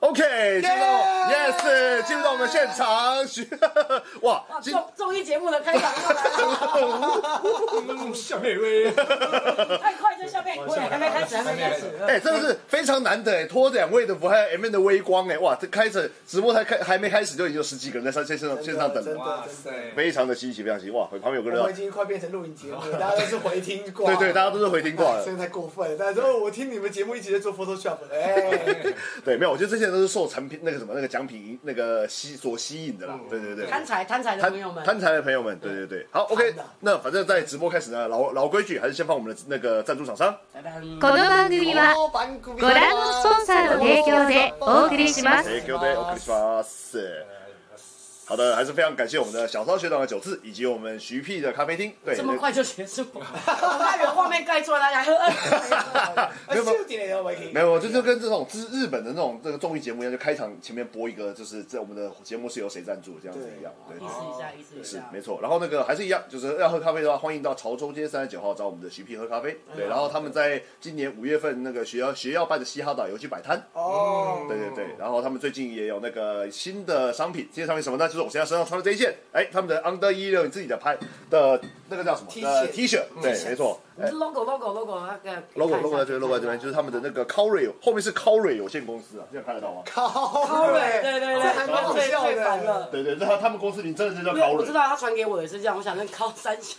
OK，进到 Yes，进入到我们现场， 徐哇，哇，今啊综综艺节目的 开场又来小美味，了，太快就下面一位，还没开始，还没开始。哎、真的是非常难得哎，拖两位的不还有 M 的微光哎，哇，这开始直播才开还没开始就已经有十几个人在上线上线上等真了，的哇塞，非常的稀奇，非常稀奇哇！旁边有个人我啊们已，经快变成录影节目 了，大家都是回听挂。对对，大家都是回听挂了 真，的太过分了。大家说哦我听你们节目一直在做 Photoshop，哎， 对，没有，我觉得这些人都是受产品那个什么那个奖品那个吸所吸引的哦啦，对对对。贪财贪财的贪朋友们，贪财的朋友们，对对对，好，OK，那反正在直播开始呢，老老规矩，还是先放我们的那个赞助厂商。噔噔この番組は哦番組ご覧のスポンサーの提供でお送りします提供的 o k 是。好的，还是非常感谢我们的小超学长的酒字，以及我们徐屁的咖啡厅。对，这么快就 结束，我还以为画面盖住了，大家呃啊秀点要回听没。有，就是跟这种日日本的那种这个综艺节目一样，就开场前面播一个，就是在我们的节目是由谁赞助这样子一样。对，意思一下，意思一是下。没错。然后那个还是一样，就是要喝咖啡的话，欢迎到潮州街三十九号找我们的徐屁喝咖啡。对，然后他们在今年五月份那个学校学校办的嘻哈岛有去摆摊。哦，对对对，然后他们最近也有那个新的商品，新的商品什么呢？就是我现在身上穿的这一件，哎，他们的 Under 一六你自己的拍的那个叫什么 T 呃恤嗯 T 恤，对，没错，哎 logo logo logo 那个 logo logo 在这边，logo 在这边，就是他们的那个 c o r e 后面是 c o r e 有限公司啊，这样看得到吗？靠对嘞，对对对，这还蛮好最笑最烦的。了。对对，那他们公司名真的就叫 c 因为 o 我 r 知 e 道他传给我也是这样，我想那高三小，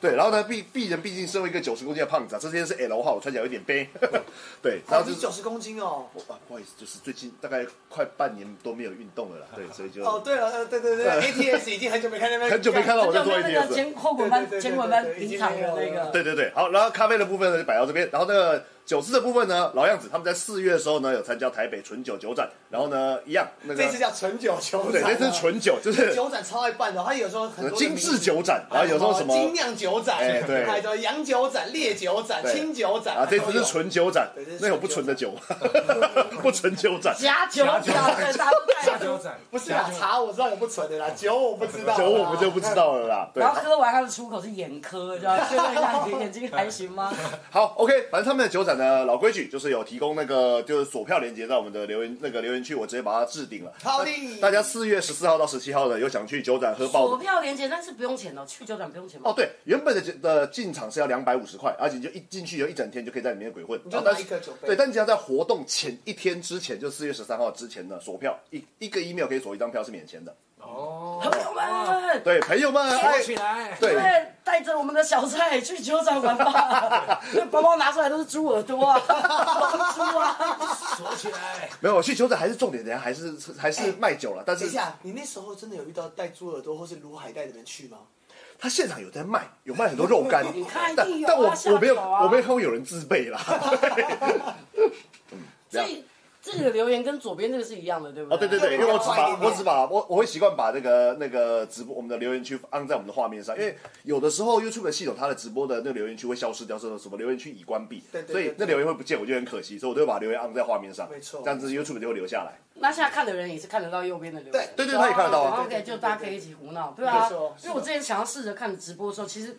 对，然后呢，毕毕人毕竟身为一个九十公斤的胖子啊，这件是 L 号，我穿起来有点背， 对，然后然后就你是九。十公斤哦。我啊，不好意思，就是最近大概快半年都没有运动了啦，对，所以就哦，对了，呃对对对，ATS 已经很久没看那 边，很久没看到我在就做那个 ATS 了。前后滚班前滚班平常的那个，对对对，好，然后咖啡的部分呢就摆到这边，然后那个酒字的部分呢，老样子，他们在四月的时候呢有参加台北纯酒酒展，然后呢一样那个这次叫纯酒球对，展啊，这是纯酒，就是 酒展超爱办的，他有时候很多的精名致酒展，然后有时候什么精酿酒展，哎对还有什么洋酒展、烈酒展、对清酒展啊，这次是纯。纯酒展对这是，那有不纯的酒， 不纯酒 展，假酒假的，大家下酒展，不是啦，茶我知道有不纯的啦，酒我不知道啦。酒我们就不知道了啦。对然，后喝完他的出口是眼科，知道 吗？确认一下你的眼睛还行吗？好，OK，反正他们的酒展呢，老规矩就是有提供那个就是索票连接在我们的留言那个留言区，我直接把它置顶了。好的，大家四月十四号到十七号呢，有想去酒展喝爆的索票连接，但是不用钱哦，去酒展不用钱吗哦，？对，原本的的进场是要两百五十块，而且你就一进去有一整天就可以在里面鬼混。你然就后但拿是一个酒杯，对，但你只要在活动前一天之前，就四月十三号之前呢，索票一一个 email 可以索一张票是免钱的。哦，朋友们，对，朋友们，哎嗨，起来，对对，带着我们的小菜去酒展 玩吧。那包包拿出来都是猪耳朵啊，猪啊，锁起来，没有我去酒展还是重点，人家还是还是卖酒了，但哎等是一下，你那时候真的有遇到带猪耳朵或是卤海带的人去吗？他现场有在卖，有卖很多肉干，看但一定有啊但我下我没有酒啊我没有看过有人自备啦。所以这里的留言跟左边这个是一样的，对不哦，对对对，因为我只快一把点我点只把我我会习惯把那个那个直播我们的留言区安在我们的画面上，因为有的时候 YouTube 的系统它的直播的那个留言区会消失掉，说什么留言区已关闭，对对对所以那留言会不见，我觉得很可惜，所以我都会把留言安在画面上，没错这样子 YouTube 就会留下来。那现在看的人也是看得到右边的留言。哦对对，他也看得到啊。 OK，就大家可以一起胡闹，对啊没错。因为我之前想要试着看直播的时候，其实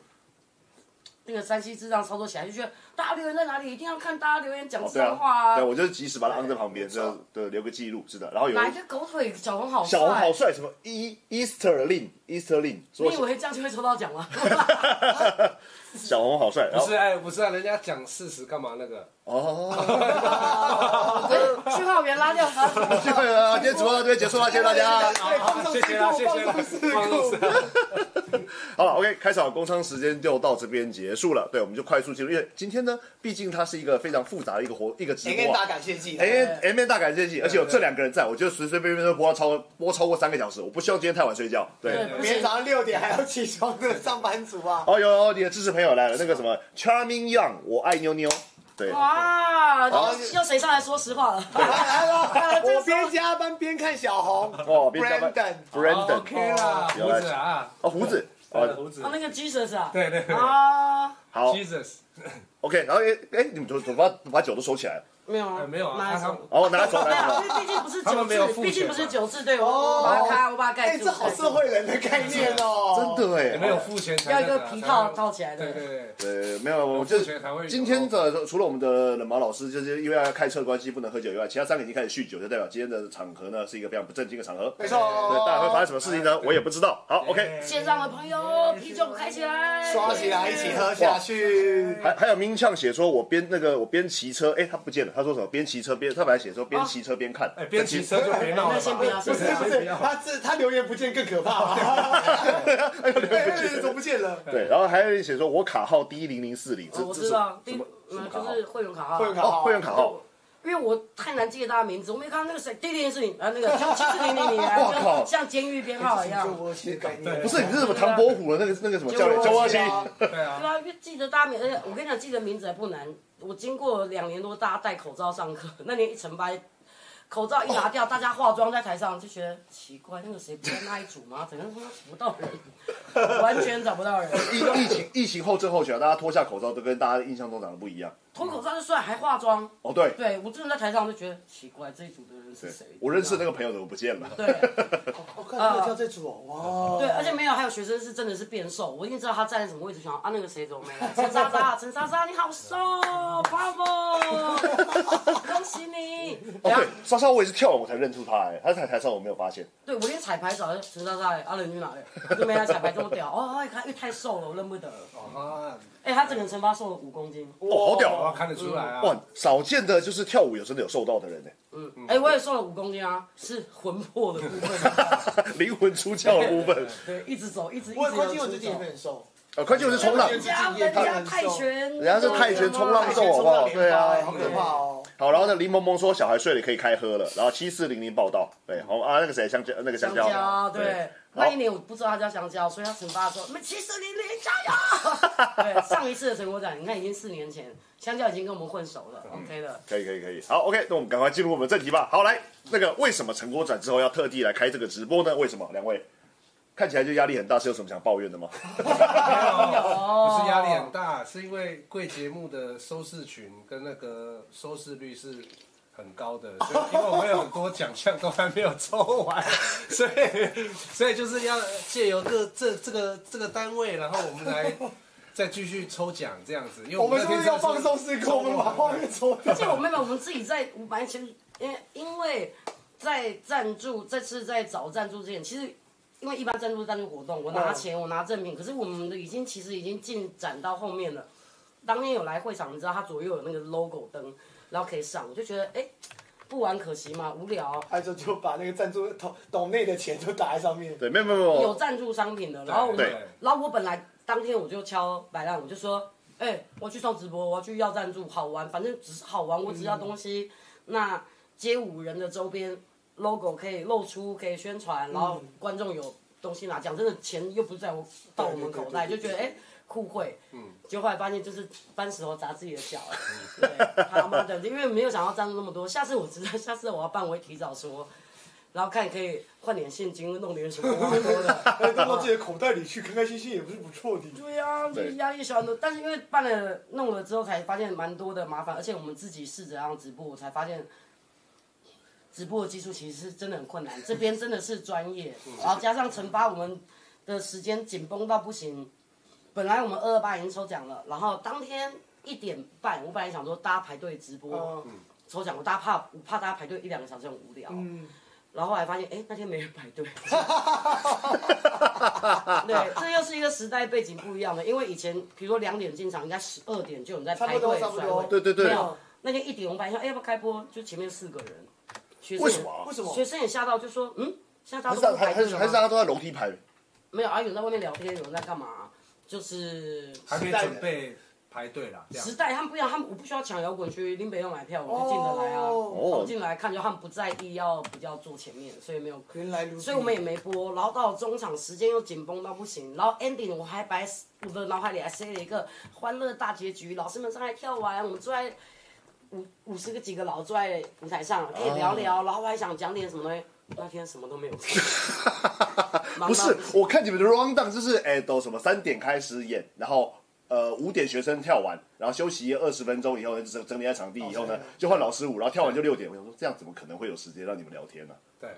那个山西智障操作起来就觉得大家留言在哪里，一定要看大家留言讲哦，对脏话啊，啊对，。我就是及时把它安在旁边，没这错样对留个记录，是的。然后有哪一人个狗腿小红好小红好帅？帅，啊什么 E Easter Lin Easter Lin，你说以为这样就会抽到 奖吗？ 小红好帅，然不后是哎，不是啊，人家讲事实干嘛那个？哦，讯号源拉掉他。这个啊，今天直播到这边结束了，谢谢大家。对，放纵谢事谢啊啦，谢故，谢啦放纵事，放故纵。事好了，OK，开场工商时间就到这边结束了。对，我们就快速进入，因为今天呢，毕竟它是一个非常复杂的一个活一个直前播、面啊大。感谢祭的，哎，M N 大感谢祭，而且有这两个人在，我觉得随随便便都播到超播超过三个小时，我不希望今天太晚睡觉。对，对，不明天行，早上六点还要起床的上班族啊，哦，有有你的支持朋友来了，那个什么 Charming Young，我爱妞妞，对，哇，好要谁上来说实话了？来了，这个 我边加班边看小红哦边加班，Brandon， ，Brandon，哦，OK 啦，有胡子啊，哦，胡子，对哦，胡子啊，， 那个 Jesus 啊，对对对啊，好，Jesus， ，OK，然后哎哎，你们怎么怎么把把酒都收起来了？没有啊哎，没有啊，拿啊走他哦，拿走没拿 有，啊走，因为毕竟不是他九们没有字，付毕竟不是钱啊九字，对我我把它开，我把它盖哎，住。这好盖住社会人的概念哦，真的哎，也没有付钱才要那一个个啊皮才套会套起来对的。对对，呃，没有，我有就付钱才会有今天的除了我们的冷毛老师，就是因为要开车关系不能喝酒以外，其他三个已经开始酗酒，就代表今天的场合呢是一个非常不正经的场合。没对，大家会发生错。什么事情呢？我也不知道。好，OK。哎线上的朋友，啤酒开起来，刷起来，一起喝下去。还还有明呛写说，我边那个我边骑车，哎，他不见了。他说什么？边骑车边，他本来写说边骑车边看哎，，边骑车就别闹了吧，那先不要，不先是不要不。是，他这他留言不见更可 怕吧？哎，怎么不见了？对，然后还有人写说我卡号 D 零零四零，这我这是知道，第什么什么嗯卡就号？是会员卡号会员。卡哦，号，会员卡号。因为我太难记得大家名字，我没看到那个谁，第零是你，啊， 那个就七四零零零啊，哇靠就像监狱编号一样就。我写概念，不是你是什么唐伯虎的那个那个什么教练就周我阿知七道？对对啊，啊，因为记得大家名，而且我跟你讲，记得名字还不难。我经过两年多，大家戴口罩上课， 那年一成班，口罩一 拿掉，大家化妆在台上就觉得奇怪，那个谁不在那一组吗？怎么他妈找不到人，完全找不到人。疫疫情疫情后症候群，啊，大家脱下口罩都跟大家印象中长得不一样。脱口罩就算，还化妆。哦，对，对我真的在台上就觉得奇怪，这一组的人是对谁？我认识那个朋友怎么不见了？对我看他跳这组哦，哇！对，而且没有，还有学生是真的是变瘦，我已经知道他站在什么位置，想啊那个谁怎么没来？陈 莎莎，陈莎莎你好瘦，bravo，恭喜你！ 哦，然后对，莎莎我也是跳完我才认出她，哎，她在台上我没有发现。对我连彩排找陈莎莎，阿伦去哪里？我就没来彩排这么屌哦，他因为太瘦了，我认不得。啊，哎，他整个惩罚瘦了五公斤，哦，好屌我啊！看得出来啊，哇，少见的就是跳舞有真的有受到的人呢，嗯，哎，我也瘦了五公斤啊，是魂魄的部分，啊哎 灵魂出窍的部分。对，一直走，一直一直我关键我有出最近也走。很瘦，呃，关键就是冲浪，人家人家泰拳，人人家是泰拳冲浪瘦好不好对啊好可怕哦！好，然后呢，林萌萌说小孩睡了可以开喝了，然后七四零零报道，对，好啊，那个谁香蕉，那个香蕉，蕉，对对。那一年我不知道他叫香蕉，所以他惩罚的时候，你们七十零零加油！对， 上一次的成果展，你看已经四年前，香蕉已经跟我们混熟了，OK 的。可以可以可以，好，OK，那我们赶快进入我们的正题吧。好，来，那个为什么成果展之后要特地来开这个直播呢？为什么？两位看起来就压力很大，是有什么想抱怨的 吗？没有哦不是压力很大，是因为贵节目的收视群跟那个收视率是很高的，所以因为我们有很多奖项都还没有抽完， 所以所以就是要借由各这这个这个单位，然后我们来再继续抽奖这样子。因为我们那是天不是要真的放松思考？我们把画面抽掉而。且我妹妹，我们自己在完全，因为因为在赞助这次在找赞助之前，其实因为一般赞助赞助活动，我拿钱，我拿赠品，可是我们的已经其实已经进展到后面了。当天有来会场，你知道它左右有那个 logo 灯，然后可以上，我就觉得哎、不玩可惜嘛，无聊。他就就把那个赞助抖抖内的钱就打在上面。对，没有没有没有，有赞助商品的，然后我就对然后我本来当天我就敲摆烂，我就说，哎、我要去上直播，我要去要赞助，好玩，反正只是好玩，我只要东西。嗯那街舞人的周边 logo 可以露出，可以宣传，然嗯后观众有东西拿。讲真的，钱又不是在我到我们口袋，就对对对对觉得哎。互惠，嗯，就后来发现就是搬石头砸自己的脚，对，他妈的，因为没有想要赞助那么多，下次我知道， 下次我要办，我会提早说，然后看可以换点现金，弄点什么花多的。哎，到到自己的口袋里去，开开心心也不是不错的。对呀、啊，就是压力小很多。但是因为办了弄了之后，才发现蛮多的麻烦，而且我们自己试着让直播，我才发现。直播的技术其实是真的很困 难，这边真的是专业，然后加上惩罚我们的时间紧绷到不行。本来我们二二八已经抽奖了，然后当天一点半，我本来想说大家排队直播、嗯抽奖，我大家怕我怕大家排队一两个小时很无聊，嗯，然后后来发现，哎，那天没人排 队。 对，这又是一个时代背景不一样的，因为以前比如说两点进场，人家十二点就有人在排差不多队差不多甩尾。 对对没对，有，那天一点我们本来想，哎，要不要开播？就前面四个人，学生为什么啊为什么？学生也吓到，就说，嗯，现在大还是家都大不还排还队是了还是吗大家都在楼梯排？没有啊，有人在外面聊天，有人在干嘛、就是还没准备排队啦，这样时代他们不一样，他们我不需要抢摇滚区，林北用买票，我就进得来啊。哦我进来看，就他们不在意要比较坐前面，所以没有原来如此。所以我们也没播。然后到了中场时间又紧绷到不行，然后 ending 我还白我的脑海里还塞了一个欢乐大结局，老师们上来跳完，我们坐在五五十个几个老坐在舞台上可以聊聊，然后我还想讲点什么东西，那天什么都没有。忙到不是，我看你们的 round down 就是哎，都什么三点开始演，然后呃五点学生跳完，然后休息二十分钟以后呢，整整理下场地以后哦呢，就换老师舞，然后跳完就六点。我想说，这样怎么可能会有时间让你们聊天呢、对，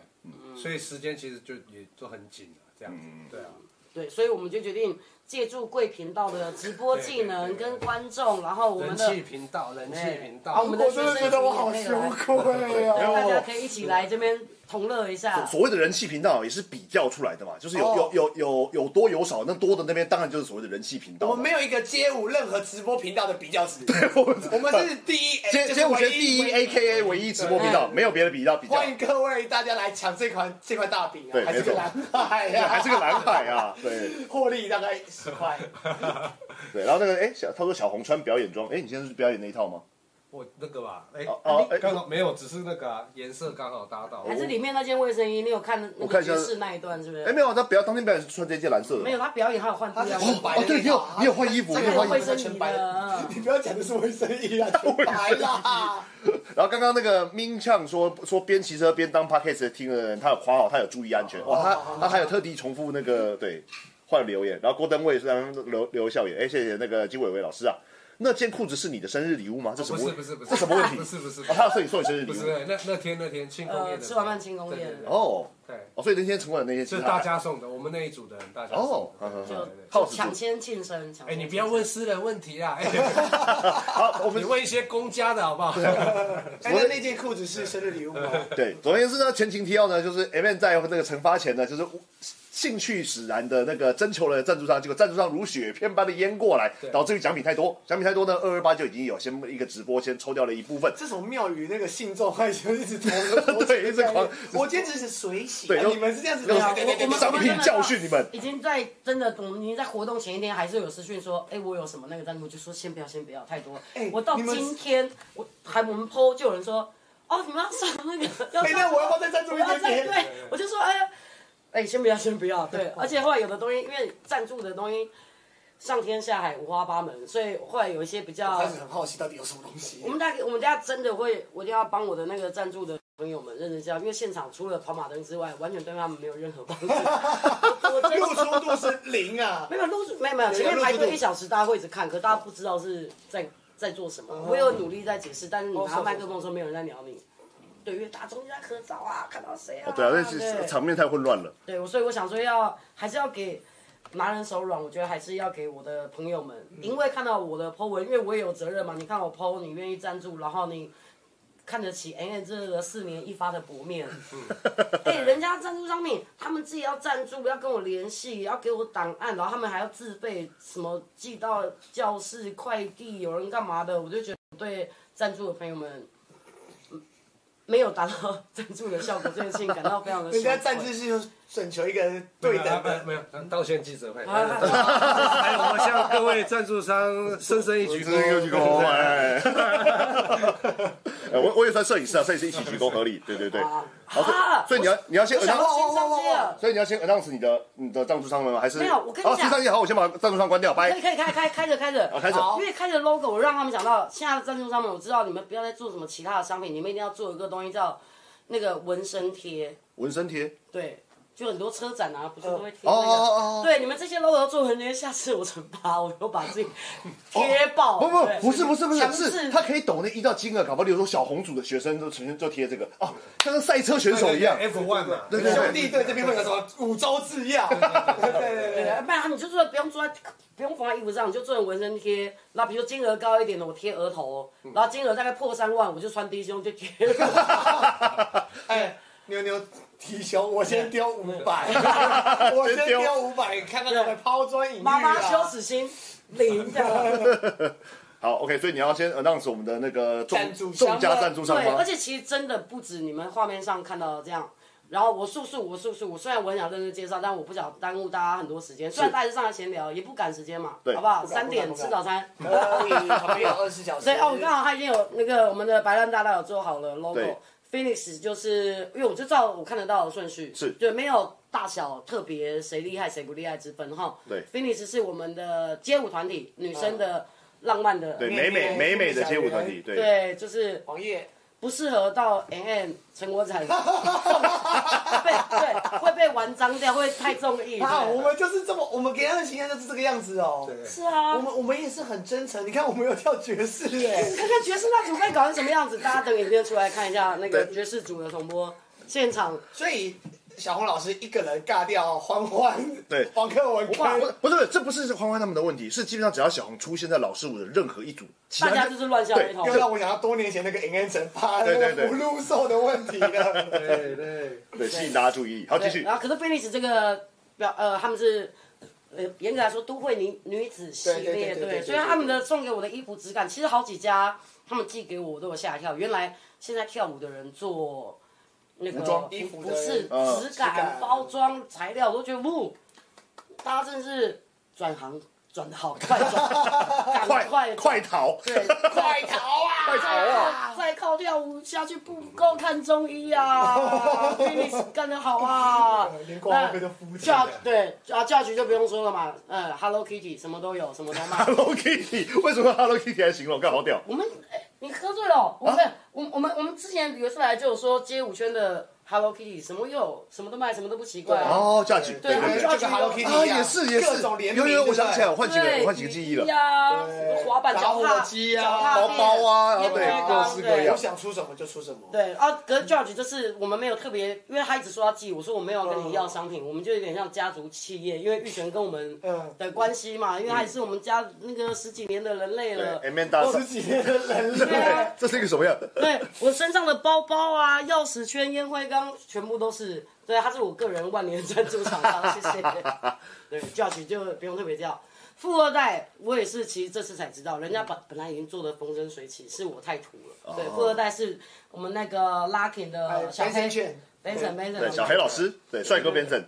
所以时间其实就也都很紧了，这样子，对啊，对，所以我们就决定借助贵频道的直播技能对对对跟观众，然后我们人的气频道，人气哎频啊道，我们的我真的觉得我好羞愧对哦。大家可以一起来这边同乐一下。所谓的人气频道也是比较出来的嘛，就是有、哦有有有有多有少，那多的那边当然就是所谓的人气频道嘛。我们没有一个街舞任何直播频道的比较值，我们是第一，哎今就是今天我觉得唯第一唯 A K A 唯一直播频道，对没有别的频道比较，欢迎各位大家来抢这款这块大饼对啊，还是没错个蓝海对呀，还是个蓝海啊，对获利大概十块，对。然后那个哎，小他说小红穿表演装，哎，你现在是表演那一套吗？我那个吧，哎哦哦哎，刚好没有，只是那个啊颜色刚好搭到，还是里面那件卫生衣，你有看那我看一个下军事那一段是不哎，是？没有，他表当天表演是穿这件蓝色的嘛，没有，他表演还有换不一样他是的，白哦，对，你有你有换衣服，这你个有换衣卫服。生衣的。嗯你不要讲的是卫生衣啊，全白啦，哎然后刚刚那个明呛说说边骑车边当 podcast 听的人，他有夸好，他有注意安哦全，哇，他他还有特地重复那个对，换留言。然后郭登卫是刚刚留留笑言，哎，谢谢那个金伟伟老师啊，那件裤子是你的生日礼物吗？这什么不是问哦不是不是，这什么问题？ 不是不是哦，他要送你送你生日礼不是哎物。那那天那天庆功宴的时呃吃候完饭庆功宴对对对哦对，哦，所以那天城管那天是大家送的，我们那一组的人大家哦送，的。嗯嗯就嗯就抢先庆生，抢先哎，你不要问私人问题啊，哎哦好，我你们问一些公家的好不好？哎，那那件裤子是生日礼物吗？ 对，总而言之呢，前情提要呢，就是 M N 在那个惩罚前呢，就是兴趣使然的那个征求了赞助商，结果赞助商如雪片般的淹过来，对导致于奖品太多，奖品太多呢，二二八就已经有先一个直播先抽掉了一部分，这种庙宇那个信众还就一直投投对一直狂我今天只是水洗，对啊用你们是这样子用的对啊对对对我们对商品教训你们。已经在真的，我们已经在活动前一天还是有私讯说，哎，我有什么那个赞助，我就说先不要，先不要太多哎。我到你们今天，我还我们 PO 就有人说，哦，你们要上那个，要哎，上那我要不要再赞助我一要点哦再点？ 对，我就说哎呀，哎，先不要，先不要。对，而且后来有的东西，因为赞助的东西上天下海五花八门，所以后来有一些比我较开，始很好奇到底有什么东西我。们大家我们大家真的会，我一定要帮我的那个赞助的朋友们认真一下，因为现场除了跑马灯之外，完全对他们没有任何 帮助。我真露的。出度是零啊！ 没有录，没有没有，前面排队一小时，大家会一直看，可大家不知道是在在做什么。哦我有努力在解释，但是你拿麦克风的时候，没有人在鸟你。对，因为大家中间在合照啊，看到谁啊？哦，对啊，那是场面太混乱了。对，我所以我想说要还是要给拿人手软，我觉得还是要给我的朋友们，嗯因为看到我的 PO 文，因为我也有责任嘛。你看我 PO，你愿意赞助，然后你看得起，哎、这个四年一发的薄面，嗯 哎、人家赞助商品，他们自己要赞助，要跟我联系，要给我档案，然后他们还要自费什么寄到教室、快递，有人干嘛的，我就觉得对赞助的朋友们。嗯没有达到 赞助的效果，这件事情感到非常的人家羞愧赞助是准求一个对等 的，啊没有道歉记者会。啊啊啊还有，我向各位赞助商深深一鞠躬，哎， 我我也算摄影师啊，摄影师一起鞠躬合理，对对对。啊好，所以啊所以你要你要先我想到新上街了。所以你要先 announce 你的你的赞助商们吗？还是没有我跟你好，讲第三页好，我先把赞助商关掉，可拜以。可以哦开开开着开着，好，哦开始。好因为开着 logo，我让他们想到现在的赞助商们，我知道你们不要再做什么其他的商品，你们一定要做一个东西叫那个纹身贴，纹身贴。对，就很多车展啊，不是都会贴哦那哦个。哦哦。对，你们这些 logo 都做纹身贴，下次我惩罚，我又把自己贴爆。哦不不哦对不是不是不强是制是，他可以懂那一到金额，搞不好，例如说小红组的学生都全就贴这个哦，像跟赛车选手一样。 F one 啊嘛，对对兄弟队这边会有什么五洲制药？对对对对啊，不然你就做不用做在不用缝在衣服上，你就做成纹身贴。那比如说金额高一点的，我贴额头；嗯然后金额大概破三万，我就穿低胸就贴。对，哎，妞妞提球，我先丢五百， 我先丢五百，看看能不能抛砖引玉妈妈羞啊！耻心零的，好，OK，所以你要先 announce 我们的那个重赞助商重家赞助商对，吗而？且其实真的不止你们画面上看到的这样。然后我速速，我速速，我虽然我很想认真介绍，但我不想耽误大家很多时间。虽然大家是上来闲聊，也不赶时间嘛，对好不好？不赶三不赶点不赶吃早餐。可以，哎旁边有二十四小时。所以哦，我刚好他已经有那个我们的白烂大道有做好了 logo 对。 Phoenix 就是因为我就照我看得到的顺序，是对，没有大小特别谁厉害谁不厉害之分哈。对，Phoenix 是我们的街舞团体，女生的浪漫的，对，美美美美的街舞团体，对，对，就是黄叶，不适合到 N N 陈国 展，被 对会被玩脏掉，会太中意。啊，对我们就是这么，我们给他的形象就是这个样子哦。对是啊，我们我们也是很真诚，你看我们有跳爵士哎，看看爵士那组该搞成什么样子，大家等影片出来看一下那个爵士组的重播现场。 所以小红老师一个人尬掉欢欢，对王克文哇，跟不不是，这不是欢欢他们的问题，是基本上只要小红出现在老师舞的任何一组，其大他家就是乱笑一通又。让我想到多年前那个 N N 整趴那对对个对福禄寿的问题了。对对，对吸引大家注意力。好，继对，啊续然。后可是菲利斯这个表呃，他们是呃严格来说都会女女子系对对对列，对对对所以他们的送给我的衣服质感，其实好几家他们寄给我，我都有吓一跳。原来现在跳舞的人做那个服装衣服的不是呃质质感感、包装、材料，我都觉得不，大家真是转行转的 好快，转赶快快快逃！ 对，快逃啊！快逃啊！再靠跳舞下去不够看中医 啊 f i n i s 干得好啊！连国王哥都肤浅教对啊，教局就不用说了嘛，嗯，Hello Kitty 什么都有，什么都卖。 Hello Kitty，为什么 Hello Kitty 还形容？干好屌！我们哎你喝醉啊了？我们我我们我们之前有一次来就有说街舞圈的 Hello Kitty 什么有，什么都卖，什么都不奇怪啊。哦，价值对对他们对对就要对。就跟 Hello Kitty 啊，一样也是也各是种，联有名，有，我想起来，对我不对换几个，我换几个对记忆了。呀，对什么滑板、打脚火踏机啊脚踏包垫包啊烟对灰各缸式各对样我想出什么就出什么。对啊，可是 George 就是我们没有特别，因为他一直说要寄，我说我没有要跟你要商品，我们就有点像家族企业，因为玉璇跟我们嗯的关系嘛，因为他也是我们家那个十几年的人类对了。 ，Amanda，十几年的人类，啊呃这是一个什么样的？对我身上的包包啊、钥匙圈、烟灰缸，全部都是。对，他是我个人万年赞助厂商，谢 谢。对，George 就不用特别叫。富二代，我也是，其实这次才知道，人嗯家本本来已经做的风生水起，是我太土哦了。对，富二代是我们那个 Lucky 的小全黑身券， Benson Benson，对，小黑老师，对，帅哥 Benson，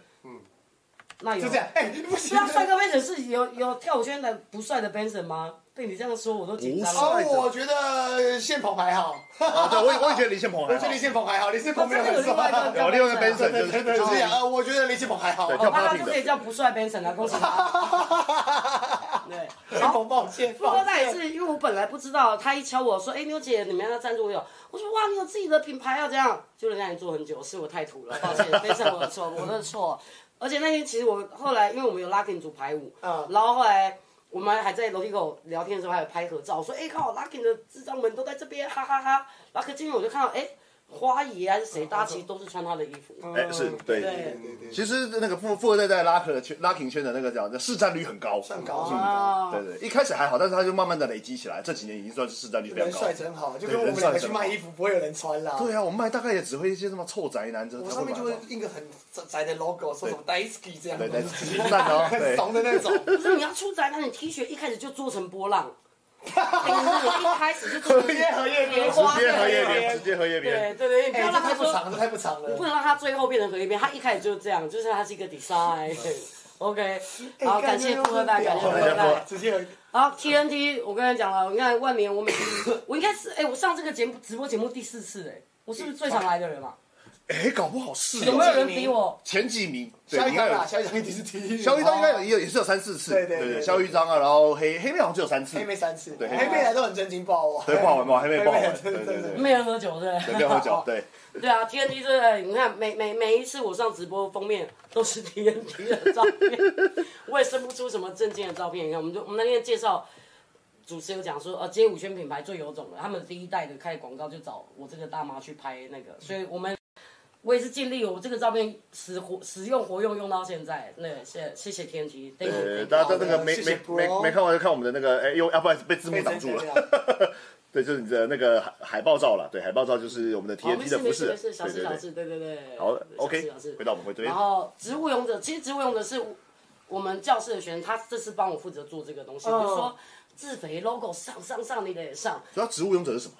那有就这样。哎，不行对 啊，，帅哥 Benson 是有有跳舞圈的不帅的 Benson 吗？被你这样说我都紧张不帅了。哦，我觉得宪鹏还好，哦对我也我也觉得林宪鹏还我觉好得林，宪鹏还好，林宪我鹏没真有的有很另外一个帅。叫有另外一个 Benson，啊 Benson，对就对是对，就就是啊是这样。呃， 我觉得林宪鹏还好。对哦跳那他 popping 就可以的，叫不帅 Benson 啊，恭喜他。对，宪鹏抱歉，富二代也抱歉是，因为我本来不知道，他一敲我说：“哎、妞姐，你们要赞助我有？”我说：“哇，你有自己的品牌啊，这样。”就人家已经做很久，是我太土了，抱歉，非是我的错，我的错。而且那天其实我后来，因为我们有拉丁组排舞，嗯然后后来我们还在楼梯口聊天的时候，还有拍合照，我说：“哎、看我拉丁的智障们都在这边，哈哈哈然后可今天我就看到，哎、花爷还是谁，大家其实都是穿他的衣服，哎，是对对。对对，其实那个富富二代在拉客圈、拉平圈的那个叫市占率很高，算高嗯哦对对，一开始还好，但是他就慢慢的累积起来，这几年已经算是市占率非常人高。帅真好，就跟我们两个去卖衣服，不会有人穿啦。对啊，我们卖大概也只会一些什么臭宅男，这我才上面就会会买吧印个很窄的 logo，说什么 Daisy 这样，对对，鸡蛋哦，很对，怂的那种。不是你要出宅，那你 T 恤一开始就做成波浪，哎你一开始就做成直接荷叶边，莲直花接荷叶边边，直接荷叶对边，对 对，你不哎，要这让他太不说，长，这太不长了。不能让他最后变成荷叶边，他一开始就是这样，就是他是一个 design。OK，哎好，哎感谢富二代，感谢富二感谢富代二。直接有好，TNT，我跟你讲了，你看万年，我每我应该是，哎，我上这个节目直播节目第四次，哎，我是不是最常来的人嘛？哎，搞不好是有哦没有人比我？前几名，肖对，一应该章有啦，。肖一章一定是哦第一。肖玉章应该有也有也是有三四次，对对对对对肖玉章啊，然后黑黑妹好像只有三次，黑妹三次，对黑妹来都很震惊爆哦。对不好玩吧？黑妹不好玩，黑对妹对对对对，没人喝酒对不对对？没有喝酒，对，对啊，TNT 这个你看，每每每一次我上直播封面都是 TNT 的照片， 我也生不出什么正经的照片。你看，我们就我们那天介绍，主持人有讲说，呃，街舞圈品牌最有种了，他们第一代的开广告就找我这个大妈去拍那个，所以我们我也是尽力，我这个照片使活使用活用用到现在。那谢谢谢 TNT，thank 呃， you，大家都那个没谢没谢没 bro 没看完就看我们的那个，哎，又要不然被字幕挡住被了。 对，就是你的那个海海报照了，对，海报照就是我们的好， TNT 的没事服哦没事饰没，事，小对事对小对。事，对对对，好小事，OK，小事回到我们回这边然，后植物勇者，其实植物勇者是我们教室的学生，他这次帮我负责做这个东西，比如说自肥 logo 上上上，你得上。主要植物勇者是什么？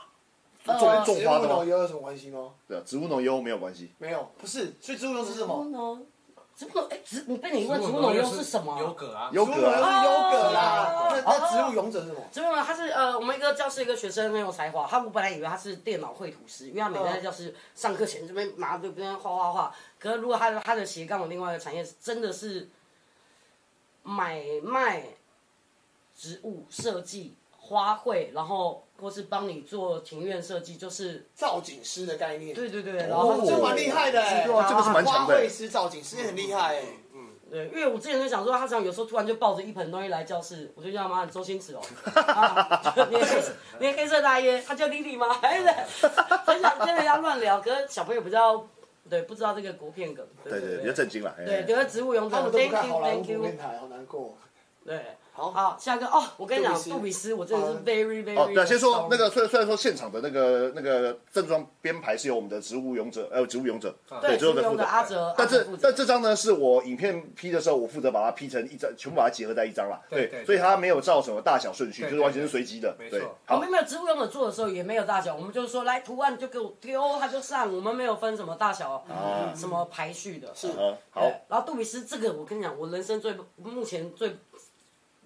呃种植种物花的农吗？有什么关系吗？对啊，植物农优没有关系。没有，不是。所以植物农是什植物么？农，植物农，哎，植你被你问植物农又是什优么？格啊，优植物格农是啊，优格啦哦。那那植物勇者是什么？植物农他是呃，我们一个教室一个学生很有才华，他我本来以为他是电脑绘图师，因为他每天在教室上课前这边拿着这边画画画。可是如果他的他的斜杠的另外一个产业是真的是买卖植物设计。花卉，然后或是帮你做庭院设计，就是造景师的概念，对对对，然后哦，他这就蛮厉害的欸，哇这个是蛮强的花卉师造景师也很厉害欸，嗯，对，因为我之前就想说，他常有时候突然就抱着一盆东西来教室，我就叫他妈你周星驰哦， 啊，就你的黑色你的黑色大衣，他叫 Lily 吗？还是很想跟人家乱聊，可是小朋友比较对不知道这个国片梗，对对，对比较震惊啦。哎对，留在植物勇者 他们都不嗯，Thank 看 you 好莱坞 Thank 国 you，片台，好难过。对，好好，下一个哦，我跟你讲杜，比斯杜比斯，我真的是好 very very 哦，对啊，先说 sorry 那个，虽然虽然说现场的那个那个正装编排是由我们的植物勇者，呃，植物勇者，啊对，最后的勇负者责。阿哲，但阿哲这负责但这张呢，是我影片 P 的时候，我负责把它 P 成一张，全部把它结合在一张啦。对对，对所以它没有照什么大小顺序，对就是完全是随机的。对对没错，我好们，没有植物用的做的时候也没有大小，我们就是说来图案就给我丢，它就上，我们没有分什么大小，什么排序的。是呃，好，然后杜比斯这个，我跟你讲，我人生最目前最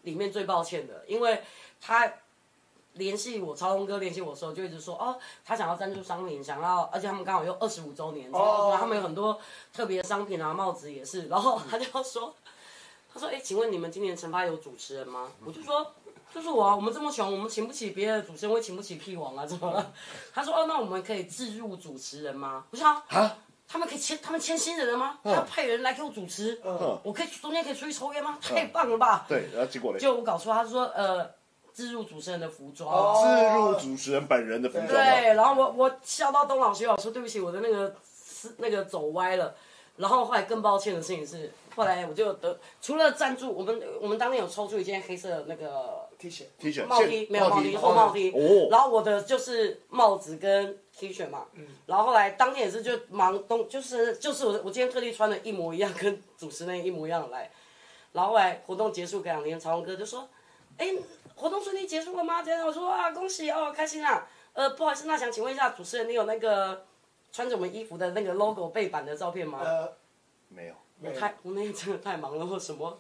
里面最抱歉的，因为他联系我，超龙哥联系我的时候就一直说哦，他想要赞助商品，想要，而且他们刚好又二十五周年，然后他们有很多特别的商品啊，帽子也是，然后他就说。他说：“哎、请问你们今年惩罚有主持人吗？”我就说：“就是我啊，我们这么穷，我们请不起别的主持人，我也请不起屁王啊，怎么了？”他说：“哦，那我们可以置入主持人吗？”我想啊，他们可以签，他们签新人了吗？他派人来给我主持，嗯我可以中间可以出去抽烟吗？太棒了吧！对，然后结果呢？就我搞错，他说：“呃，置入主持人的服装。哦置入主持人本人的服装啊。对，然后我我笑到东老西老说对不起，我的那个是那个走歪了。然后后来更抱歉的事情是，后来我就得除了赞助，我们我们当天有抽出一件黑色的那个 T 恤， T 恤帽 T，现没有帽 T 后帽 T，哦然后我的就是帽子跟 T 恤嘛，然后后来当天也是就忙东，就是就是我我今天特地穿的一模一样，跟主持人一模一样来，然后后来活动结束隔两天，长虹哥就说，哎，活动顺利结束了吗？这样我说啊，恭喜哦，开心啊，呃，不好意思，那想请问一下主持人，你有那个穿着我们衣服的那个 logo 背板的照片吗？呃，没有，我太我那一真的太忙了，我什么，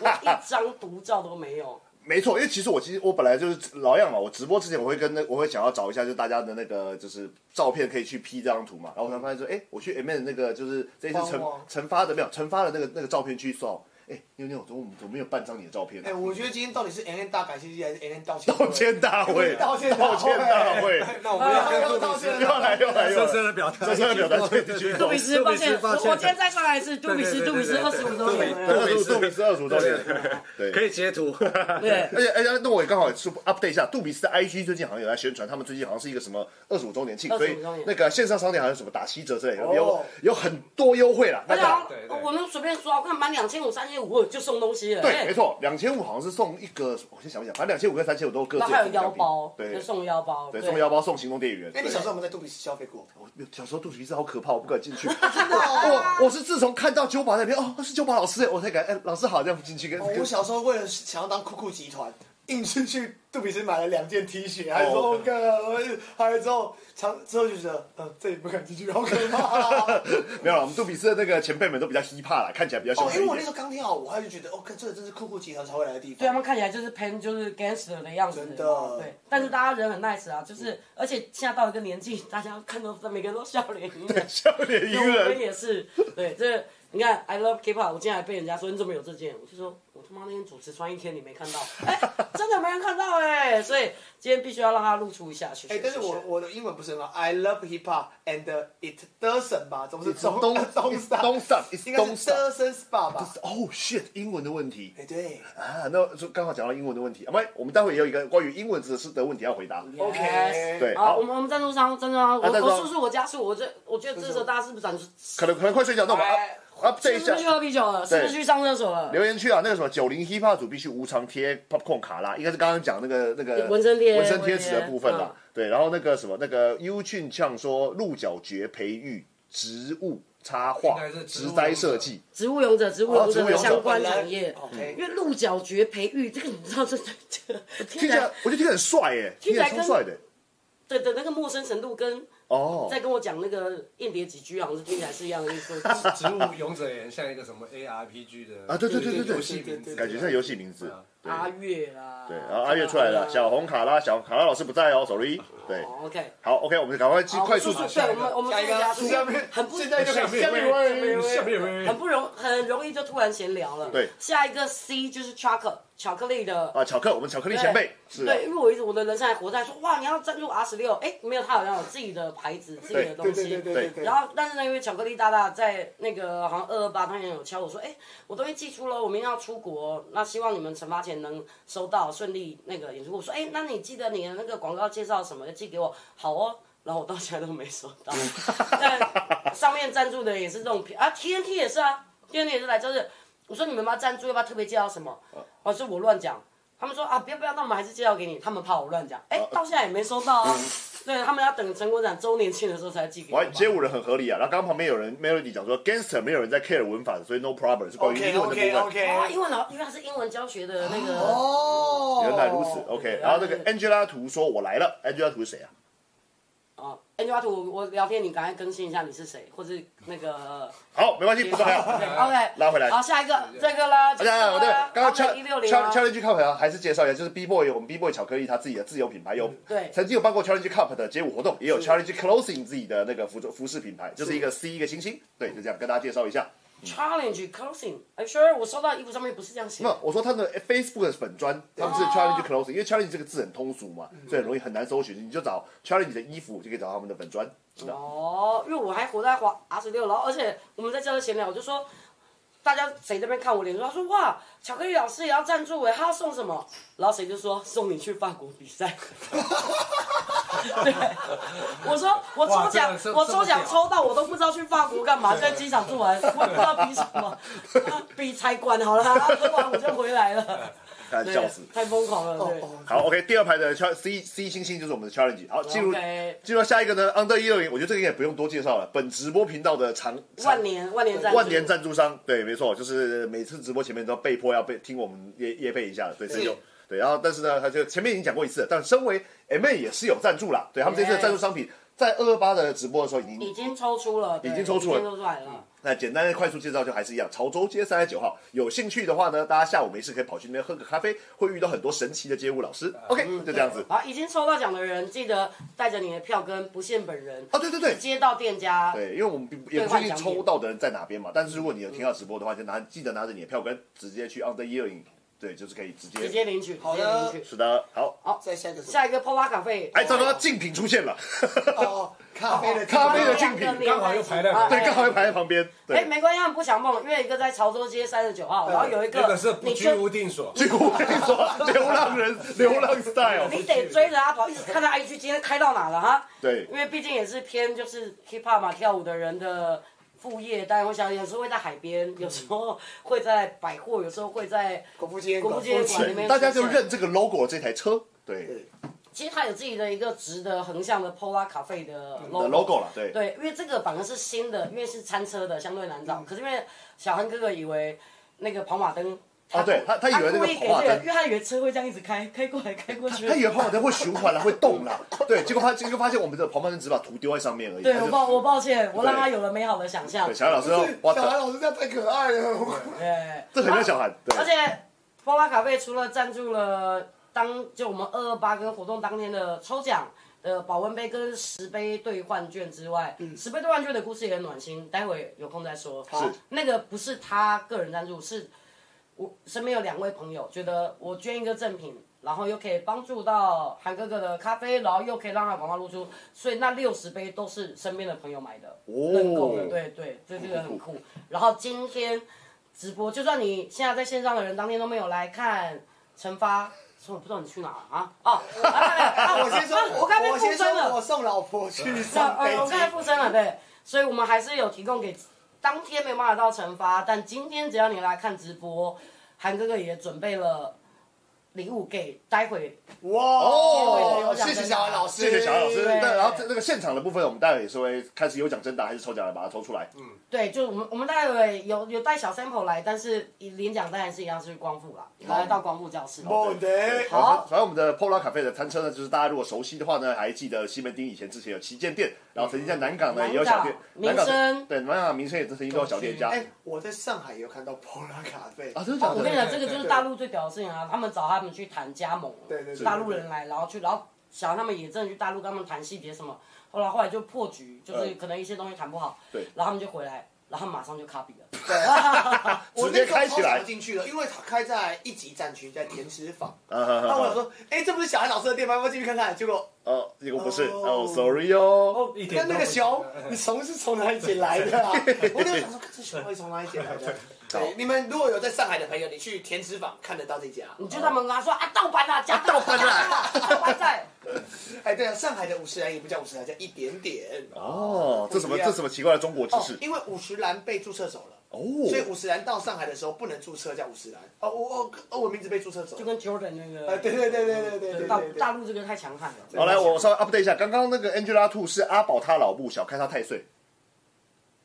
我一张独照都没有。没错，因为其实我其实我本来就是老样嘛，我直播之前我会跟那我会想要找一下，就大家的那个就是照片可以去 P 这张图嘛，然后我才发现说，哎、我去 M N 那个就是这一次官惩网惩罚的没有惩罚的那个那个照片去扫，哎、妞妞怎么怎么没有半张你的照片、哎，啊？我觉得今天到底是 N N 大感谢祭还是 N N 道歉？道歉大会，道歉道歉大会，那我们要跟要杜 道比斯歉又来又来又深深来，的表达，深深的表达对对对杜比斯，抱歉，我抱歉我今天再上来一次，杜对比对斯，对杜比斯对二对十对五周年对了，二十五杜比斯二十五周年，对，可以截图，对，而且而且，那我也刚好也是 update 一下，杜比斯的 IG 最近好像有在宣传，他们最近好像是一个什么二十五周年庆， 25所以周年那个线上商店好像有什么打七折之类的，哦有有很多优惠啦。那而且个好对像对我们随便刷，我看满两千五、三千五就送东西了，对，哎没。错，两千五好像是送一个，我先想一想，反正两千五跟三千五都各然自后还一有个奖腰品包，对就送腰包，对，送腰包送行动电源。哎，你对小时候有没有在杜比斯消费过？我小时候肚皮是好可怕，我不敢进去。哦我我是自从看到九把那边哦，是九把老师，我才敢哎，老师好，这样进去跟。哦我小时候为了想要当酷酷集团，硬是去杜比斯买了两件 T 恤，还说干，我还有之后长之后就觉得，嗯，这里不敢进去，好可怕。没有了，我们杜比斯的那个前辈们都比较 hip hop 啦，看起来比较凶哦，因狠为一我那点时。候刚听好，我还就觉得，哦，看这个真是酷酷集团才会来的地对啊他方。们看起来就是 pen 就是 gangster 的样子，真的对。但是大家人很 nice 啊，就是而且现在到一个年纪，大家看到每个人都笑脸迎人， 笑脸对迎我们人，也是，对，这你看 I love K-pop，我竟然还被人家说你怎么有这件，我就说我他妈那天主持穿一天你没看 到，哎、真的没人看到哎、所以今天必须要让他露出一下，谢谢。哎，但是我谢谢我的英文不是很好，I love hip hop and it doesn't 吧， 总是中东中上东上，it's 应该东是上。 doesn't spa 吧？哦、shit，英文的问题哎，对啊，那就刚好讲到英文的问题啊，不，我们待会也有一个关于英文知识的问题要回答。 ，OK， Yes 对好好，我们我们赞助商，赞助商，我哦赞助商我速速我加速，我这我觉得这时候大家是不是想去可能可能快睡觉，那我们哎 up update 是一不是下去。喝啤酒了？是不是去上厕所了？ 留言区啊，那个什么九零 hiphop 组必须无偿贴 popcorn 卡啦，应该是刚刚讲那个那个纹身贴纹身贴嗯纸的部分纹啦贴。对，然后那个什么那个 U 俊呛说鹿角蕨培育植物插画应该是植物植栽设计，植物勇者，植物勇哦植者物的勇者相关产业，哦 OK 因为鹿角蕨培育这个，你知道这这这听 听起来我觉得听起来很帅耶，听听起起来来超帅的对的那个陌生程度跟哦。在跟我讲那个硬碟几居好像是听起来是一样的意思。植物勇者也很像一个什么 ARPG 的啊对对对对对游戏名字，感觉像游戏名字啊。阿月啊啦，对，然后阿月出来了，小红卡拉，小卡拉老师不在哦，sorry。对，啊哦，OK，好，OK，我们赶快去好快速速对，我们我们下一个这个很不现在就可以下面一位一位，下面一很位，不容很容易就突然闲聊了。对下一个 C 就是 chocolate 巧克力的啊，巧克，我们巧克力前辈是啊对，因为我一直我的人生还活在说哇，你要赞助 R 十六，哎，没有，他好像有自己的牌子、自己的东对西。对对对对对。然后，但是呢，因为巧克力大大在那个好像二二八当天有敲我说，哎，我东西寄出了，我明天要出国，那希望你们惩罚前能收到，顺利那个演出。我说，哎，那你记得你的那个广告介绍什么的寄给我，好哦。然后我到现在都没收 到，但上面赞助的也是这种品啊，TNT 也是啊，TNT 也是来就是，我说你们要不要赞助，要不要特别介绍什么？我说我乱讲，他们说啊，不要不要，那我们还是介绍给你。他们怕我乱讲，哎、到现在也没收到啊。对他们要等陈国展周年庆的时候才寄给我哇，吧。街舞人很合理啊。然后刚刚旁边有人 Melody 讲说 Gangster 没有人在 care 文法的，所以 no problem 是关于 OK 英文的 OK 部分。啊， OK。英文老，因为他是英文教学的那个，哦，原来如此，OK。然后这个对 Angela 图说我来了，Angela 图是谁啊？哦，哎、欸，图，我聊天，你赶快更新一下你是谁，或是那个哦好，没关系，不重 要。对 OK，拉回来好，下一个这个啦，大家，我对刚刚敲敲一六零敲敲 Challenge Cup 啊还是介绍一下，就是 B Boy 我们 B Boy 巧克力他自己的自有品牌，有对曾经有办过 Challenge Cup 的街舞活动，也有 Challenge Clothing 自己的那个服装服饰品牌，就是一个 C 一个星星，对，就这样跟大家介绍一下。 challenge closing，哎，sure，我收到衣服上面不是这样写那，我说他的 Facebook 的粉砖，他哦们是 Challenge Clothing，因为 Challenge 这个字很通俗嘛，所以很容易很难搜寻，你就找 Challenge 的衣服就可以找到他们的粉砖，知道？哦，因为我还活在华 R 十六，然后而且我们在教室闲聊，我就说大家谁这边看我脸书，他说哇，巧克力老师也要赞助哎，他要送什么？然后谁就说送你去法国 比赛。对，我说我抽奖哇这，个我抽奖这个抽到我都不知道去法国干嘛，在机场做完，我也不知道比什 么，比财管好了，啊然后做完我就回来了，看对笑死。哦太疯狂了，对。好，OK，第二排的 Chall- C C 星星就是我们的 Challenge。好，进入 OK 进入到下一个呢，Under 一六零，我觉得这个应该也不用多介绍了，本直播频道的长长万年万年赞助，万年赞助商，对，没错，就是每次直播前面都被迫要被听我们夜夜配一下的，对，这有对，然后但是呢，他就前面已经讲过一次了，但身为 M A 也是有赞助啦，对他们这次的赞助商品在二二八的直播的时候已已经，经抽出了，对已经抽出了已经抽出来了。那简单的快速介绍就还是一样，潮州街三十九号，有兴趣的话呢，大家下午没事可以跑去那边喝个咖啡，会遇到很多神奇的街舞老师，OK，就这样子，好，已经抽到奖的人，记得带着你的票根，不限本人，啊，对对对。接到店家。对，因为我们并也不确定抽到的人在哪边嘛，但是如果你有听到直播的话，就拿记得拿着你的票根，直接去 Under 一二零，对，就是可以直直接。接领取，好直接的领取。是的，好，再下一个是下一个 Pola 咖啡，哎，糟糕，竞品出现了，哦，咖啡的咖啡的竞两个品，连刚好又排两啊个对，刚好又排在旁边，哎，对，没关系，他们不想梦，因为一个在潮州街三十九号，然后有一这个是不你居就无定所，结果我跟你说，流浪人，流浪 style，哎你得追着他跑，一直看他 IG 今天开到哪了哈。对因为毕竟也是偏就是 hip hop 嘛，跳舞的人的副业。当然，我想有时候会在海边，有时候会在百货，有时候会在国父纪念国馆父纪念馆里面出对，现。大家就认这个 logo 这台车，对对其实它有自己的一个直的横向的 Pola Cafe 的嗯的 logo。 logo 了，对，对，因为这个反而是新的，因为是餐车的，相对难嗯找。可是因为小韩哥哥以为那个跑马灯，啊对他他以为那个故意给跑马这个，灯因为他以为车会这样一直开，开过来，开过去。他以为跑马灯会循环了，会动了，对，结果发结果发现我们的跑马灯只把图丢在上面而已，对他就我抱我抱歉，我让他有了美好的想象对，。小韩老师说，小哇，韩老师这样太可爱了，对，这很像小韩，对而，且波拉卡费除了赞助了当就我们二二八跟活动当天的抽奖的保温杯跟十杯兑换券之外，十杯兑换券的故事也很暖心，待会有空再说。嗯是那个不是他个人赞助，是我身边有两位朋友觉得我捐一个赠品。然后又可以帮助到韩哥哥的咖啡，然后又可以让他广泛露出，所以那六十杯都是身边的朋友买的，哦嗯认购的，对对，这这个很酷。然后今天直播，就算你现在在线上的人当天都没有来看惩罚，说我不知道你去哪了啊啊！啊啊我先说啊，我刚才被我附先身说，我了，送老婆去这样上呃，飞我刚才机。附身了，对，所以我们还是有提供给当天没有办法到惩罚，但今天只要你来看直播，韩哥哥也准备了礼物给待会哇哦哦，谢谢小啊安老师，谢谢小安老师。对那然后这这个现场的部分，我们待会也是会开始有奖征答还是抽奖来把它抽出来。嗯对，就我们我们待会有有带小 sample 来，但是领奖当然是一样是去光复啦，然后到光复教室。好的，好反正我们的 Polar Cafe 的餐车呢，就是大家如果熟悉的话呢，还记得西门町以前之前有旗舰店，然后曾经在南港呢也有小店，南南港的港民生对南港民生也曾经都有小店家。哎，我在上海有看到 Pola 咖啡啊，真的假哦我跟你的？讲，这个就是大陆最屌的事情啊！他们找他们去谈加盟，对对对大陆人来，然后去，然后想让他们也真的去大陆跟他们谈细节什么。后来后来就破局，就是嗯可能一些东西谈不好，对然后他们就回来，然后他们马上就 copy 了。 我直接开起来那时候超想进去了，因为它开在一级战区，在甜食坊。啊哈哈那我想哈说，哎，这不是小安老师的店吗？要不要进去看看？结果哦，这个不是哦哦，sorry 哦。哦一，点都那那不个像熊，你熊是从哪里捡来的啊？ 我就想说，这熊会从哪里捡来的？对，你们如果有在上海的朋友，你去甜食坊看得到这家。你就他们跟他说啊，盗版啊，假盗版啊，盗版 在。哎，对了，上海的五十岚也不叫五十岚，叫一点点。哦，这什么这什么奇怪的中国知哦识，？因为五十岚被注册走了。哦，所以五十岚到上海的时候不能注册叫五十岚，哦，我哦哦，我名字被注册走就了。跟 Jordan 那呃，个，对对对对对对对大对大对。陆这个太强悍了。好，来我稍微 update 一下，刚刚那个 Angela Two 是阿宝他老母，小开他太岁，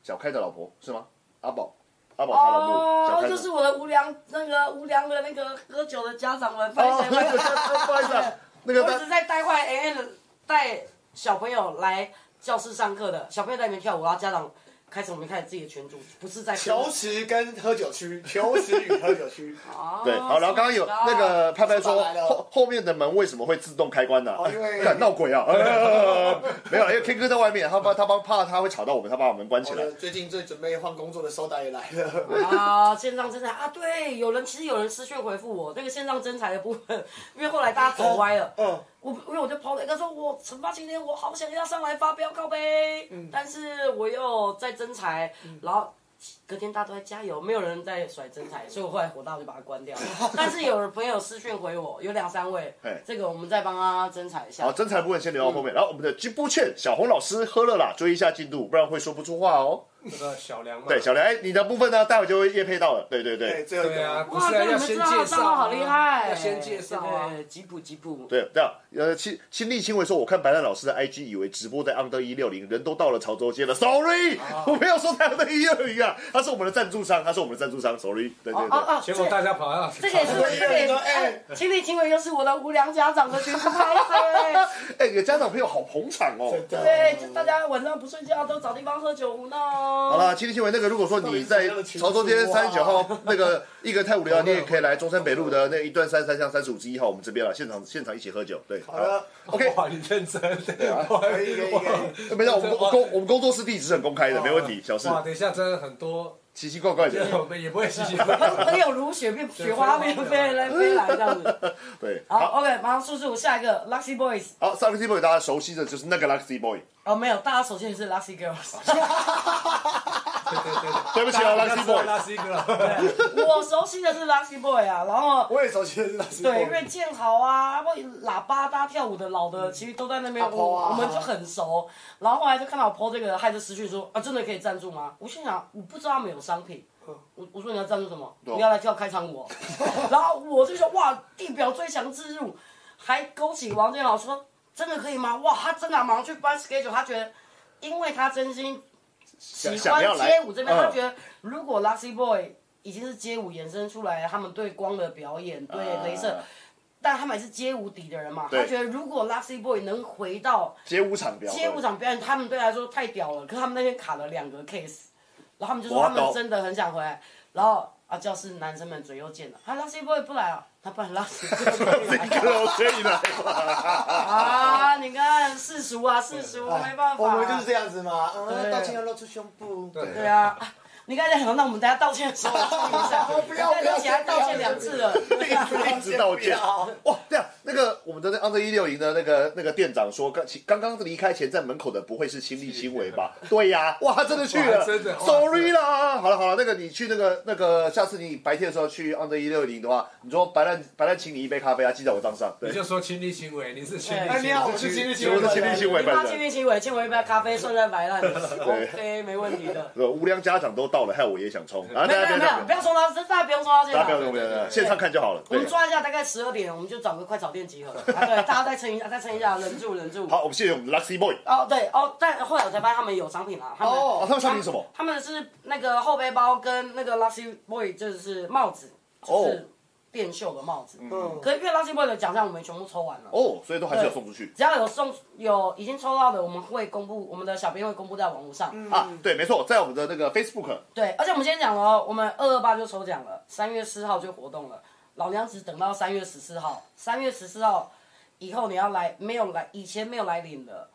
小开的老婆是吗？阿宝，阿宝他老母，小哦，开的就是我的无良那个无良的那个喝酒的家长们，发哦， 现对对对 不好意思啊，那个我一直在带坏 A N 带小朋友来教室上课的，小朋友在里面跳舞，然后家长开始我们开始自己的群组，不是在球池跟喝酒区，球池与喝酒区，哦对，好，然后刚刚有那个派派说啊爸爸来了后后面的门为什么会自动开关呢？哦因为哎干闹鬼啊！ 呃没有啦，因为 K 哥在外面，他怕他怕怕他会吵到我们，他把我们关起我来的。最近最准备换工作的收达也来了。 啊，线上征才啊，对，有人其实有人私讯回复我那个线上征才的部分，因为后来大家走歪了。嗯，我因为我就抛了一个说，我惩罚今天我好想要上来发飙告杯，嗯但是我又在征才，然后隔天大家都在加油，没有人在甩征才，所以我后来火大我就把它关掉。但是有朋友私讯回我，有两三 位嘿，这个我们再帮他征才一下哦好，。真才部分先留到嗯后面。然后我们的吉布券小红老师喝了啦，追一下进度，不然会说不出话哦。这个小梁嘛。对，小梁，哎，你的部分呢，待会就会夜配到了。对对嗯对，对最后一对啊，个。不哇，是哥，啊你要们先知介道绍账号啊好厉害，要先介绍啊。对，吉普吉普，对，这样呃，亲亲力亲为说，我看白兰老师的 IG，以为直播在 under 一六零，人都到了潮州街了。Sorry，我 没有说他 under 一六零啊，他是我们的赞助商，他是我们的赞助商。Sorry，对对哦对。哦哦，结果大家跑到这个这个也 是，这个也是，哎，亲力亲为又是我的无良家长的群组拍摄。 哎、你的家长朋友好捧场哦。对，就大家晚上不睡觉都找地方喝酒胡闹哦。好啦，亲力亲为那个，如果说你在潮州街三十九号那个一个太无聊了，你也可以来中山北路的那一段三三巷三十五之一号，我们这边了，现场现场一起喝酒。对，好的， ，OK，呃哇，你认真，啊可以可以可没事，我们工工我们工作室地址是很公开的，没问题，小事哇，，等一下真的很多，奇奇怪怪的。 我们也不会 稀奇古怪。朋友如雪片，雪花片飞来飞来这样子。对，好好， ，OK，马上速速下一个 Luxy Boys。好，Luxy Boy 大家熟悉的就是那个 Luxy Boy，哦，没有，大家首先是 Luxy Girls。对对 对，对不起啊，Luxy Boy，拉西哥，我熟悉的是 Luxy Boy 啊，然后我也熟悉的是老师。对，因为建豪啊，或喇叭大家跳舞的老嗯的，其实都在那边，阿婆我啊我们就很熟。然后后来就看到我 PO 这个，害就私讯说啊，真的可以赞助吗？我心想，我不知道他们有商品。我我说你要赞助什么？嗯对啊你要来跳开场 舞、哦。然后我就说哇，地表最强自入，还勾起王建豪说真的可以吗？哇，他真的马上去搬 schedule，他觉得，因为他真心喜想欢要来街舞这边，他嗯觉得如果 Luxy Boy 已经是街舞衍生出来，他们对光的表演，对镭射。啊但他们也是街舞底的人嘛，对他觉得如果 Luxy Boy 能回到街舞场表演，街舞场表演，他们对他来说太屌了。可是他们那天卡了两个 case，然后他们就说我他懂们真的很想回来。然后啊，教室男生们嘴又贱 了，他 Luxy Boy 不来啊，他不然 Luxy Boy 这来个可以来吧？啊！你看世俗啊，世俗没办法啊，哎我们就是这样子嘛，嗯，对道歉要露出胸部。 对对啊。啊你刚才讲，那我们大家道歉的时候 注意一下，不要不要而且还道歉两次了。 一直道歉。哇，这样啊那个我们的那 Under 一六零的那个那个店长说，刚其刚刚离开前在门口的不会是亲力亲为吧？对呀、哇，他真的去了哇真的哇，sorry 啦。好了好了，那个你去那个那个，下次你白天的时候去 Under 一六零的话，你说白烂白烂请你一杯咖啡啊，记在我账上。对你，就说亲力亲为，你是亲力哎亲为。哎，你好，我是亲力亲我为，是亲力亲为你妈本亲人。力亲为，欠我一杯咖啡，算在白 烂，OK，没问题的。呃无良家长都到了，害我也想冲。啊，没大家别有没有没有，这不要说他，大家不用说他这大家不要样。不要不要，现场看就好了。我对们，抓一下，大概十二点，我们就找个快炒店集合。啊， 对，大家再撑一下，再撑一下，忍住忍住。好，我们谢谢我们 Luxy Boy。哦，对哦，但后来我才发现他们有商品啦。他们哦，他们商品什么？他们是那个后背包跟那个 Luxy Boy 就是帽子，就哦是电绣的帽子。嗯，可是因为 Luxy Boy 的奖项我们全部抽完了，哦，所以都还是要送出去只要有送有已经抽到的，我们会公布，我们的小编会公布在网络上。啊。对，没错，在我们的那个 Facebook 对，而且我们先讲了哦，我们二二八就抽奖了，三月四号就活动了，老娘只等到三月十四号，三月十四号以后你要来没有来以前没有来领的，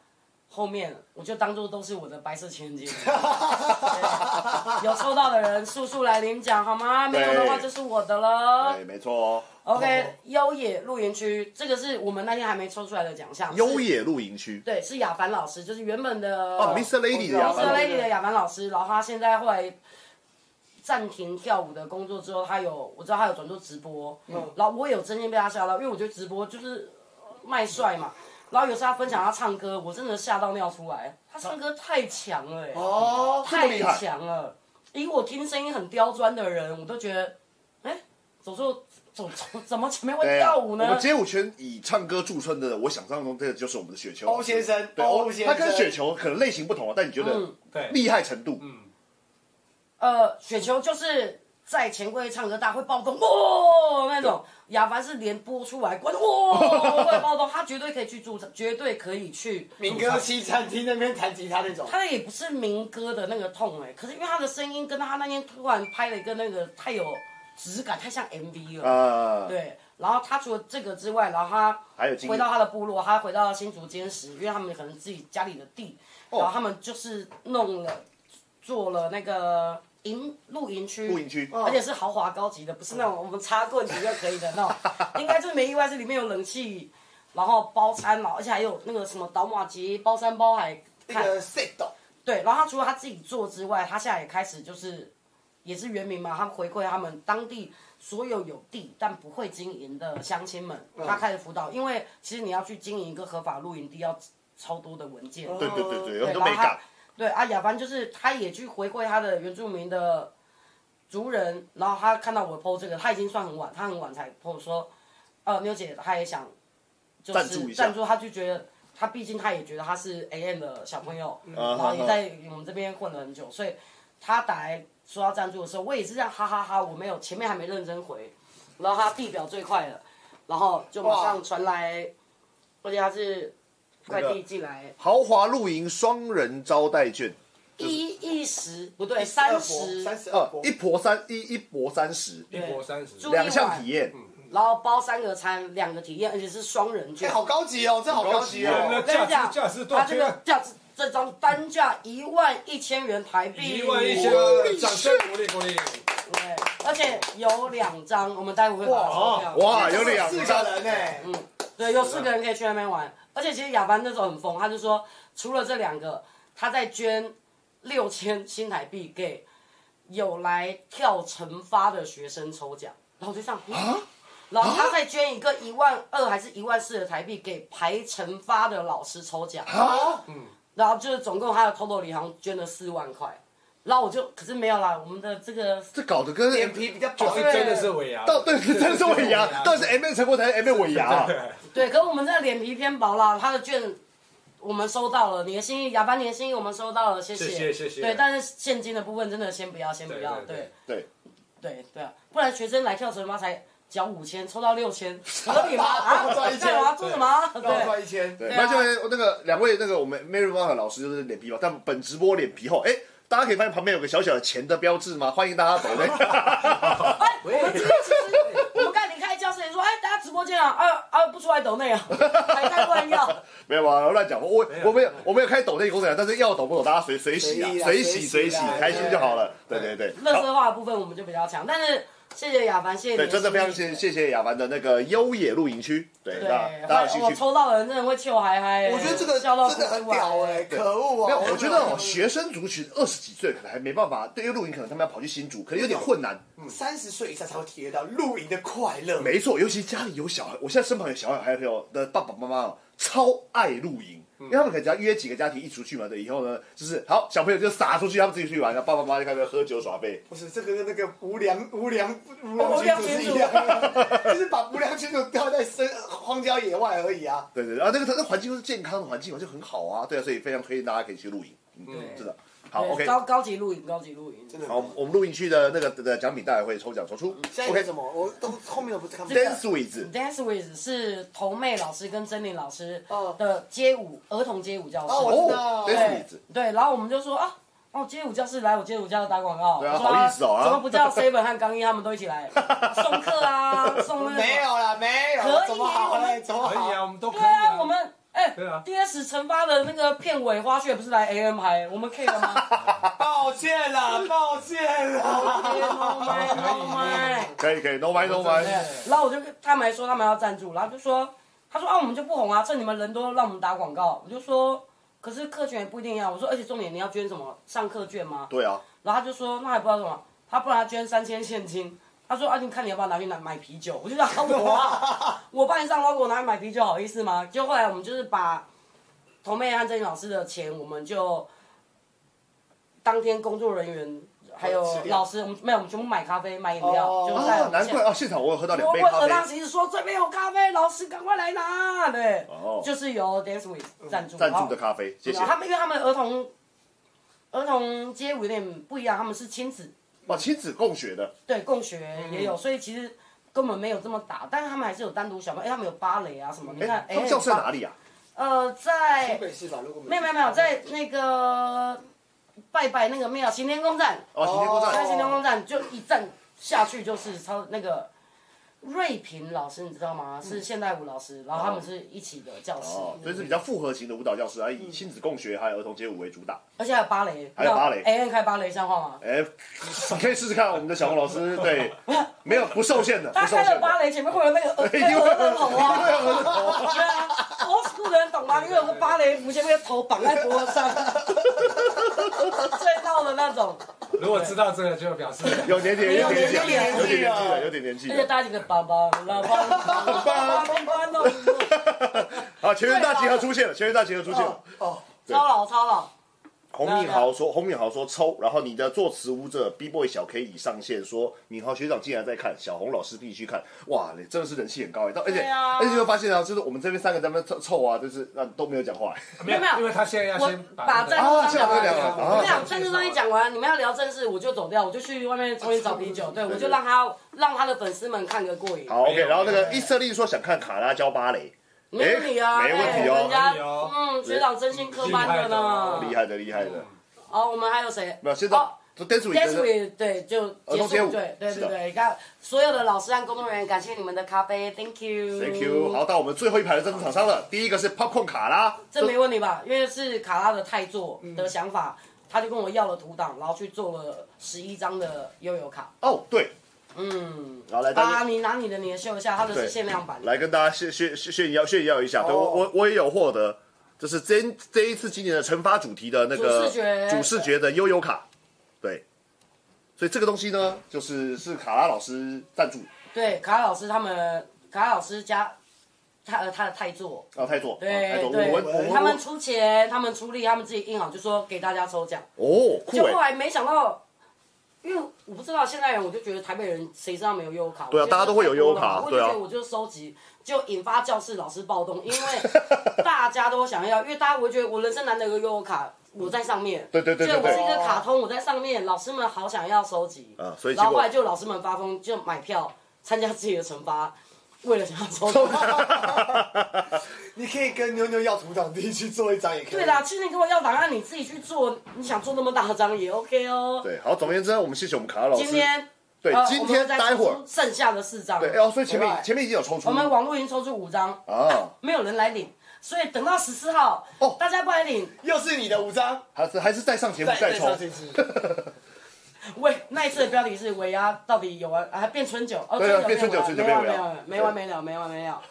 后面我就当做都是我的白色情人节礼物，对有抽到的人速速来领奖好吗？没有的话对就是我的了对，。没错哦。 OK，优野露营区这个是我们那天还没抽出来的奖项，是优野露营区对是雅凡老师，就是原本的哦，Mr. Lady 的雅呀，凡 Mr. 老师 Lady 的亚凡老师，然后他现在后来暂停跳舞的工作之后，他有我知道他有转做直播，嗯然后我有真心被他吓到，因为我觉得直播就是呃卖帅嘛。然后有时候他分享他唱歌，我真的吓到尿出来，他唱歌太强了、欸，哦，这么厉害太强了。以我听声音很刁钻的人，我都觉得，哎，走错走走，怎么前面会对啊跳舞我呢们？街舞圈以唱歌著称的，我想象中这个就是我们的雪球欧先生，对，欧欧先他生，跟雪球可能类型不同啊，但你觉得嗯对厉害程度？嗯，呃，雪球就是在钱柜唱歌大会暴动，哇那种。亚凡是连播出来观众哇会暴动，他绝对可以去驻唱，绝对可以去。民歌西餐厅那边弹吉他那种，他也不是民歌的那个痛哎、可是因为他的声音跟他那天突然拍了一个那个太有质感，太像 MV 了。啊，对，然后他除了这个之外，然后他还有经回历到他的部落，他回到新竹坚石，因为他们可能自己家里的地，哦然后他们就是弄了做了那个营露营区，露营区而且是豪华高级的，不是那种我们插棍子就可以的那 种，应该就是没意外是里面有冷气，然后包餐嘛，而且还有那个什么倒马节包山包海那看，个 set 对，然后他除了他自己做之外，他现在也开始就是也是原民嘛，他们回馈他们当地所有有地但不会经营的乡亲们，他开始辅导，因为其实你要去经营一个合法露营地要超多的文件，对对对对，有很对，多美然后他感。对啊，亚凡就是他也去回馈他的原住民的族人，然后他看到我 PO 这个，他已经算很晚，他很晚才 PO 说，呃，妞姐她也想就赞助是一下赞助，他就觉得他毕竟他也觉得他是 AM 的小朋友，啊然后也哈在我们这边混了很久，所以他打来说要赞助的时候，我也是这样哈哈哈，我没有前面还没认真回，然后他地表最快了，然后就马上传来，而且他是快那递个寄来。豪华露营双人招待券，一一十不对，三十，三十二呃波，，一婆三一一婆三十，一博三十，住两项体验，然后包三个餐，两个体验，而且是双人哎，券。好高级哦，这好高级好高哦级那，我跟你价讲，值价值多他少这钱个啊？价值这张单价一万一千元台币，一万一千，掌声鼓励鼓励。对，而且有两张，我们待会会把它抽掉。哇，有两四张个人嗯呢，对，有四个人可以去那边玩。而且其实亚凡那时候很疯，他就说除了这两个，他再捐六千新台币给有来跳惩罚的学生抽奖，然后我就这样。嗯然后他再捐一个一万二还是一万四的台币给排惩罚的老师抽奖，啊，然后就是总共他的 total 里好像捐了四万块，然后我就可是没有啦，我们的这个这搞得跟脸皮比较就薄是，真的是尾牙，到对，真是尾牙，到底是 M 成果才是 M 尾牙啊，对，可是我们这个脸皮偏薄啦，他的券我们收到了，你的心意，亚凡你的心意我们收到了，谢谢谢谢谢对，但是现金的部分真的先不要，先不要，对对对，对对对啊，不然学生来跳绳妈才缴五千，抽到六千，合理吗？啊，赚一千干嘛做什么？啊让对赚一千，对，对那啊就那个两位那个我们 Mary m a n 老师就是脸皮薄，但本直播脸皮厚。哎，大家可以发现旁边有个小小的钱的标志吗？欢迎大家走那 个。哎，我们今天其实我们刚离开教室，你说哎，大家直播间啊，啊啊，不出来抖内啊，还在乱要。没有啊，乱讲。我我没有我没有开抖内功能，但是要抖不抖，大家随随洗啊随意，啦随洗随随洗喜啦，开心就好了。对对对。乐好色化的部分我们就比较强，但是谢谢亚凡，谢谢你对，真的非常心谢谢意谢亚凡的那个优野露营区，对，大对，家大家有兴我趣抽到的人真的会笑嗨嗨欸，我觉得这个笑到哭真的很出来屌哎、欸可恶没啊！有，我觉得哦，学生族群二十几岁可能还没办法，对，因为露营可能他们要跑去新竹，可能有点困难。三十岁以下才会体验到露营的快乐。嗯没错，尤其家里有小孩，我现在身旁有小孩还有朋友的爸爸妈妈哦，超爱露营。嗯因为他们可能只要约几个家庭一出去嘛，对，以后呢，就是好小朋友就撒出去，他们自己出去玩，然后爸爸妈妈就开始喝酒耍废。不是这个跟那个无良无良 无哦无良良群主是群一主样的，就是把无良群主丢在深荒郊野外而已啊。对对，对，啊，那个那环境又是健康的环境嘛，就很好啊，对啊，所以非常推荐大家可以去露营。嗯，对是的，好对，OK，高高级露营，高级露营，真的好，我们露营区的那个的奖品大家会抽奖抽出。嗯现在 OK，是什么？我都后面都不是看不到。 Dance with Dance with 是童妹老师跟珍妮老师哦的街舞儿童街舞教室。哦我知道哦，Dance 对 with 对，然后我们就说啊，哦，街舞教室来我街舞教室打广告，对啊我说好意思哦啊怎么不叫 Seven 和刚一他们都一起来送课啊，送那个没有啦，没有，可以怎么好嘞？怎么可以啊，好？我们都可对以啊，我们哎、对啊 d S 惩罚的那个片尾花絮不是来 AM 拍，我们 K 了 吗抱歉啦，抱歉啦。 ？AM my no my，可以可以，no mind no mind。然后我就跟他们还说他们要赞助，然后就说他说啊我们就不红啊，趁你们人多让我们打广告，我就说。可是课券也不一定要，啊我说，而且重点你要捐什么上课券吗？对啊，然后他就说那还不知道什么，他不然他捐三千现金，他说啊你看你要不要拿去拿买啤酒？我就说啊我啊，我帮你上 logo 拿去买啤酒好意思吗？就后来我们就是把童妹和郑老师的钱，我们就当天工作人员还有吃掉老师，我们没有我们全部买咖啡买饮料，哦就在啊我，们难现怪啊，现场我有喝到两我杯问咖尔啡。当时一直说这边有咖啡，老师赶快来拿，对，哦嗯就是由 Dance with 赞助赞然助后的咖啡，谢谢然后。他们因为他们儿童儿童街舞有点不一样，他们是亲子哇，亲子共学的，对共学也嗯有，所以其实根本没有这么打，但是他们还是有单独小朋友，哎，他们有芭蕾啊什么，你看，哎，哎，他们教室在芭哪里啊？呃，在新北市吧，如果没有没有没有，在那个拜拜那个庙行天宫站，哦，行天宫在站。行天宫站就一站下去就是超那个。瑞平老师，你知道吗？是现代舞老师，然后他们是一起的教室，哦，所以是比较复合型的舞蹈教室啊，嗯以亲子共学还有儿童街舞为主打。而且还有芭蕾。还有芭蕾哎，开芭蕾像话吗？哎，你可以试试看我们的小红老 师，对，没有不受限的，不他受开限了的。芭蕾，前面会有那个额定会有额头啊，对啊，old school 的人懂吗？因为有个芭蕾服，前面头绑在脖子上，最闹的那种，如果知道这个，就表示有年纪，有年纪，有点年纪的，有点年纪而且的。大家几个梆梆啦梆梆梆梆梆弄，好，全员大集合出现了，全员大集合出现了。哦，超老超老，洪敏豪说，洪敏豪说抽，然后你的作词舞者 B boy 小 K 已上线说，敏豪学长竟然在看，小洪老师必须看，哇，你真的是人气很高哎，到而且、对啊而且你会发现啊，就是我们这边三个在那边凑凑啊，就是那都没有讲话，哎没有没有因为他现在要我先把把战那术啊这样可以章讲完聊了啊，我跟你讲战术章一讲完，你们要聊正事，我就走掉，我就去外面重新找啤酒，对我就让他让他的粉丝们看个过瘾。好没有，OK，然后那个没有伊瑟利说想看卡拉教芭蕾，没问题啊，哎没问题哦哎人家没问题哦嗯，学长真心科班的厉害的呢哦。厉害的厉害的，哦，我们还有谁？没有，现在哦就 dance with ，Dance 就是 with 对就儿结童束，街舞对对是对的对，看所有的老师和工作人员，感谢你们的咖啡，Thank you，Thank Thank you，好，到我们最后一排的赞助厂商了，第一个是 Popcorn 卡拉，这没问题吧？因为是卡拉的泰作的想法，他就跟我要了图档，然后去做了十一张的悠游卡。哦对，嗯，然后来大家啊，你拿你的，你的秀一下，他的对是限量版的。来跟大家炫炫炫炫耀炫耀一下，对哦我我我也有获得，就是这这一次今年的惩罚主题的那个主视觉主视觉的悠悠卡，对，所以这个东西呢，就是是卡拉老师赞助，对，卡拉老师他们，卡拉老师加他呃他的泰作，然后泰座，啊泰对座，我我对，我他们出钱，他们出力，他们自己印好，就说给大家抽奖。哦酷就后哎，来没想到，因为我不知道现在人，我就觉得台北人谁身上没有悠游卡？对啊我觉得大家都会有悠游卡太多对了我就觉得啊我就收集，就引发教室老师暴动，因为大家都想要，因为大家我觉得我人生难得有个悠游卡，我在上面。对对对所以对我是一对，个卡通，我在上面，老师们好想要收集，啊，所以结然后后果来就老师们发疯，就买票参加自己的惩罚，为了想要收集。你可以跟妞妞要图档地去做一张也可以。 对啦，去年给我要档案，你自己去做，你想做那么大张也 OK 哦。对，好，总而言之，我们谢谢我们卡拉老师今，天对呃，今我们天再待会抽儿出，剩下的四张，对，哦，嗯所以前拜拜面前面已经有抽出我们网络已经抽出五张，啊，没有人来领，所以等到十四号哦，大家不来领，又是你的五张，还是还是再上节目再再抽上，去一次。喂，那一次的标题是尾牙到底有完啊变春酒？哦，对啊春酒变春酒没春酒完没没完了，没完没了，没完没了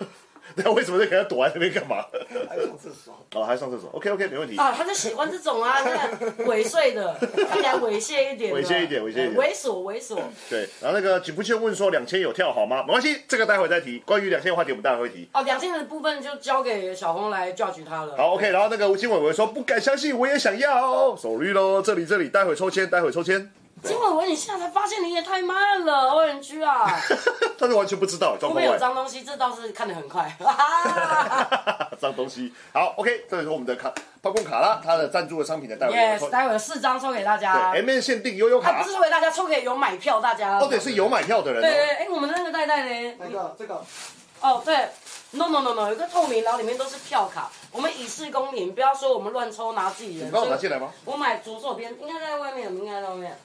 那为什么在给他躲在那边干嘛？还上厕所，哦，还上厕所，OK OK，没问题。啊！他就喜欢这种啊，那猥琐的，看起来猥亵一点的，哎猥亵一点猥亵一点猥琐猥琐。对，然后那个井不欠问说两千有跳好吗？没关系，这个待会再提。关于两千的话题，我们待会会提。哦，两性的部分就交给小红来 judge 他了。好，OK，然后那个吴金伟伟说不敢相信，我也想要，手绿喽，这里这里，待会抽签，待会抽签， 金伟文，你现在才发现你也太慢了，O N G 啊！他是完全不知道状况后面有 外，脏东西，这倒是看得很快。哈哈哈哈脏东西。好，OK，这里是我们的卡包工卡拉，它的赞助的商品的待会有抽 yes，待会有四张抽给大家对。，M N 限定悠悠啊，卡不，是抽给大家，抽给有买票大家。啊哦，对，是有买票的人对对，哦。对哎，我们的那个袋袋嘞，那个这个哦，对，no no no no，有一个透明，然后里面都是票卡，我们以示公平，不要说我们乱抽拿自己你人。帮我拿所进以来吗？我买左手边，应该在外面，应该在外面。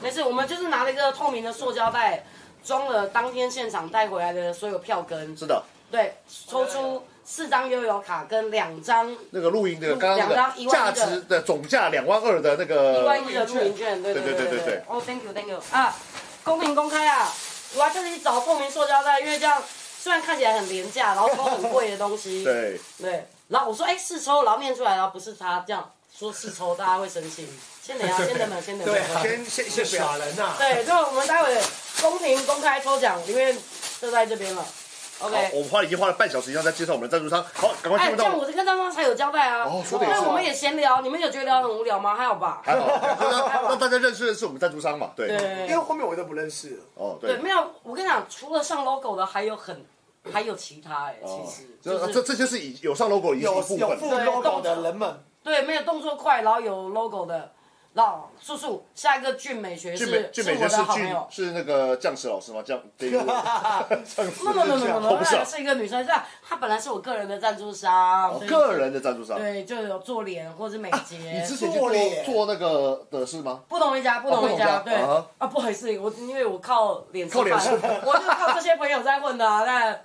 没事，我们就是拿了一个透明的塑胶袋，装了当天现场带回来的所有票根。是的，对，抽出四张悠游卡跟两张那个露营的刚刚两张那一个万价一的值的总价两万二的那呃一个万一的露营券，对对对对对对对对。哦，thank you，thank you 啊，公平公开啊！我要自己找透明塑胶袋，因为这样虽然看起来很廉价，然后抽很贵的东 西，对，对。然后我说，哎，试抽，然后念出来，然后不是他这样说试抽，大家会生气。先等一下，先等等，先等等。先先这傻人呐、对，就我们待会公平公开抽奖，因为就在这边了。好， OK。我们花了已经花了半小时以上在介绍我们的赞助商，好，赶快进哎，入这到样我跟张方才有交代啊。哦说得也是那我们也闲聊，你们有觉得聊得很无聊吗？还好吧。还好， 让让大家认识的是我们赞助商嘛，对，因对为。后面我都不认识了，哦对，对，没有，我跟你讲，除了上 logo 的，还有很，还有其他哎、哦其实、这就这是这些是已有上 logo 已经有一有部附分了，对 logo 动的作人们， 对，没有动作快，然后有 logo 的。老叔叔，下一个俊美学俊是美俊美是就我是的好朋俊友。是那个酱石老师吗？ 酱 David 不不不不不不，红色那是一个女生，这样她本来是我个人的赞助商，哦所以个人的赞助商，对就有做脸或是美睫。你之前就做做脸做那个的是吗？不同一家，不同一哦家，不同对家啊啊，不好意思，我因为我靠脸吃靠脸饭，吃饭我就 靠这些朋友在混的啊。那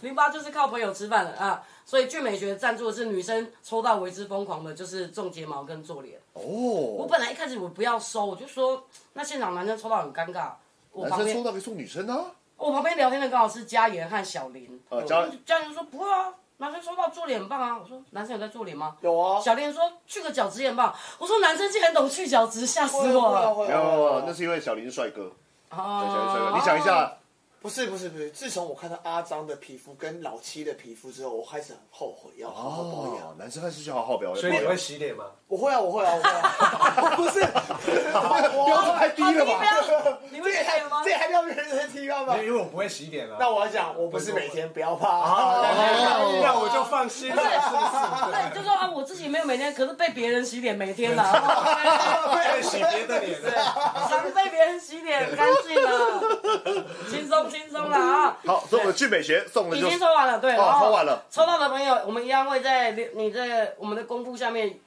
零八就是靠朋友吃饭的啊，所以俊美学赞助的是女生抽到为之疯狂的，就是种睫毛跟做脸。我哦，本来一开始我不要收，我就说那现场男生抽到很尴尬。我男旁生边抽到可以送女生啊，我旁边聊天的刚好是嘉言和小林，呃嘉嘉言说不会啊，男生抽到做脸很棒啊。我说男生有在做脸吗？有啊，小林说去个角质也很棒。我说男生竟然懂去角质，吓死会我啊会啊了。会啊没有没有没有，那是因为小林是帅哥，对小林是帅哦哥，你想一下，不是不是不是，自从我看到阿张的皮肤跟老七的皮肤之后，我开始很后悔要好好保养。哦，男生还是去好好表演，所以你会洗脸吗？我会啊，我会啊，我会啊， 不是，标标准太低了吧？吧？你这会也这太样吗这？也还标准人提高吗因？为我不会洗脸啊。那我要讲，我不是每天，不要怕。哦，那我就放心了，是不是？对，就说啊，我自己没有每天，可是被别人洗脸每天啊啦，会洗别的脸对，常被别人洗脸，干 净了，轻松轻松了啊。好，所以我们的俊美学送的嗯已就是经抽完了，对，哦然后抽完了抽到的朋友，我们一样会在你在我们的公布下面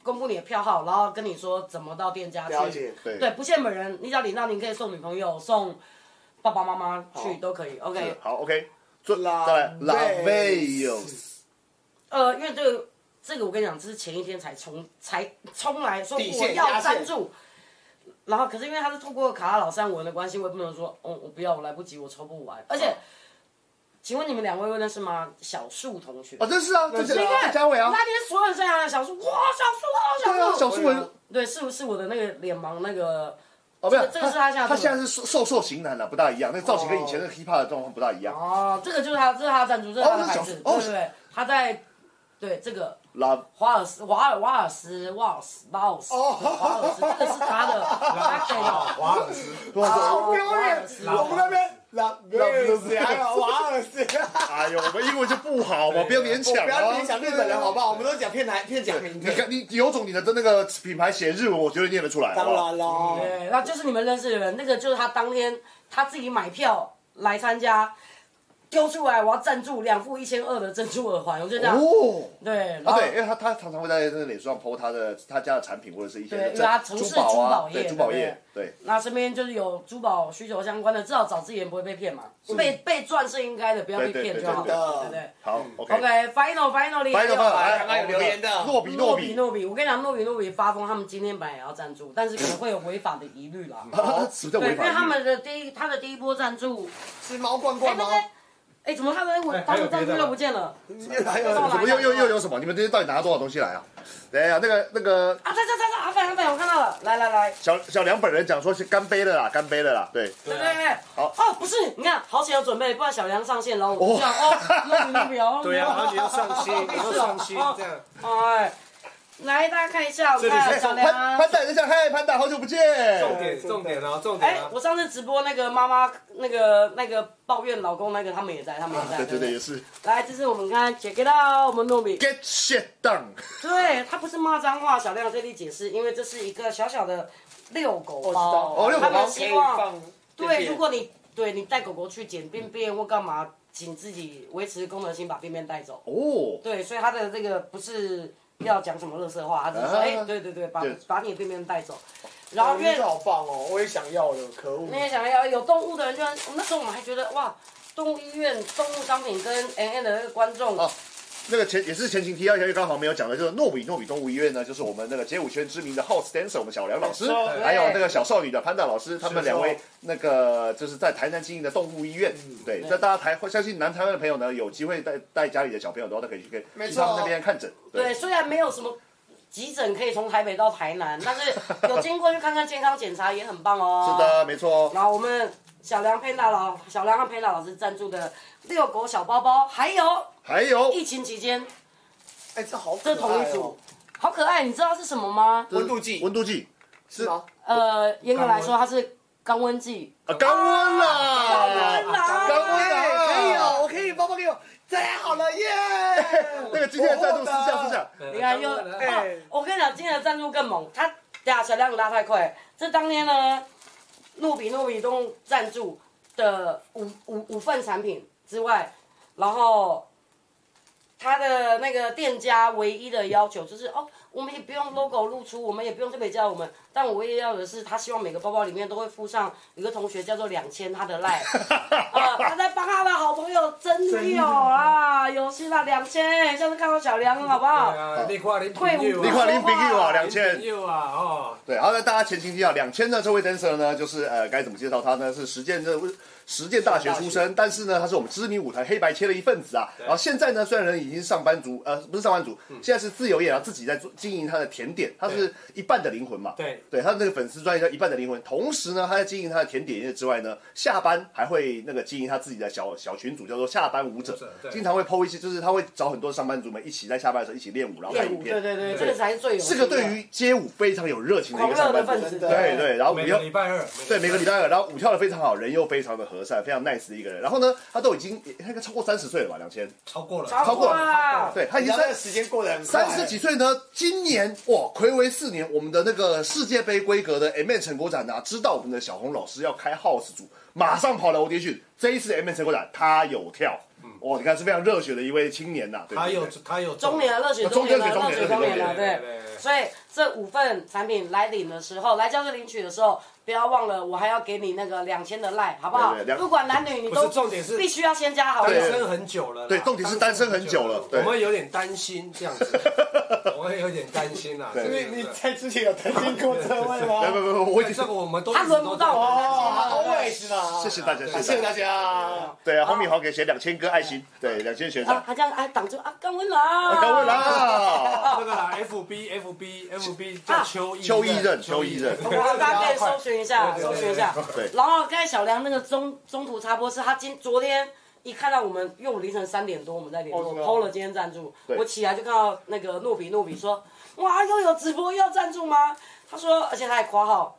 公布你的票号，然后跟你说怎么到店家了去解。对对，不限本人，你只要领到，你可以送女朋友、送爸爸妈妈去好都可以。OK，好，OK，最拉再来拉贝贝尔，呃，因为这个这个我跟你讲，这是前一天才冲才冲来说底我线要压线赞助，然后可是因为他是透过卡拉老三文的关系，我也不能说，哦，我不要，我来不及，我抽不完。而哦且，请问你们两位会认识吗？小树同学，啊，这是啊，这是你啊看嘉伟啊，那天所有人在喊小树，哇，小树对啊，啊，小小树，树文。对，是不是我的那个脸盲那个？哦，没有，这个是他现在他现在是瘦瘦瘦型男啊了，不大一样，那造型跟以前那个 hiphop 的状况不大一样。哦，这个就是他，这是他的赞助，这是他的哦那牌小子，树哦对对对，他在，对这个。拉华尔斯，瓦尔瓦尔斯，瓦尔斯，瓦尔斯，哦瓦尔斯，这个是他的，他给啊， 的。华尔斯，哦好丢脸！哦我们那边拉贝斯还有瓦尔斯，哎呦，我们英文就不好嘛，不要勉我强不要啊影。响日本人好不好？我们都讲骗男骗假名你的，看，你你有种你的那个品牌写日文，我觉得念得出来。好当不好然喽。对，那就是你们认识的人，那个就是他当天他自己买票来参加，丢出来，我要赞助两副一千二的珍珠耳环，我就这样。哦。对，然啊，后对，因为他他常常会在那脸书上 PO 他的他家的产品或者是一些对因为这他从事珠宝啊，珠宝业对对珠不宝对业，对那身边就是有珠宝需求相关的，至少找自己人不会被骗嘛。被被赚是应该的，不要对被对骗对就好嗯对了，嗯对不对好，OK， ？OK，final finally 白头发来，刚刚有留言的诺比诺比，诺比，我跟你讲，诺比诺比发疯，他们今天本来也要赞助，但是可能会有违法的疑虑 啦。啊什么叫对，违因法为律？他们的第一，他的第一波赞助，是猫罐哎罐那吗？个，哎怎么他们我哎他还有们赞助别的又吗不见了？还有怎么又又又有什么？你们这些到底拿了多少东西来啊？等一下，那个那个啊，在在在在，阿凡阿凡，我看到了，来来来，小小梁本人讲说是干杯了啦，干杯了啦，对，对对啊对对，好哦，不是，你看，好险有准备，不然小梁上线，然后我就想，哦，诺比诺比 哦，对啊，然后你要上新， 你要上新哦这样。哎，来，大家看一下，我这里是看小哎潘梁潘。仔在想，嗨，潘仔，好久不见。重点重点哦，重哎、点啊！我上次直播那个妈妈，那个那个抱怨老公那个，他们也在，他们也啊在。对对不对，也是来，这是我们看 check it out，我们糯米。 get shit done。对他不是骂脏话，小亮这里解释，因为这是一个小小的遛狗包，哦遛狗包他们可希以望放对，如果你对你带狗狗去捡便便或干嘛，请自己维持公德心，把便便带走。哦，对，所以他的这个不是要讲什么乐色话，他只是说，啊哎、对对对，把对把你的便便带走。然然后后因因为为哎好棒哦，我也想要了，可恶那。些想要有动物的人，居然那时候我们还觉得哇，动物医院、动物商品跟 N N 的那个观众，哦那个前也是前情提要一下，因为刚好没有讲的，就是诺比诺比动物医院呢，就是我们那个街舞圈知名的 house dancer 我们小梁老师，对还有那个小少女的潘达老师，他们两位那个就是在台南经营的动物医院。对，那大家台相信南台湾的朋友呢，有机会带带家里的小朋友的话，都可以去跟没去错他们那边看诊。对，，虽然没有什么急诊可以从台北到台 南，但是有经过去看看健康检查也很棒哦。是。的，没错哦。然后我们小梁佩娜老小梁和佩娜老师赞助的遛狗小包包，还有还有疫情期间哎，这好这可爱哦，是同一组，好可爱，你知道是什么吗？温度计温度计是吗？呃，严格来肛温说它是肛温剂。啊，高温啊高温啦，啦！啊高温啦哎，可以哦，我可以，包包给我，再来好了耶！那个今天的赞助私下私下，你看哎又啊！我跟你讲，今天的赞助更猛，他俩小亮拉太快。这当天呢，诺比诺比东赞助的五五五份产品之外，然后他的那个店家唯一的要求就是哦，我们也不用 logo 露出，我们也不用特别教我们，但我唯一要的是，他希望每个包包里面都会附上有个同学叫做两千，他的赖。啊，他在帮他的好朋友真的有啦，啊有戏啦，两千，下次看到小梁好不好？啊，你看你退伍朋友啊你看林炳佑啊，两你千朋。友啊，哦，对，好，那大家前情提要，两千呢，这位 dancer 呢，就是呃，该怎么介绍他呢？是实践这实践大学出身，但是呢，他是我们知名舞台黑白切的一份子啊。然后现在呢，虽然人已经是上班族，呃，不是上班族，现在是自由业，然后自己在做经营他的甜点，他是一半的灵魂嘛。对对他那个粉丝专业叫一半的灵魂，同时呢，他在经营他的甜点业之外呢，下班还会那个经营他自己的小小群组，叫做下班舞者，舞者对经常会 PO 一些，就是他会找很多上班族们一起在下班的时候一起练舞，然后拍练影舞，片。对对对，这个才是最有趣这个的对于街舞非常有热情的一个狂热上的班族分子，真的对对，然后舞每跳个礼拜二，对每个礼拜二，然后舞跳的非常好，人又非常的和善，非常 nice 的一个人。然后呢，他都已经他应该超过三十岁了吧，两千，超过了，超过了，对他已哎你经家三那个时间过得很快，三十几岁呢。今年哇，暌违四年，我们的那个世界杯规格的 M N 成果展呢、知道我们的小红老师要开 house 组，马上跑来 audition。这一次 M N 成果展他有跳，哇，你看是非常热血的一位青年呐、对他有对对他有中年了，热血中年年了，热中血年中年中了，年对对对对。所以这五份产品来领的时候，来交这领取的时候，不要忘了我还要给你那个两千的赖，好不好对对两？不管男女，你不是都重点是必须要先加好单友。身很久了啦，对重点是单身很久了对我们有点担心这样子， 我们有点担心啊啦，对这你个你在之前有担心过这位不吗？不不，不我已对经这个我们都他轮不到我哦，always 嘛，谢谢大家，对谢谢谢大谢大家。家。对啊，黄敏豪给写两千个爱心，对，两千学啊长，，他这样哎挡住啊，干温啦，高温。啦。这个啦，FB FB FB 啊叫邱毅邱毅任邱毅任哇，大家可以搜寻一下，对对搜对寻一下。对然后刚才小梁那个中中途插播是他今昨天一看到我们，因为我们凌晨三点多我们在联哦络，是吗偷了今天赞助。对我起来就看到那个诺比诺比说，哇，又有直播要赞助吗？他说，而且他还括号，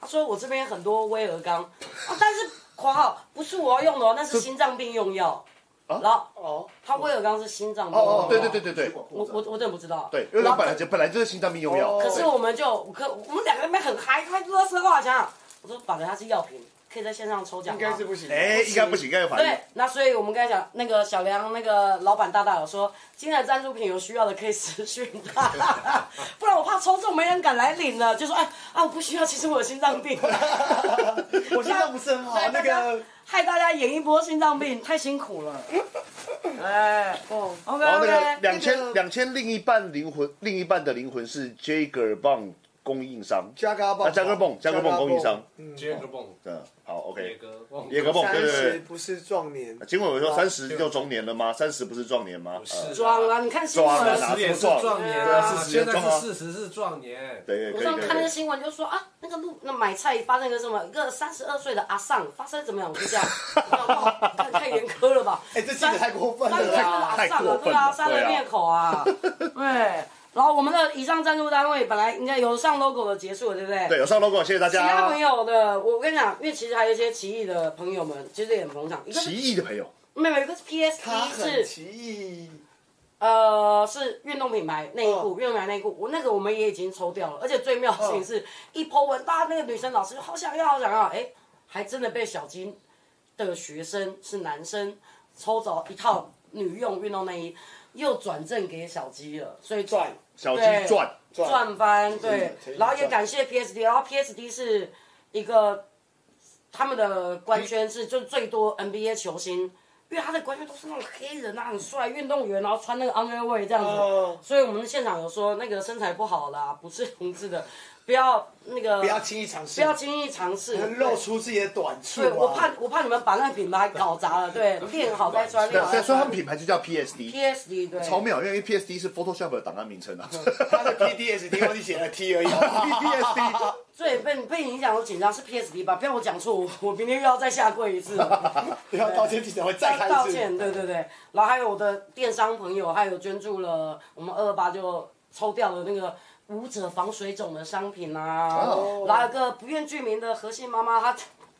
他说我这边很多威尔刚，啊，但是括号不是我要用的哦，那是心脏病用药。啊然后哦，他威尔刚是心脏病用药哦哦，对对对，对对我我我真的不知道。对，因为他然后本来就本来就是心脏病用药，哦可是我们就可我们两个人很嗨，他乐色话讲，我说反正它是药品，可以在线上抽奖应吗？该是不行。哎，应该不行，应该有反应对。，那所以我们刚才讲那个小梁那个老板大大有说，今天的赞助品有需要的可以私讯他，不然我怕抽中没人敢来领了，就说哎啊我不需要，其实我有心脏病，我现在不是很哦好 害，那大家个害大家演一波心脏病，太辛苦了。哎哦， ，OK 然后那 OK，个两那千个两千另一半灵魂，另一半的灵魂是 Jagger Bond 供应商，加嘎啊蹦， ，Jagger Bond Jagger Bond 供应商，嗯接个蹦，嗯，好野，OK，哥，忘野格蹦，三对对十对。不是壮年，结果我说三十就中年了吗？三十不是壮年吗？不呃是装啊，你看新装闻啊。四十也是壮年啊，对啊现在四十也壮啊是四十是壮年，对，我可以上可以看那可个以。新闻就说啊，那个路那买菜发生一个什么，一个三十二岁的阿尚发生怎么样？我 就这样，我想哇太太严苛了吧？哎，这记得太过分当然了。啊，太上过了，分对了啊，杀人灭口啊，对。然后我们的以上赞助单位本来应该有上 logo 的结束了，对不对？对，有上 logo，谢谢大其他朋家。友的，我跟你讲，因为其实还有一些奇异的朋友们，其实也很捧场。一个奇是异的朋友，妹妹，一个是 PS 他 P 很是奇异，呃是运动品牌内裤，哦运动品牌内裤，我那个我们也已经抽掉了。而且最妙的事情哦是，一 po 文，大家那个女生老师就好想要，好想要，哎，还真的被小金的学生是男生抽走一套女用运动内衣，又转赠给小鸡了，所以赚小鸡对转，赚赚翻真的对真，的然后也赚感谢 PSD，然后 PSD 是一个他们的官宣是就是最多 NBA 球星，因为他的官宣都是那种黑人啊，很帅运动员，然后穿那个 underwear 这样子，哦所以我们现场有说那个身材不好啦，不是同志的，不要那个不要轻易尝试，不要轻易尝试，露出自己的短处啊。对，对我怕我怕你们把那个品牌搞砸了，对，练好再穿，对练好，所再以所以他们穿。品牌就叫 PSD， PSD 对，超妙，因为 PSD 是 Photoshop 的档案名 称啊。他的 PDSD 忘记写了 T 而已。 PSD 最被被影响我紧张是 PSD 吧？不要我讲错，我我明天又要再下跪一 次了。不要道歉，记者会再道看道一歉，次。对对对。然后还有我的电商朋友，还有捐助了我们二二八就抽掉了那个舞者防水肿的商品啊。哦然后有个不愿具名的何姓妈妈，她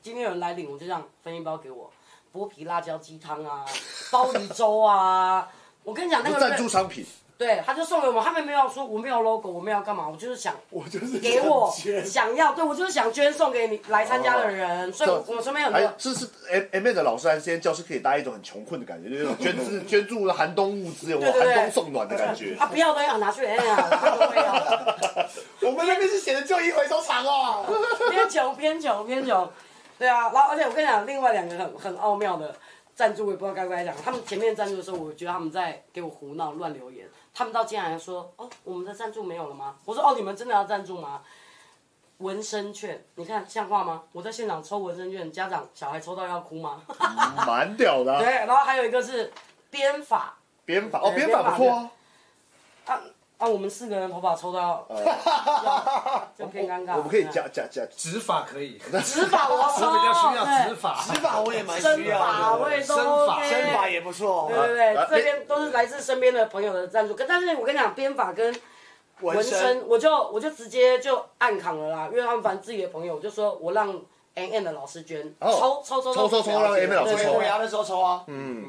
今天有人来领，我就这样分一包给我，剥皮辣椒鸡汤啊， 鲍鱼粥啊。我跟你讲，那个人赞助商品，对，他就送给我们，他们没有说我没有 logo，我没有干嘛，我就是想我就是给 我想捐想要，对我就是想捐送给你来参加的人，所以我我身边很还多有，这是 M M 的老师还是今天教师可以搭一种很穷困的感觉，就是那种捐 资捐助了寒冬物资，有没有对对对寒冬送暖的感 觉。啊不要的要拿去，哎呀，都不要，我们那边是写的旧衣回收厂哦。偏穷偏穷偏穷，对啊，然后而且我跟你讲，另外两个很很奥妙的赞助，我也不知道该不该讲，他们前面赞助的时候，我觉得他们在给我胡闹乱留言，他们到竟然还说哦我们的赞助没有了吗？我说哦你们真的要赞助吗？纹身券，你看像话吗？我在现场抽纹身券，家长小孩抽到要哭吗？蛮屌的、对，啊。然后还有一个是编法编法哦，对编法不错编啊。啊啊，我们四个人头发抽到， 就偏尴尬。我们可以对加加加，执法可以，执法，我我比较需抽，要执对，法，执法我也蛮需身法要我的，也都身法 OK，身法也不错对。对啊对啊，这边都是来自身边的朋友的赞助，可但是我跟你讲，编法跟纹纹身身，我就我就直接就暗扛了啦，因为他们反正自己的朋友，我就说我让 N N 的老师捐，哦抽抽抽抽抽抽让 M 老师抽对对，对我牙的时候抽啊，嗯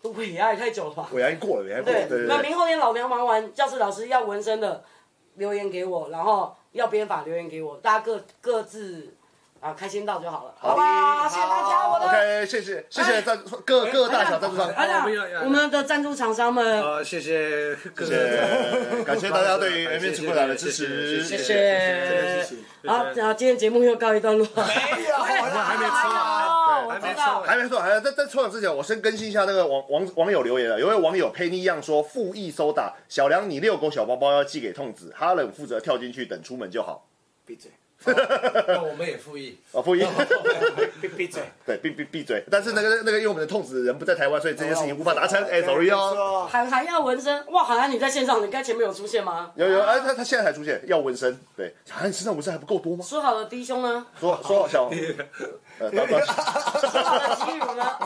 都不一样，也太久了吧？我已经过了，我已经过对了，对对那对。明后天老娘忙完，教室老师要纹身的留言给我，然后要编法留言给我，大家各各自啊开心到就好了，好吧？好谢谢大家，我的。 OK，谢谢谢谢赞助各各大小赞助商，哎呀我们要要我们的赞助厂商嗯，们，呃，谢谢各谢谢，感谢大家 对于 M 面吃过来的支持，哎谢谢谢谢。好，然后今天节目又告一段落。没有，哎还没 抽啊哦，我还没知抽道完。还没错，还没在在抽奖之前，我先更新一下那个网网网友留言啊了。有位网友佩妮一样说：“复议收打小梁，你遛狗小包包要寄给痛子，哈冷负责跳进去等出门就好。闭嘴，那我们也复议，”哦，复议，闭闭嘴， 对，闭闭闭嘴。但是那个那个，因为我们的痛子人不在台湾，所以这件事情无法达成。哎，sorry 哦。哦。韩寒要纹身，哇，韩寒你在线上，你刚才前面有出现吗？有有，哎，他他现在才出现，要纹身。对，啊，你身上纹身还不够多吗？说好的低胸呢？说说小，呃，到到说好的肌乳呢？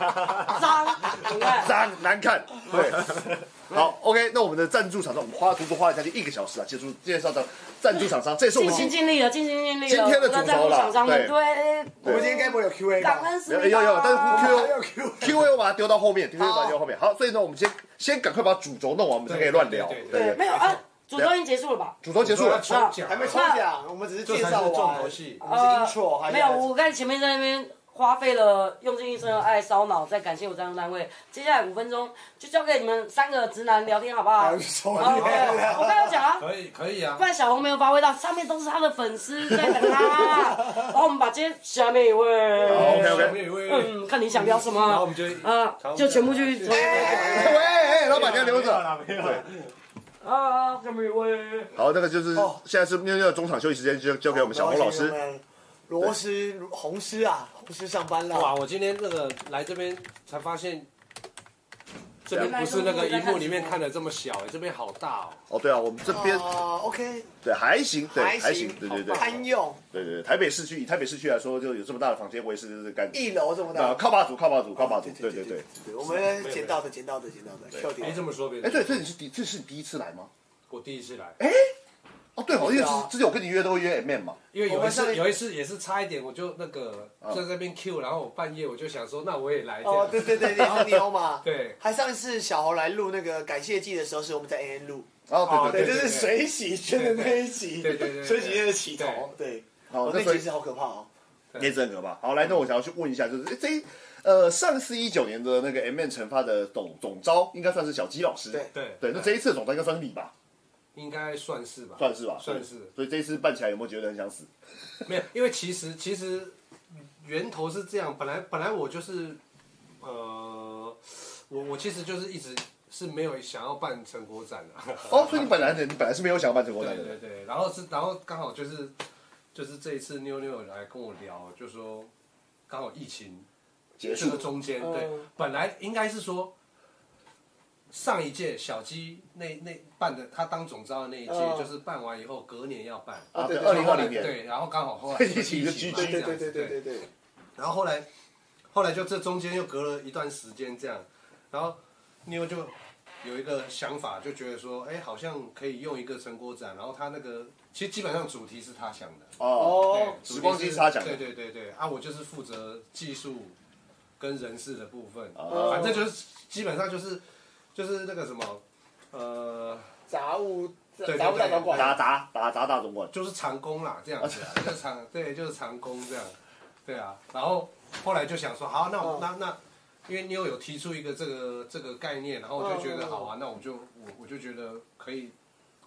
脏，你看。脏难看，对。 好，OK，那我们的赞助厂商，我们花足足花了将近一个小时啊，接触介绍到赞助厂商，这也是我尽们心今尽力了，尽心尽力了。今天的主那轴赞助啦厂商们，对对，我们今天该不会有 Q&A 感吧？恩思有密有达有，但是 Q 哦还有 Q&A。 Q A 我把它丢到后面，Q A 好把它丢到后面。好，所以呢，我们先先赶快把主轴弄完，我们才可以乱聊对对。对对，没有啊。主周已经结束了吧？主轴结束了，抽奖还没抽奖，我们只是这介才绍是重完。头戏我。们是 intro 还是呃没有，我刚才前面在那边花费了用尽一生的爱烧脑，再感谢我赞助单位。接下来五分钟就交给你们三个直男聊天，好不好？好 还有抽好好奖我刚才有讲啊。可以可以啊不，然小红没有发挥到，上面都是他的粉丝在等他。然后我们把今天下面一位， OK，OK 下面一位嗯，看你想聊什然后么我们，就啊，就全部去抽。哎哎哎，老板娘留着。啊，下面一位，好，那个就是哦现在是面对中场休息时间，就交给我们小红老师。。罗师，红师啊，红师上班哇！了。我今天那个来这边才发现，这边不是那个荧幕里面看的这么小，这边好大哦。哦，对啊，我们这边啊，OK，对还行，对还还行行，对对对好棒堪用。对对对，台北市区以台北市区来说，就有这么大的房间，我也是就是干。一楼这么啊，大，靠霸主，靠霸主，靠霸主，对对对对。对，我们捡到的，捡到的，捡到的，笑别点这。么说，别哎，对，这这么你是第这是你第一次来吗？说我第一次来，哦，对哦，因为对啊之之前我跟你约都会约 M M 嘛。因为我有一们上次一有一次也是差一点，我就那个在那边 Q，然后我半夜我就想说，那我也来这哦，样。对对对，然后你有嘛？对还上一次小侯来录那个感谢季的时候，是我们在 A N 录，哦，对对对，就对，是水洗圈的那一集，对对对对对水洗圈的起头，对，好哦，那那所集以是好可怕哦。也是很可怕。好，来，那我想要去问一下，就是哎这一呃上次一九年的那个 M M 惩罚的总总招，应该算是小鸡老师。对对对，那这一次的总招应该算是你吧？应该算是吧，算是吧，算是。所以这一次办起来有没有觉得很想死？没有，因为其实其实源头是这样，本来本来我就是，呃，我我其实就是一直是没有想要办成果展的、哦，所以你本来你本来是没有想要办成果展对的人对对，然后是然后刚好就是就是这一次妞妞有来跟我聊，就说刚好疫情结这束个。中间，对嗯，本来应该是说上一届小鸡那那办的，他当总招的那一届，嗯就是办完以后隔年要办。啊，对，对二对零二零年，对，然后刚好 后来疫情就嘛 GG 对这对样对子对对对对，然后后来，后来就这中间又隔了一段时间这样，然后妞就有一个想法，就觉得说，哎，好像可以用一个成果展，然后他那个其实基本上主题是他想的，哦，哦，对时光机是他想的对对对对，啊，我就是负责技术跟人事的部分，哦反正就是基本上就是就是那个什么，呃，杂物对杂物大总管，啊打砸打砸大总管，就是长工啦，这样子、啊，就是长对，就是长工这样，对啊。然后后来就想说，好，那我、嗯那那，因为妞有提出一个这个这个概念，然后我就觉得好啊，那我就我我就觉得可以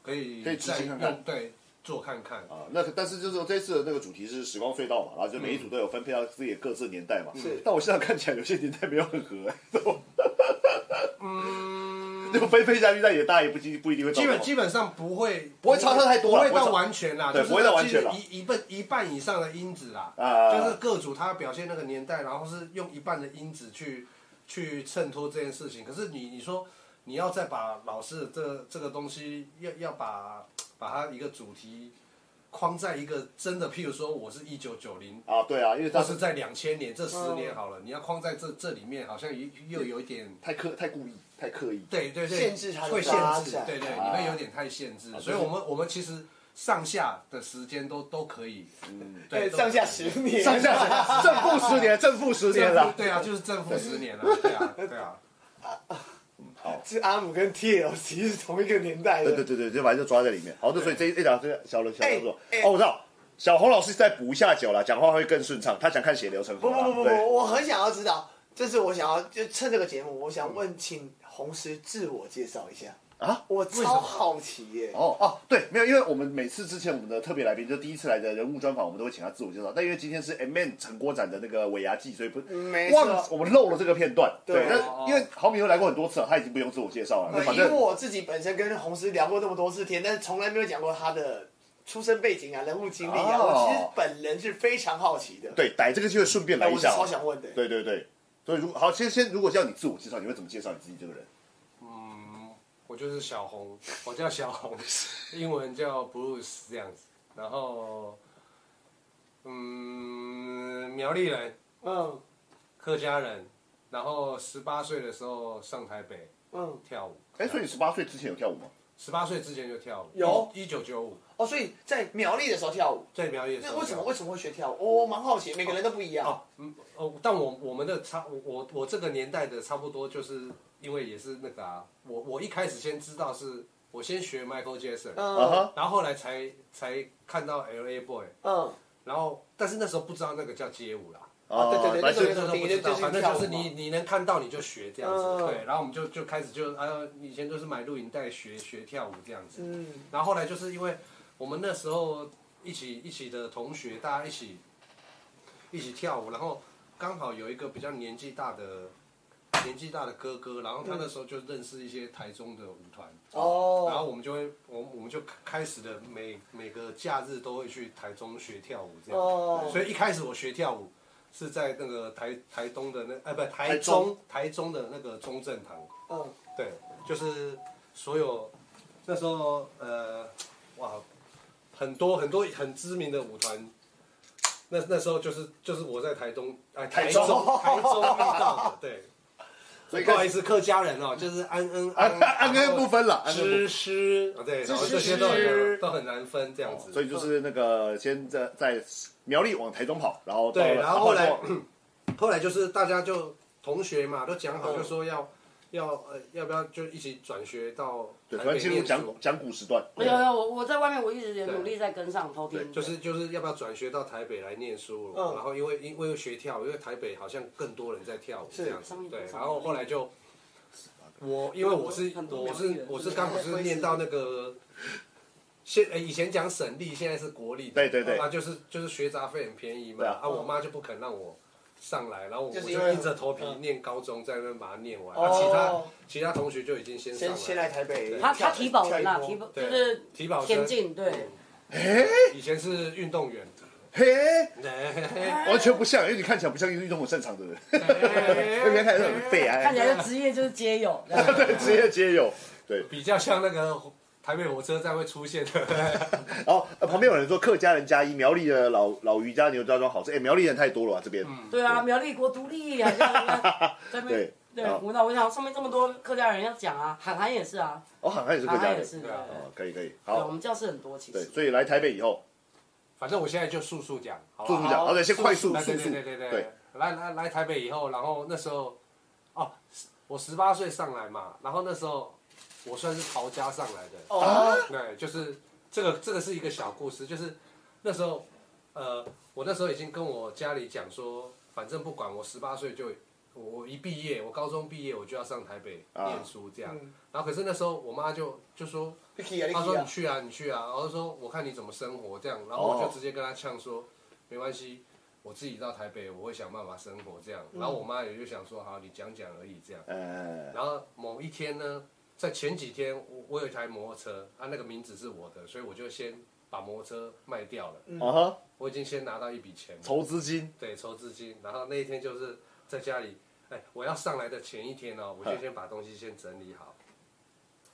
可以可以执再行看用看对做看看，啊，那可但是就是这次的那个主题是时光隧道嘛，然后就每一组都有分配到自己的各自的年代嘛。是但我现在看起来有些年代没有很合、欸，嗯， 就分配下去，但也大家也不一定不一定会到基什么。本基本上不会不会超车太多啦不会不会到超完全啦，对就是不会到完全啦其实一一半一半以上的因子啦，啊就是各组他表现那个年代，然后是用一半的因子去去衬托这件事情。可是你你说你要再把老师的这这个东西要要把把它一个主题框在一个真的，譬如说我是一九九零。啊，对啊，因为或当时是在两千年这十年好了，你要框在这这里面，好像又又有一点太刻太故意太刻意，对对对，限制它的会限发制，展对对，啊你会有点太限制，就是所以我们我们其实上下的时间都都可以，嗯，对，都上下十年，上下正负十年，正负十正年负了。对啊，就是正负十 年了，对啊对啊，是阿姆跟 TLC 是同一个年代的，对对对对，就反正就抓在里面。好，那所以这一讲这个小刘小刘说，哎哎哦，我知道，小红老师再补一下酒啦，讲话会更顺畅。他想看血流成河不啦。不不不对不，我很想要知道，这是我想要就趁这个节目，我想问，请红师自我介绍一下。啊，我超好奇耶、哦哦，对，没有，因为我们每次之前我们的特别来宾，就第一次来的人物专访，我们都会请他自我介绍。但因为今天是 M N 陈国展的那个尾牙季，所以不嗯没错忘我们漏了这个片段。对，对但因为郝米又来过很多次了，他已经不用自我介绍了。那呃反因为正我自己本身跟红师聊过那么多次天，但是从来没有讲过他的出生背景啊、人物经历啊。哦我其实本人是非常好奇的，对，逮这个机会顺便来哎，我一是下。哦超想问的。对对对，所以如果好，先先如果叫你自我介绍，你会怎么介绍你自己这个人？嗯，我就是小红，我叫小红，英文叫 Bruce 这样子，然后嗯，苗栗人，嗯客家人，然后十八岁的时候上台北嗯，跳舞，哎，所以你十八岁之前有跳舞吗？十八岁之前就跳舞，有一九九五哦，所以在苗栗的时候跳舞，在苗栗的时那候为什么跳舞为什么会学跳舞？我、蛮好奇，每个人都不一样。哦，嗯，哦，但我我们的差，我我我这个年代的差不多，就是因为也是那个啊，我我一开始先知道是我先学 Michael Jackson，、啊嗯哈，然后后来才才看到 LA Boy，嗯，然后但是那时候不知道那个叫街舞啦。啊对对对反那正个那时候不知道，反正就是你你能看到你就学这样子，嗯对。然后我们就就开始就哎呦，以前都是买录影带学学跳舞这样子，嗯然后后来就是因为我们那时候一起一起的同学，大家一起一起跳舞，然后刚好有一个比较年纪大的年纪大的哥哥，然后他那时候就认识一些台中的舞团，然哦，后我们就会我我们就开始的每每个假日都会去台中学跳舞这样，哦所以一开始我学跳舞。是在那个台台东的那哎不台台中中台中的那个中正堂，嗯，对，就是所有那时候呃，哇，很多很多很知名的舞团，那那时候就是就是我在台东哎、台中台中遇到的，对，所以不好意思，思客家人哦，就是安恩安安然跟后不分了，安跟不分知诗啊对，然后这些都知很都很难分这样子，所以就是那个先在在苗栗往台中跑，然后到对，了然后后来到后来就是大家就同学嘛，都讲好嗯就说要。要呃，要不要就一起转学到对，台突然北进入念讲书啊讲古时段，没有没有，哎我我在外面我一直也对努力在跟上偷听，就是就是要不要转学到台北来念书，嗯然后因为因为学跳，因为台北好像更多人在跳舞是这样子上面，对，上面然后后来就我因为我是很多我很多是人我就是是刚好是念到那个。现呃以前讲省立，现在是国立的，对对对啊就是就是学杂费很便宜嘛，对啊啊我妈就不肯让我上来，然后我就就是因为硬着头皮念高中，在那边把它念完，哦啊其他其他同学就已经先上先先来台北，他他体保人啦，体保就对是体保生田径对，以前是运动员，嘿，哎完全不像，因为你看起来不像运动很擅长的人， 因为看起来很废 啊，看起来就职业就是街 友，这样对，职业街友。比较像那个台北火车站会出现的。 然后、呃旁边有人说客家人加一，苗栗的老老余家牛家庄好吃，哎、苗栗人太多了吧这边。对啊，苗栗国独立，好像 在那边对对好胡闹，我想上面这么多客家人要讲啊，韩寒也是啊，哦，好像也是客韩家寒人也。是，对啊对哦，可以可以，对，我好，们教室很多其对，实。所以来台北以后，反正我现在就速速讲，好速不速好？讲，好的，先快速来速对速，对对对对，来来来台北以后，然后那时候，哦，我十八岁上来嘛，然后那时候我算是逃家上来的，哦，对，就是这个这个是一个小故事，就是那时候，呃，我那时候已经跟我家里讲说，反正不管我十八岁就我我一毕业，我高中毕业我就要上台北念书这样，嗯然后可是那时候我妈就就说。你去啊，你他说去你去啊，啊，你去啊，然后说我看你怎么生活这样，然后我就直接跟他呛说，没关系，我自己到台北，我会想办法生活这样。然后我妈也就想说，好，你讲讲而已这样。呃，然后某一天呢，在前几天，我我有一台摩托车，啊，那个名字是我的，所以我就先把摩托车卖掉了，啊哈，我已经先拿到一笔钱了，筹资 金，对，筹资金。然后那一天就是在家里，哎，我要上来的前一天哦，我嗯就先把东西先整理好，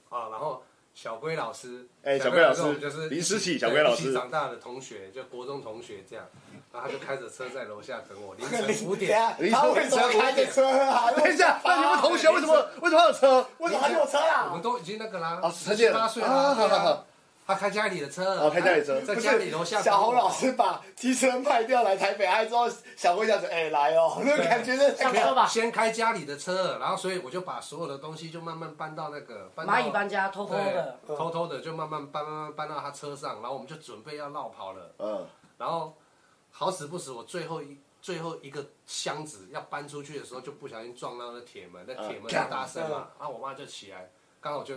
啊，然后小龟老师，哎小龟龟老师我们就是林一起思琪小对龟老一师起长大的同学，就国中同学这样，然后他就开着车在楼下等 我，凌晨五等一点，下他为什么开着车 啊？等一下，那你们同学为什么为什么还有车？为什么还有车我啊们？都已经那个啦，啊十陈建八岁啊啦，好对好啊好他开家里的车，啊哦开家里的车在不家里是楼下等小我红老师把机车卖掉来台北，哎之后小辉讲说：“哎，来哦，那个感觉是上没车有，吧，先开家里的车，然后所以我就把所有的东西就慢慢搬到那个搬到蚂蚁搬家偷偷的，嗯对，偷偷的就慢慢搬慢慢搬到他车上，然后我们就准备要绕跑了。嗯，然后好死不死，我最后一最后一个箱子要搬出去的时候，就不小心撞到那铁门，那啊铁门很大声嘛，嗯然后我妈就起来，刚好就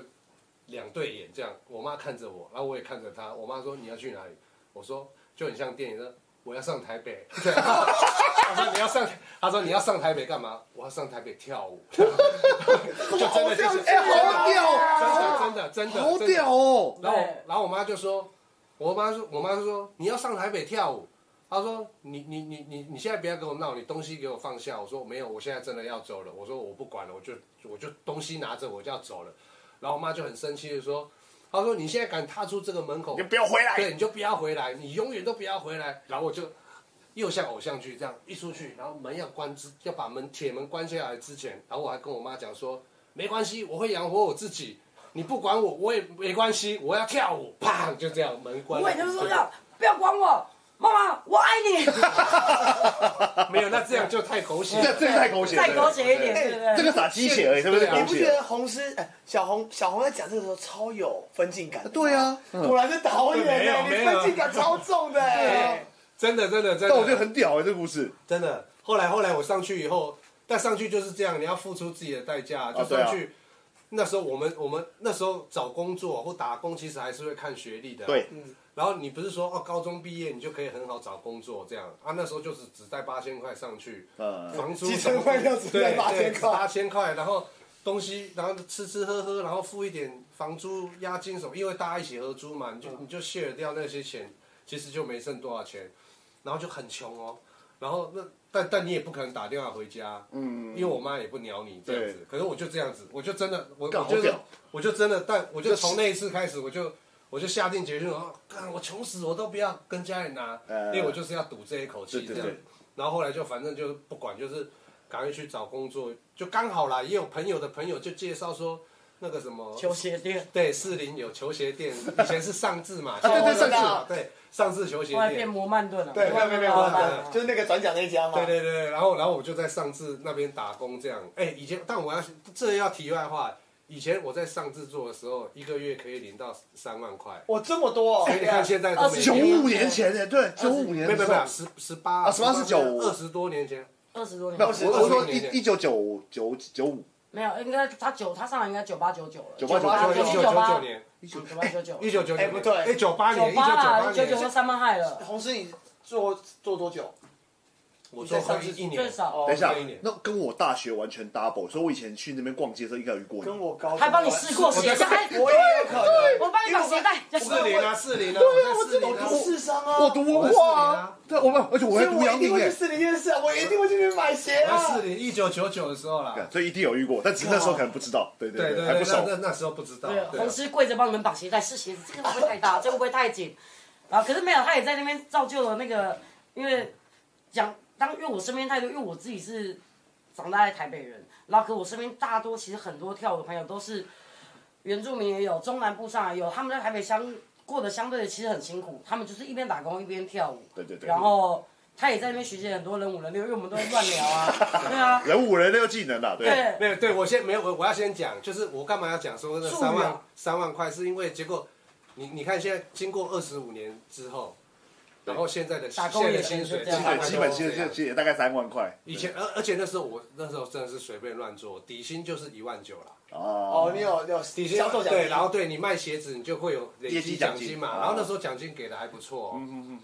两对眼这样，我妈看着我，然后我也看着她，我妈说你要去哪里？我说就很像电影的。我要上台 北，对她说你要上，她说你要上台北干嘛？我要上台北 跳舞，就真的就是哎、好屌哦，真的真的真的好真的屌哦，然后我对然后我妈就说，我妈说我妈就说你要上台北跳舞，她说你你你你你现在不要跟我闹，你东西给我放下。我说没有，我现在真的要走了。我说我不管了，我就我就东西拿着我就要走了。然后我妈就很生气的说，她说你现在敢踏出这个门口你，不要回来，对，你就不要回来，你永远都不要回来。然后我就又像偶像剧这样一出去，然后门要关之，要把门铁门关下来之前，然后我还跟我妈讲说，没关系，我会养活我自己，你不管我，我也没关系，我要跳舞，啪，就这样门关我了。也就是说要不要管我，妈妈，我爱你， 没有，那这样就太狗 血这了。这个太狗血了，再狗血一点，对不 对？这个撒鸡血而已，是不是对啊你狗不觉血？得红狮哎小红小红在讲这个时候超有分镜感的吗？嗯对啊，果然是导演没有哎，没你有分镜感超重的哎。真的，真的，真的。但我觉得很屌哎，这故事。真的。后来后来我上去以后，但上去就是这样，你要付出自己的代价，就对啊算去。那时候我们我们那时候找工作或打工，其实还是会看学历的、对。嗯然后你不是说哦，高中毕业你就可以很好找工作这样啊？那时候就是只带八千块上去，嗯房租鸡生饭要只带八千块八千块，然后东西，然后吃吃喝喝，然后付一点房租、押金什么，因为大家一起合租嘛，嗯你就你就 share 掉那些钱，其实就没剩多少钱，然后就很穷哦，然后那但但你也不可能打电话回家，嗯，因为我妈也不鸟你这样子对，可是我就这样子，我就真的我干我好就屌我就真的，但我就从那一次开始，我就。我就下定决心，哦，干我穷死，我都不要跟家里拿，呃因为我就是要赌这一口气对对这样对。然后后来就反正就不管，就是赶快去找工作，就刚好啦，也有朋友的朋友就介绍说那个什么，球鞋店，对，士林有球鞋店，以前是上智 嘛，啊对对现在上智嘛对上智球鞋后来变店。摩曼顿了。对，没有没有没有摩没曼顿有，了就是那个转角那一家嘛。对对对，然后然后我就在上智那边打工这样。哎，以前但我要这要题外话，以前我在上智做的时候，一个月可以领到三万块，哎哇，这么多哦！所以你看现在都没九25五年前哎，对，九五年没有没的时有没候有，十十八啊18是95二十多年前，二十多没有，年，我我说年前一一九九九九五，没有，应该他九，他上来应该九八九九了， 98一九九七九九九八九年，九八九九，一九九九哎年不对哎九八年，一九九八九啦，八一九年九，就三万害了，红狮，你做做多久？我做快一年，最少等一下那一年，那跟我大学完全 double，所以我以前去那边逛街的时候应该有遇过你跟。我高中还帮你试过鞋带，我也有可能，我帮你绑鞋带，四零啊，四零啊，我在四我零啊，读我智商啊，我读文化啊，对，我没有，而且我所还以读我阳一定明会去哎，士林夜市啊，我一定会去那边买鞋在啊四。零一九九九的时候啦，所以一定有遇过，但只是那时候可能不知道，对对对，对还不对，那熟那。那时候不知道，对，对啊红师跪着帮你们绑鞋带试鞋子，这个会不会太大？这个会不会太紧？然后可是没有，他也在那边造就了那个，因为讲当因为我身边太多，因为我自己是长大在台北人，然后可我身边大多其实很多跳舞的朋友都是原住民也有，中南部上来有，他们在台北相过得相对的其实很辛苦，他们就是一边打工一边跳舞，对对对然后他也在那边学习很多人五人六，因为我们都会乱聊啊，对啊，人五人六技能啦，对，对。没有，对啊我先没有，我我要先讲，就是我干嘛要讲说那术语啊三万三万块，是因为结果你你看现在经过二十五年之后，然后现在的打工现也在的薪水是这样大概对，都基本这现样在也大概三万块以前而而且那时候我那时候真的是随便乱做，底薪就是一万九啦。啊哦，。你有有底薪销售奖对，金，然后对你卖鞋子，你就会有累业积绩奖奖金金嘛。啊嗯然后那时候奖金给的还不错、哦，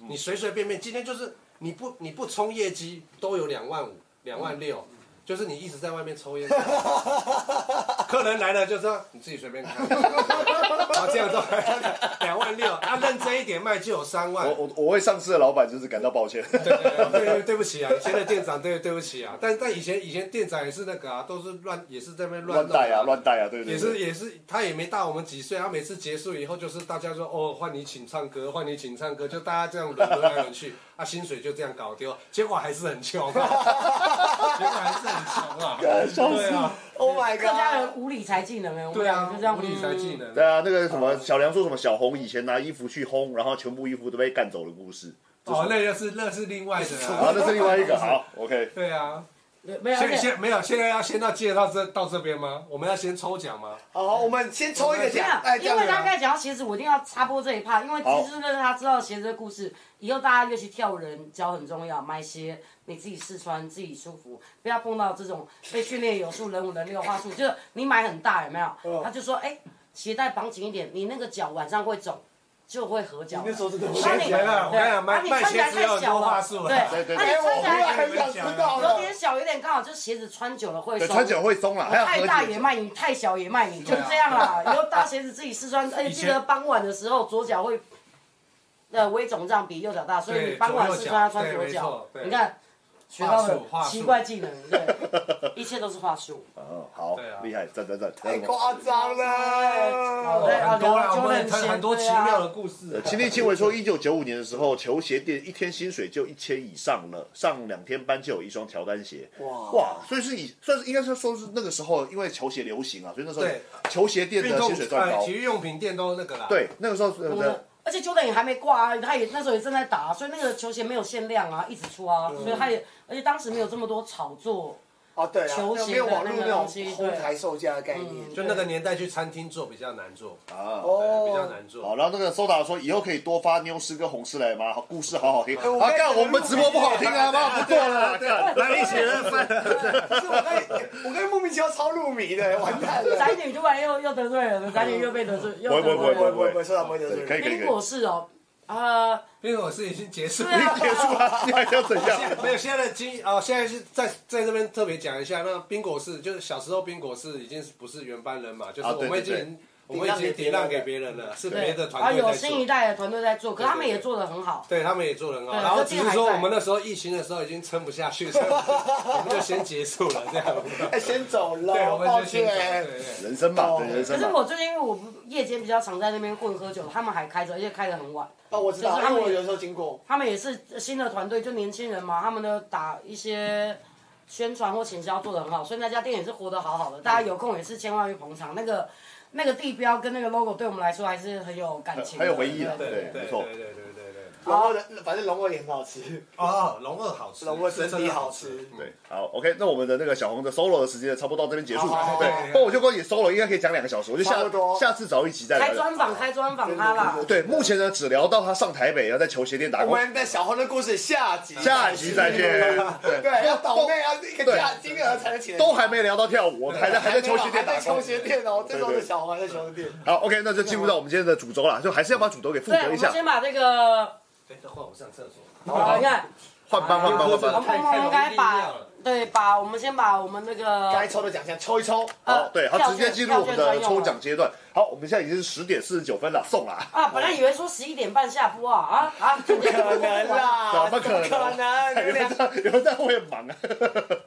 你随随便便今天就是你不你不冲业绩都有两万五、两万六、嗯嗯就是你一直在外面 抽烟，客人来了就说你自己随 便看，然后这样都两万六，啊认真一点卖就有三万我。我我为上次的老板就是感到抱歉，对对对对，对不起啊，以前的店长对对不起啊，但但以前以前店长也是那个啊，都是乱也是在那边乱 乱弄的带啊，乱带啊，对对也对是。也是，他也没大我们几岁，他每次结束以后就是大家说哦，换你请唱歌，换你请唱歌，就大家这样轮流来轮去，啊，薪水就这样搞丢， 结果还是很穷、啊，结果还是很 穷啊，对啊， ，Oh my 客家 god！人无理财技能哎、我们对俩啊就这样，无理财技能，对啊，那个什么小梁说什么小红以前拿衣服去烘，然后全部衣服都被干走的故事，哦，那个是那是另外的、 好，啊，那是另外一个。好，OK，对啊，嗯没有，而现且现没有，现在要先到介绍这到这边吗？我们要先抽奖吗？好，我们先抽一个这奖样，，哎，这因样为他子刚啊才讲到鞋子，我一定要插播这一趴，因为好其实就是他知道鞋子的故事，以后大家越去跳舞的人教很重要，买鞋你自己试穿，自己舒服，不要碰到这种被训练有素、人五人六话术，就是你买很大有没有？他就说，哎，鞋带绑紧一点，你那个脚晚上会肿。就会合脚了。你那时候真的会啊你合脚了我跟你对讲卖啊穿起来卖鞋子太要很小多了话术了对对对，啊哎，你穿我忽起来然很想知道有了，点小，有点刚好，就是鞋子穿久了会对，松。穿久会松啦，还要太大喝也酒。卖你，太小也卖你，就对啊这样啦。以后大鞋子自己试 穿，而且以前记得傍晚的时候左脚会，呃，微肿胀比右脚大，所以对你傍晚试穿要穿左左右脚脚对没错。对你看，学到了话术奇怪技能，对，一切都是话术。 嗯，好对啊，厉害，赞赞赞。太夸张好了哦的。很多啦，聊我 Jordan 们哦很鞋很多奇对啊妙的故事、啊。亲力亲为说，一九九五年的时候，球鞋店一天薪水就一千以上了，上两天班就有一双乔丹鞋。哇哇，所以是以算是应该是说是那个时候，因为球鞋流行啊，所以那时候对球鞋店运的动薪水算呃高体。育用品店都那个啦。对，那个时候呃我们而且 Jordan 也还没挂啊，他也那时候也正在打、所以那个球鞋没有限量啊，一直出啊，所以他也而且当时没有这么多炒作，啊，对啊，球没有鞋没有网络的那个那种东西哄抬售价的概念嗯，就那个年代去餐厅做比较难做，啊。对，比较哦，难做。好，然后那个收打说以后可以多发妞诗跟红诗来吗？好故事好好听。哎我啊，看干我们直播不好听啊，妈不做了啊，干来一起人不是我跟我跟莫名其妙超入迷的，完蛋了。宅女突然又又得罪人了，宅女又被得罪，又不会得罪不会了不会不会不会，说到不会得罪可以人。可以可苹以果，是哦，啊，因为我是已经结束对了。啊，结束了，你还要怎样？没有，现在的经哦，现在是在在这边特别讲一下，那冰果是就是小时候冰果是已经是不是原班人马，就是啊我对们已对经我们已经顶顶让让给给别人了，是对别的，啊，团队有在新一做。代的团队在做，可他们对对也做得很好，对他们也做得很好，对然后这只店是还说在我们那时候疫情的时候已经撑不下去， 所以我们就先结束了这样。哎，先走了，对，我们抱就先走对歉。对对人生嘛，对人可生是嘛。我最近因为我不夜间比较常在那边混喝酒，他们还开着，而且开得很晚。啊，我知道，就是他因们为我有时候经过。他们也是新的团队，就年轻人嘛，他们的打一些宣传或行销做得很好，所以那家店也是活得好好的。大家有空也是千万去捧场，那个那个地标跟那个 logo 对我们来说还是很有感情的，很有回忆啊对对对没错对对对对对。龙二的，反正龙二也很好吃，哦，龙二好吃，龙二是真真的的好吃。吃。对，好，OK，那我们的那个小红的 solo 的时间差不多到这边结束好好好。对，不然我就跟你 solo 应该可以讲两个小时，我就差下不多下次找一集再开聊。专访开专访他啦对对对对。对，目前呢只聊到他上台北，然后在球鞋店打我工。们的小红的故事下集，啊下集再见。对， 对，要倒妹要一个价金额才能请得起都还没聊到跳舞，还在还在球鞋店还打在工球。鞋店哦，这时候对的对小红还在球鞋店。好，OK，那就进入到我们今天的主轴了，就还是要把主轴给复对，责我一们下，先把这个，对，等会哎我上厕所。好，你看，换班换班换我班。们我们该把，对，把我们先把我们那个，该抽的奖项抽一抽，好，对，好，票直接券进入我们票的券专抽用奖了阶段。好，我们现在已经是十点四十九分了，送啦。啊，本来以为说十一点半下播啊，啊啊，不不可能啦，怎么可能啊怎么 可能有你们人俩在有人在后面忙啊。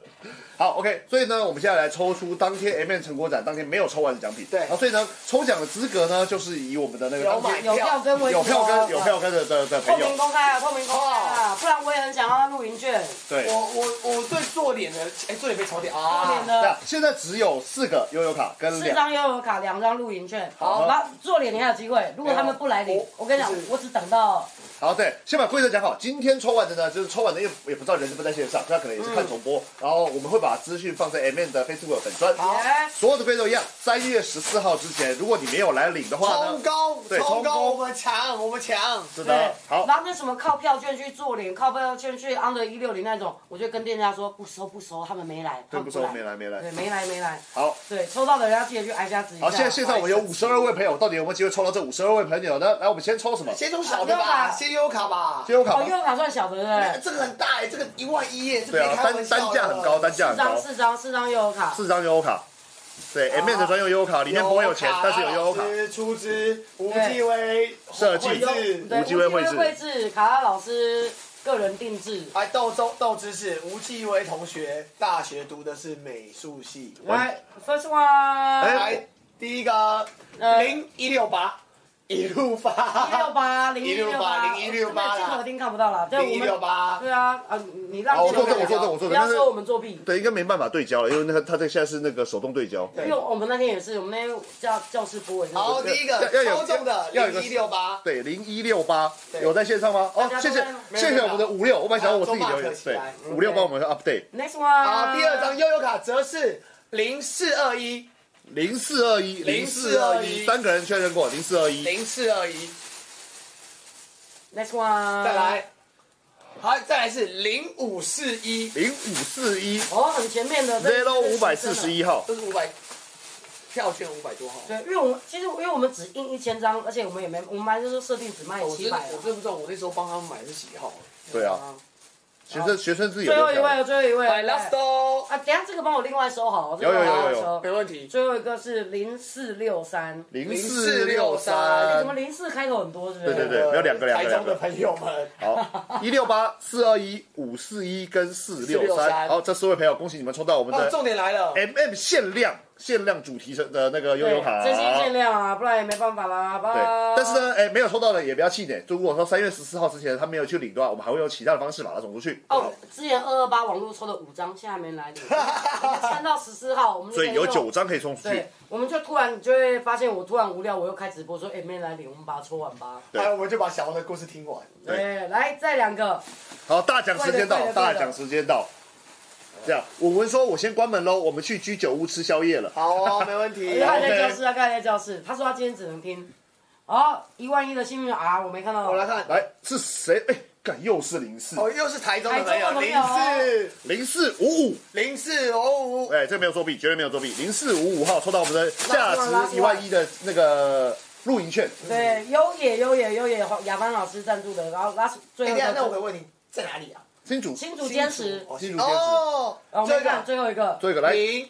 好，OK，所以呢，我们现在来抽出当天 M N 成果展当天没有抽完的奖品。对啊，所以呢，抽奖的资格呢，就是以我们的那个有当买天有票跟我一起有票抽啊跟有票哦跟的的的透朋明友，公开啊，透明公开啊，不然我也很想要露营券，对。我我我对做脸的，哎，做脸被抽掉后面啊，那呢，现在只有四个悠悠卡跟四两，张悠游卡，两张露营券，好然后做脸你还有机会，如果他们不来领我，我跟你讲就是，我只等到，好，对，先把规则讲好。今天抽完的呢，就是抽完的也也不知道人是不是在线上，他可能也是看重播。然后我们会把资讯放在 M N 的 Facebook 粉专。好哎所有的规则一样，三月十四号之前，如果你没有来领的话冲呢，高对冲冲高，高我们抢我们抢，是对的，，好。然后那什么靠票券去做脸，靠票券去 under 一六零那种，我就跟店家说不收不收，他们没来，他对，们不收，没来，没对，来。没来没来，好，对，抽到的人要记得去挨家指一下。好，现在线上我们有五十二位朋友，到底有没有机会抽到这五十二位朋友呢？来，我们先抽什么？先抽小的吧，啊先优卡吧，信用卡哦，吗悠？游卡算小的对哎不这个很大哎，这个一万一耶，这对没啊，开单玩笑的单价很高，单价很对？四张高，四张四张悠游卡，四张优优卡。对，M 的专用优优卡，里面不会有钱，但是有优优卡老。师出资，吴继威设计绘制对，无机会无绘制绘制，卡拉老师个人定制。哎，豆周豆知识，吴继威同学大学读的是美术系。来，first one，来，第一个呃哎零一六八，一路一六发，八零八168啦镜头一定看不到了。对，零我一六们八，对啊，啊，你让好我作证镜头我证我作证作不要但是说我们作弊。对，应该没办法对焦了，因为那个他这现在是那个手动对焦。因为我们那天也是，我们那天教教室播也是，好，第一个要要有超重的要有零个一六八，对，零一六八对有在线上吗？哦大，家谢都谢在吗没有谢没谢有我们的五六，我本来想要我自己好留言中，霸对可惜，啊五六帮我们 update next one。好，第二张悠悠卡则是零四二一，零四二一零四二一， 0421三个人确认过零四二一。零四二一， next one。再。来，好，再来是零五四一，零五四一哦，很前面的。这 zero 五百四十。一号，都是五百，票券五百多号。对，因为我们其实因为我们只印一千张，而且我们也没，我们还是说设定只卖我七真的百。啊我真的不知道我那时候帮他们买是几号。对啊，学生学生自己有最后一留下来位，最后一位。买 last 哦，啊，等一下这个帮我另外收好。这有个有有帮我有有收没问题。最后一个是零四六三，哎零四六0463怎三么，零四开头很多，是不是？对对没有两个两个台中的朋友们，好，一六八四二一五四一跟四六463三，好，这四位朋友恭喜你们抽到我们哦，的重点来了， MM 限量限量主题的那个悠对游卡，，真心限量啊，不然也没办法啦，好不对好，但是，呢，哎，没有抽到的也不要气馁。如果说三月十四号之前他没有去领的话，我们还会有其他的方式把它送出去。哦，之前二二八网络抽了五张，现在还 没来领，撑到十四号，我们就所以有可九用。张可以送出去对。，我们就突然你就会发现，我突然无聊，我又开直播说，哎、没人来领，我们把它抽完吧。对哎，我们就把小王的故事听完。对对，来再两个，好，大奖时间对到，的对的大对的奖时间到。这样，我们说我先关门喽，我们去居酒屋吃宵夜了。好哦，没问因题为。他 OK 在教室，他刚才在教室，他说他今天只能听。哦，一万一的幸运啊，我没看到。我来，看，来，是谁？哎，干，又是零四哦，又是台中的朋台中的友，朋零友四零四五五，零四哦五，哎，这没有作弊，绝对没有作弊。零四五五号抽到我们的价拉值一出来拉出来万一的那个露营券。对，优野优野优野雅芳老师赞助的，然后拉出最哎，等后一下，一那我可以个问你在哪里啊？新主，新竹坚持，哦新竹坚持哦，然后我这们看个最后一个，做一个来零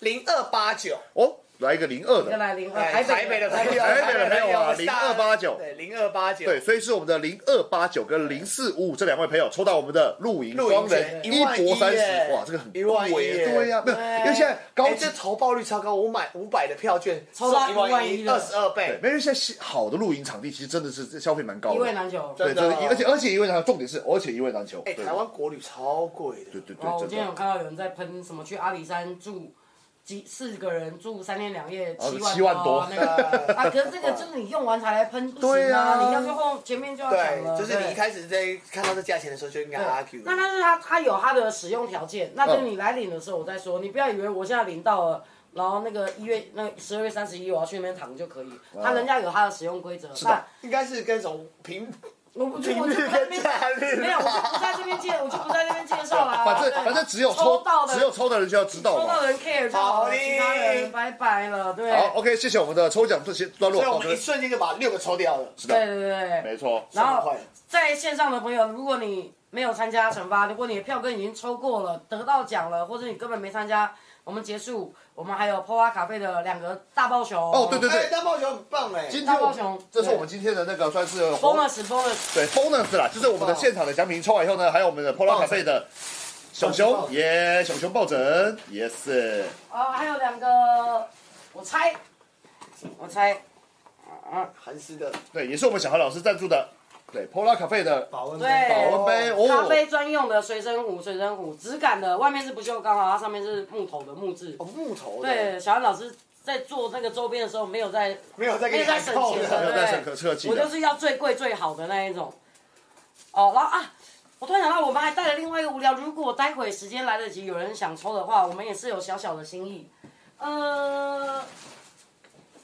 零二八九，哦，来一个零二一个的，来零二，哎台台北北的朋友，台北的朋友啊台北的朋友0289对，零二八九，对，，所以是我们的零二八九跟零四五五这两位朋友抽到我们的露营露双营人券一博三耶十，哇，这个很一万一贵耶耶对呀，没有，因为现在高哎，级这投报率超高，我买五百的票券抽到送111一，的二十二对，倍，没有现在好的露营场地其实真的是消费蛮高一位的，难求。对，真的真的，而且而且一位难求，重点是而且一位难求，哎，对台湾国旅超贵的，对对然哦后我对，今天真有的，看到有人在喷什么去阿里山住几四个人住三天两夜哦七万七万多那个啊，可是这个就是你用完才来喷，不对行啊你要最后前面就要讲了，对，就是你对一开始在看到这价钱的时候就应该对 argue，那但是它它有它的使用条件，那嗯等你来领的时候我再说，你不要以为我现在领到了。然后那个一月那十二月三十一，我要去那边躺就可以。哦他人家有他的使用规则，那应该是跟什么平我不就平我日就不在那跟边假日没有，我就不在这边介，我就不在这边介绍 啦。反正对反正只有抽抽到的只有抽的人就要知道抽到嘛。人 care 就好好了，的其他人拜拜了，对。好，OK，谢谢我们的抽奖这些段落所以到我们这一，瞬间就把六个抽掉了。是对的，对对对。没错，然这么后快在线上的朋友，如果你没有参加惩罚，如果你的票根已经抽过了，得到奖了，或者你根本没参加，我们结束，我们还有 p o a 咖啡的两个大爆熊。哦对对哎，大爆球很棒哎！今大天我爆们熊这是我们今天的那个算是活，bonus bonus，对 bonus 啦，就是我们的现场的奖品抽完以后呢，还有我们的 Polar 咖啡的熊熊抱枕耶，熊熊抱枕，yes，哦，还有两个，我猜，我猜，啊，韩式的对，也是我们小韩老师赞助的，对 Polar 咖啡的保温对保温杯咖哦，啡专用的随身壶，随身壶质感的，外面是不锈钢啊，它上面是木头的木质哦。木头的，对，小安老师在做那个周边的时候，没有在，没有在给没有你在喊省扣钱没的。有的，在省对客客气我就的，是要最贵最好的那一种。哦，然后啊，我突然想到，我们还带了另外一个无聊，如果待会时间来得及，有人想抽的话，我们也是有小小的心意。呃，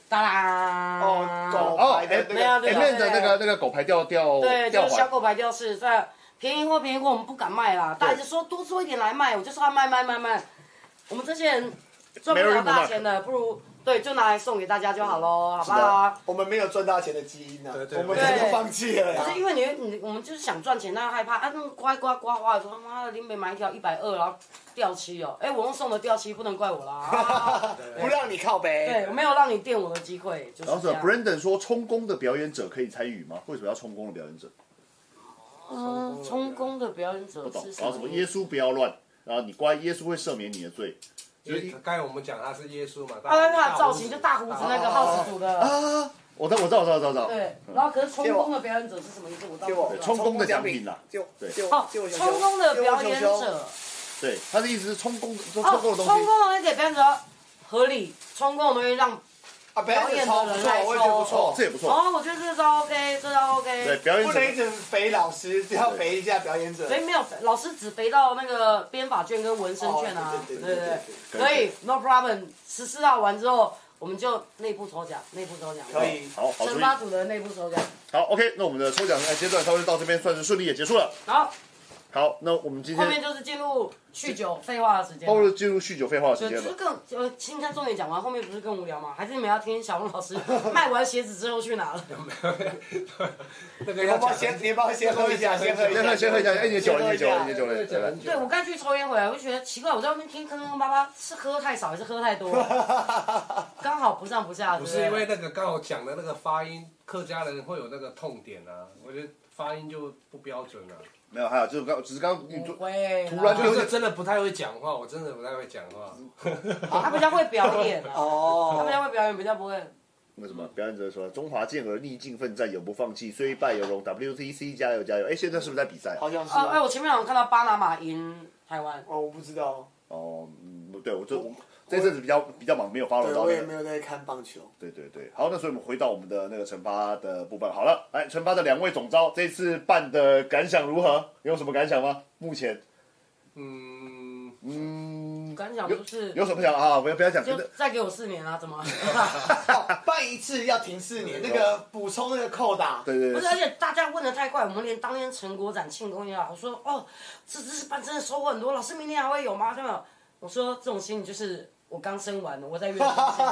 当啦，哦，狗哦牌的哎那没有个对前啊面的那对个那个狗牌吊吊对，就吊是小环，狗牌吊饰，在便宜货便宜货，我们不敢卖啦。大家就说多做一点来卖，我就说要卖卖卖卖。我们这些人赚没不了人不大卖钱的，不如对，就拿来送给大家就好喽，好不好？我们没有赚大钱的基因啊，对对我们对早就放弃了不是啦。因为你你我们就是想赚钱，但是害怕啊，那么刮一刮刮花，说妈的林北买一条一百二，然后掉漆哦，哎，我用送的掉漆，不能怪我啦。 啊不让你靠对，背，我没有让你垫我的机会，就是然后这是样。 Brandon 说充公的表演者可以参与吗？为什么要充公的表演者？嗯，充公的表演者不懂是。什然后么？什么耶稣不要乱，然后你乖，耶稣会赦免你的罪。因为刚才我们讲他是耶稣嘛，啊，那他的造型就大胡子那个耗子组的。哦我知道，我知道，我知道，我知道我知道。对，然后可是冲锋的表演者是什么意思？我倒是给我不知道。冲锋的奖品啦就对就哦，就冲锋的表演者，对，他的意思是充公，充哦，公的冲东锋西。的那个表演者合理，冲锋的东西让，啊，表演者超不表演的人来错，我也觉得不哦错，这。也不错。哦，我觉得这招 OK，这招对， OK。表演不能一者直肥老师，只要肥一下表演者。所以没有老师只肥到那个编法卷跟纹身卷啊哦，对对不对对对对对对对所以 no problem，十四号完之后，我们就内部抽奖，内部抽奖，可以好好惩注意。罚组的内部抽奖。好，OK，那我们的抽奖哎阶段稍微到这边算是顺利也结束了。好，好，那我们今后面天就是进入酗酒废话的时间了。后面进入酗酒废话的时对，间就是了。更呃，青山重点讲完，后面不是更无聊吗？还是你们要听小龙老师卖完鞋子之后去哪了？那个你要要不要讲先，你要不要先喝一下，先喝一先下，喝，先喝一下，哎，你的酒了，你的酒了，你的酒了，讲来来很久对，我刚去抽烟回来，我就觉得奇怪，我在外面听坑坑巴巴，是喝太少还是喝太多？啊刚好不上不下，不对是对因为那个刚好讲的那个发音，客家人会有那个痛点啊，我觉得发音就不标准啊。没有，还有就是刚只是刚刚不会啦，突然就是真的不太会讲话，我真的不太会讲话。 他比较会表演啊，他比哦，较会表演，比较不会。那什么表演者说，中华健儿逆境奋战，永不放弃，虽败犹荣。WTC 加油加油！哎，现在是不是在比赛啊？好像是啊，哎，我前面好像看到巴拿马赢台湾，哦，我不知道，哦，嗯，对，我这我这阵子比较比较忙，没有 follow 对到我也那没个。有在看棒 球。对对对，好，那所以我们回到我们的那个惩罚的部分。好了，来惩罚的两位总招，这次办的感想如何？有什么感想吗？目前，嗯，嗯，敢想 就是有什么想啊？不要不要讲，真就的再给我四年啊，怎 么？哦办一次要停四年，那个补充那个扣打，对对不对是，，而且大家问的太快，我们连当天成果展庆功宴啊，我说哦，这这次办真的收获很多，老师明年还会有吗？对吧？我说这种心理就是我刚生完，我在月子中 心，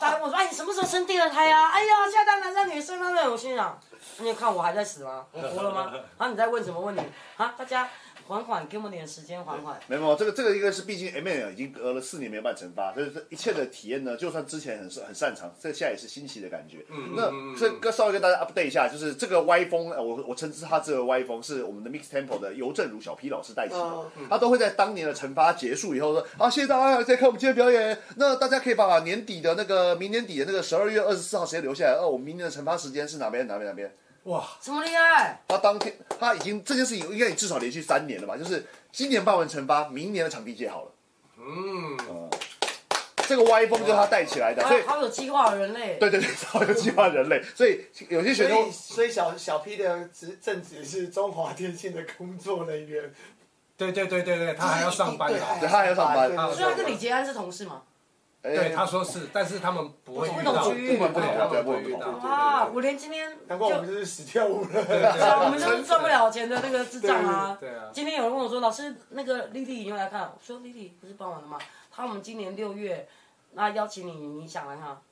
大家问我说哎你什么时候生第二胎啊？哎呀，现在当男生女生啊，那我心想，你看我还在死吗？我活了吗？啊，你在问什么问题啊？大家缓缓，给我们点时间缓缓。没有没有，这个这个一个是，毕竟 M N 已经隔了四年没办惩罚，所以这一切的体验呢，就算之前很很擅长，这现在也是新奇的感觉。嗯，那这个稍微跟大家 update 一下，就是这个歪风，呃我我称之它这个歪风是我们的 Mix Temple 的尤正如小 P 老师带起哦的嗯，他都会在当年的惩罚结束以后说，啊，谢谢大家在看我们今天的表演，那大家可以把年底的那个明年底的那个十二月二十四号时间留下来，哦，我们明年的惩罚时间是哪边哪边哪边。哇，这么厉害，他当天他已经这件事情应该也至少连续三年了吧，就是今年办完惩罚，明年的场地借好了。嗯，这个歪风就是他带起来的，啊所以好有计划的人类。对对对，超有计划人类，所以有些所选手以所以小小 P 的职正职是中华电信的工作人员，对对对对对，他还要上班对啊。对他还要上班对对所以他跟对李杰安是同事嘛？哎对，他说是，但是他们不会遇到，不同区域对不同他们不同会遇不同到。啊，我连今天难怪我就们就是死跳舞了。对啊，我们就是赚不了钱的那个智障啊。对对啊今天有人问我说，老师，那个丽丽已经来看，我说丽丽不是傍晚了吗？她我们今年六月，那邀请你，你想来看啊？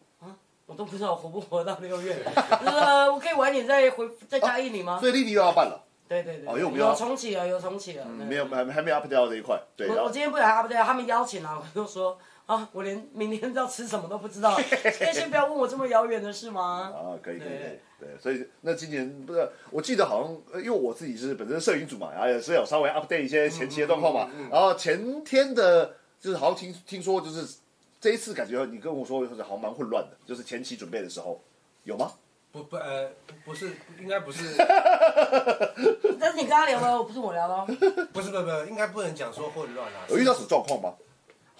我都不知道我活不活到 六月，呃，我可以晚点再回再加一你吗？哎所以丽丽又要办了，对对哦对，因为我们要嗯有重启了，有重启了。对没有还还没有 up 掉这一块，对，然我我后今天不来 update，他们邀请了，我就说啊，我连明天要吃什么都不知道，先先不要问我这么遥远的事吗？ 啊，可以可以可以对，对，所以那今年不是，我记得好像呃因为我自己是本身摄影组嘛，然后啊也是有稍微 update 一些前期的状况嘛，然后前天的就是好像听听说就是这一次感觉你跟我说好像蛮混乱的，就是前期准备的时候有吗？不不呃，不是，应该不是，但是你跟他聊的，不是我聊的哦。啊不是不是不是，应该不能讲说混乱啊。有遇到什么状况吗？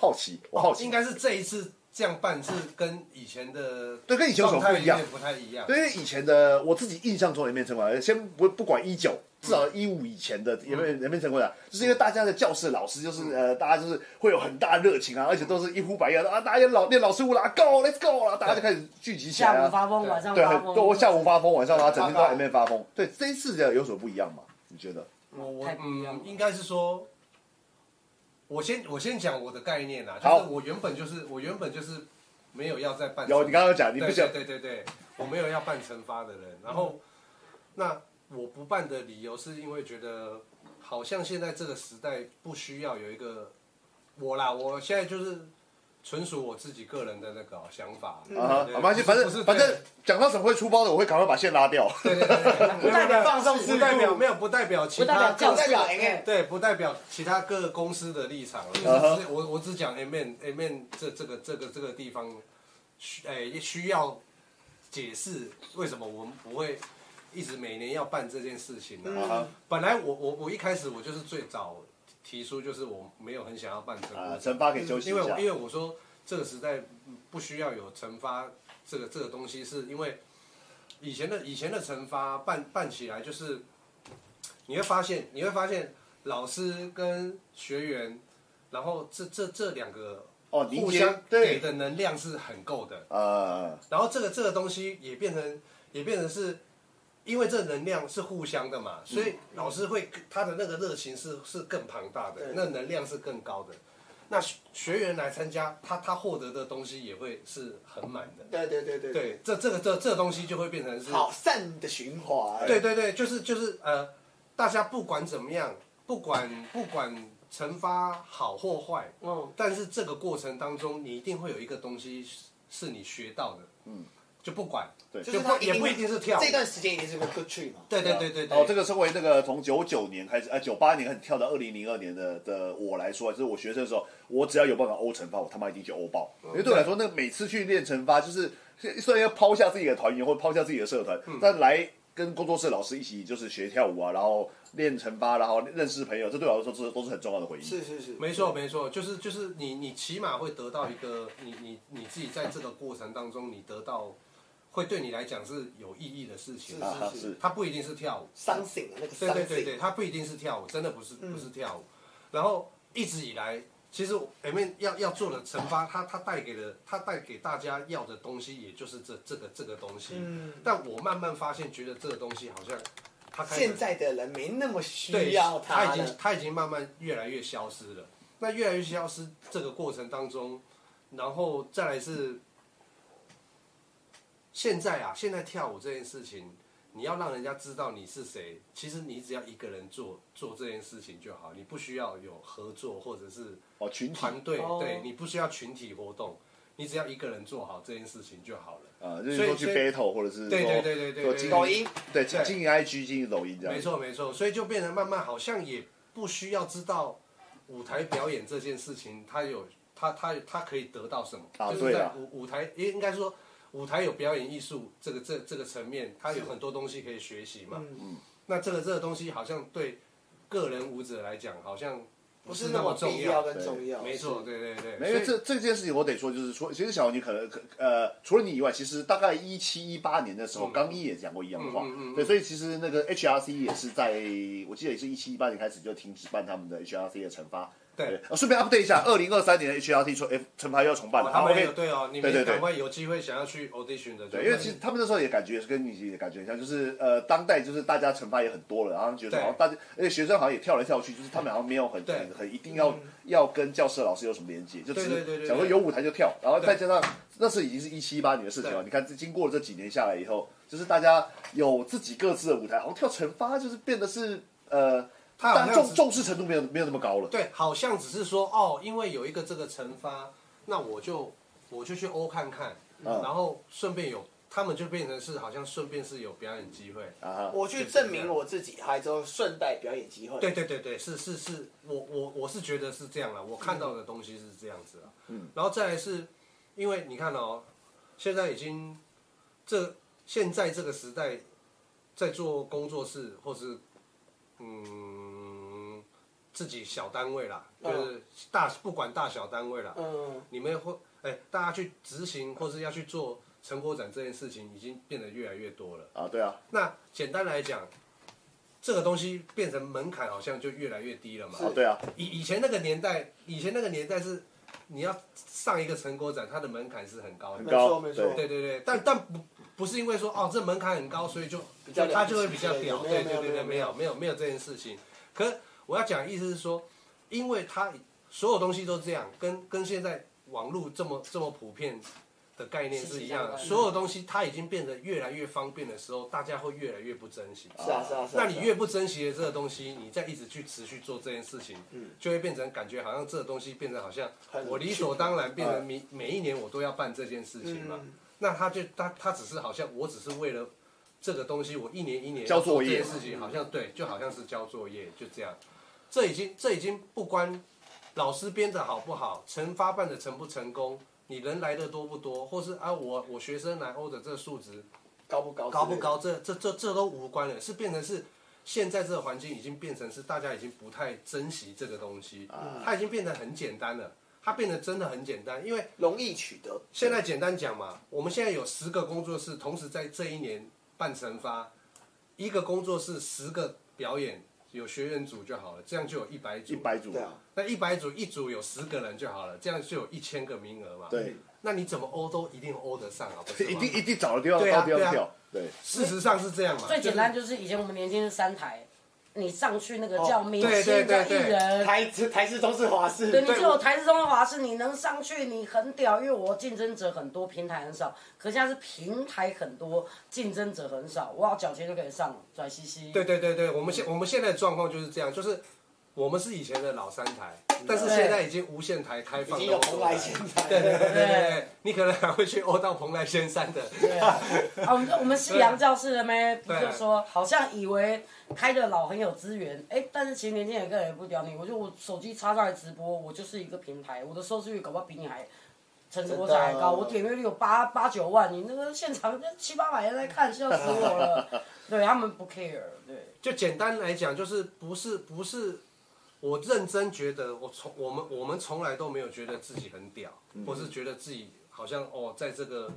好奇，我好哦应奇，该是这一次这样办是跟以前的对跟以前有什么状态不一样有点不太一样。对，因为以前的我自己印象中的人面城管，呃先不不管一九，至嗯少一五以前的人面人面城管啊，就是因为大家的教室老师嗯就是呃，大家就是会有很大热情啊，而且都是一呼百应啊，啊大家老练老师舞啦，Go let's go 啦，大家就开始聚集起来下午啊，发疯，晚上对，发很疯。对，我下午发疯，晚上啊，整天都在发里疯面发疯。对，这一次的有什么不一样吗？你觉 得？我我太不一样了嗯，应该是说，我先我先讲我的概念啦，就好是我原本就是我原本就是没有要再办有，你刚刚讲你不对想对对对对，我没有要办惩罚的人。然后，那我不办的理由是因为觉得，好像现在这个时代不需要有一个我啦，我现在就是纯属我自己个人的那个想法啊，对没关系，反不是正反正对讲到什么会出包的，我会赶快把线拉 掉。对对对，不代表放纵不自代表度，没有不代表其不代他表各教代室表 AA 哎，对，不代表其他各公司的立场了。嗯就是我我只讲 A man A man 这这个这个这个地方需诶、需要解释为什么我们不会一直每年要办这件事情呢、啊本来我我我一开始我就是最早提出，就是我没有很想要办这啊，个，惩罚可以休息一嗯因为我下因。为我说这个时代不需要有惩罚这个这个东西，是因为以前的以前的惩罚办办起来就是你会发现你会发现老师跟学员，然后这这这两个哦，凝互结相给对，的能量是很够的，呃，然后这个这个东西也变成也变成是。因为这能量是互相的嘛，所以嗯老师会他的那个热情是是更庞大的对，那能量是更高的。那学学员来参加，他他获得的东西也会是很满的。对对对对对，对，这这个这这东西就会变成是，好善的循环，对对对，就是就是呃，大家不管怎么样，不管不管惩罚好或坏，嗯，但是这个过程当中，你一定会有一个东西是是你学到的，嗯，就不管。对就就是不他也不一定是跳舞这段时间也是个 good tree 嘛。对对对对对。哦，这个身为那个从九九年开始，呃，九八年开始跳到二零零二年的的我来说，啊就是我学生的时候，我只要有办法欧惩罚，我他妈一定去欧爆。嗯因为对我来说，那个每次去练惩罚，就是虽然要抛下自己的团员或抛下自己的社团，嗯但来跟工作室老师一起就是学跳舞啊，然后练惩罚，然后认识朋友，这对我来说这都是很重要的回忆。是是是，没错，没错，就是就是你你起码会得到一个你你你自己在这个过程当中，你得到会对你来讲是有意义的事情。是啊，是是它不一定是跳舞， ，something 啊，那个 something，对对对对，它不一定是跳舞，真的不是不嗯是跳舞。然后一直以来，其实 M N 要要做的惩罚，它它带给了它带给大家要的东西，也就是这这个这个东西。嗯但我慢慢发现，觉得这个东西好像它开始现在的人没那么对，需要他它已经了。他已经慢慢越来越消失了。那越来越消失这个过程当中，然后再来是现在啊，现在跳舞这件事情，你要让人家知道你是谁，其实你只要一个人做做这件事情就好，你不需要有合作或者是哦，群体团队，哦对你不需要群体活动，你只要一个人做好这件事情就好了。啊，就是所以说去所以 battle 或者是对说对对对对说对经营抖音对经对经营 IG 经营抖音这样。没错没错，所以就变成慢慢好像也不需要知道舞台表演这件事情，它有它它它可以得到什么，啊就是对在啊舞舞台应应该说舞台有表演艺术这个这这个层面，它有很多东西可以学习嘛。嗯，那这个这个东西好像对个人舞者来讲，好像不是是那那么重必要跟重要。没错，对对对，啊没有这所以这件事情，我得说，就是说，其实小牛你可能可呃，除了你以外，其实大概一七一八年的时候，嗯刚一也讲过一样的话，嗯嗯嗯嗯对，所以其实那个 HRC 也是在，我记得也是一七一八年开始就停止办他们的 HRC 的惩罚。对。呃顺便 update 一下，二零二三年的 HRC 说，哎，惩罚又要重办了。哦他好们有 OK，对哦，你对对们对赶快有机会想要去 audition 的就可对，以，因为其实他们那时候也感觉跟你也感觉很像，就是呃，当代就是大家惩罚也很多了，然后觉得对好像大家，而且学生好像也跳来跳去，就是他们好像没有很对嗯很很一定要、要跟教室的老师有什么连接，就只对对对是对想说对有舞台就跳，然后对再加上那是已经是一七一八年的事情了，对你看这经过了这几年下来以后，就是大家有自己各自的舞台，好像跳惩罚就是变得是呃，他好大像家重只重视程度没有没有那么高了。对，好像只是说哦，因为有一个这个惩罚，那我就我就去欧看看，嗯然后顺便有他们就变成是好像顺便是有表演机会。啊哈，我去证明我自己，还之后顺带表演机会。对对对对，是是是，我我我是觉得是这样了，我嗯看到的东西是这样子了。嗯，然后再来是，因为你看哦，现在已经这现在这个时代，在做工作室或是嗯自己小单位啦，嗯就是大不管大小单位啦，嗯，你们会哎、大家去执行或是要去做成果展这件事情，已经变得越来越多了。啊对啊，那简单来讲，这个东西变成门槛好像就越来越低了嘛。啊对啊，以以前那个年代，以前那个年代是你要上一个成果展，它的门槛是很高很的。高，没错没对错对对对，但但不不是因为说哦这门槛很高，所以就比较了不起它就会比较屌。对对对对对对对，没没有有没有没有这件事情。可我要讲的意思是说，因为它所有东西都这样，跟跟现在网络这么这么普遍的概念是一样的，是是所有东西它已经变得越来越方便的时候，大家会越来越不珍惜。是啊是啊是啊。那你是啊越不珍惜的这个东西，你再一直去持续做这件事情，就会变成感觉好像这个东西变成好像嗯很我理所当然变成每每一年我都要办这件事情嗯嘛。那他就他他只是好像我只是为了这个东西，我一年一年交作业要做这件事情，好像对，就好像是交作业就这样。这已经这已经不关老师编的好不好，惩罚办的成不成功，你人来的多不多，或是啊我我学生来欧的这个数值高不高？高不？高，这这这这都无关了，是变成是现在这个环境已经变成是大家已经不太珍惜这个东西，它已经变得很简单了，它变得真的很简单，因为容易取得。现在简单讲嘛，我们现在有十个工作室同时在这一年办惩发，一个工作室十个表演，有学员组就好了，这样就有一百组，一百组对，啊，那一百组一组有十个人就好了，这样就有一千个名额嘛，，对，那你怎么欧都一定欧得上啊，不是 吗一定一定找个地方对啊到地对方啊跳，对。事实上是这样嘛，最简就是单就是以前我们年轻是三台，你上去那哦个叫明对对星叫对艺对人，台式台式中式华式。对，你只有台式中的华视，你能上去，你很屌，因为我竞争者很多，平台很少。可现在是平台很多，竞争者很少，我要缴钱就可以上，拽嘻嘻。对对对对，我们现我们现在的状况就是这样，就是我们是以前的老三台，嗯但是现在已经无线台开已放经到有蓬莱仙台对对了，对对对，你可能还会去欧到蓬莱仙山的，啊，我们我们西洋教室的咩，不对就说好像以为开的老很有资源，哎，但是其实年轻人根本也不屌你。我就我手机插上来直播，我就是一个平台，我的收视率搞不好比你还。陈直播台还高，真的我点阅率有八八九万，你那个现场就七八百人在看，笑死我了。对他们不 care，对，就简单来讲，就是不是不是，我认真觉得我从我们我们从来都没有觉得自己很屌，或是觉得自己好像哦，在这个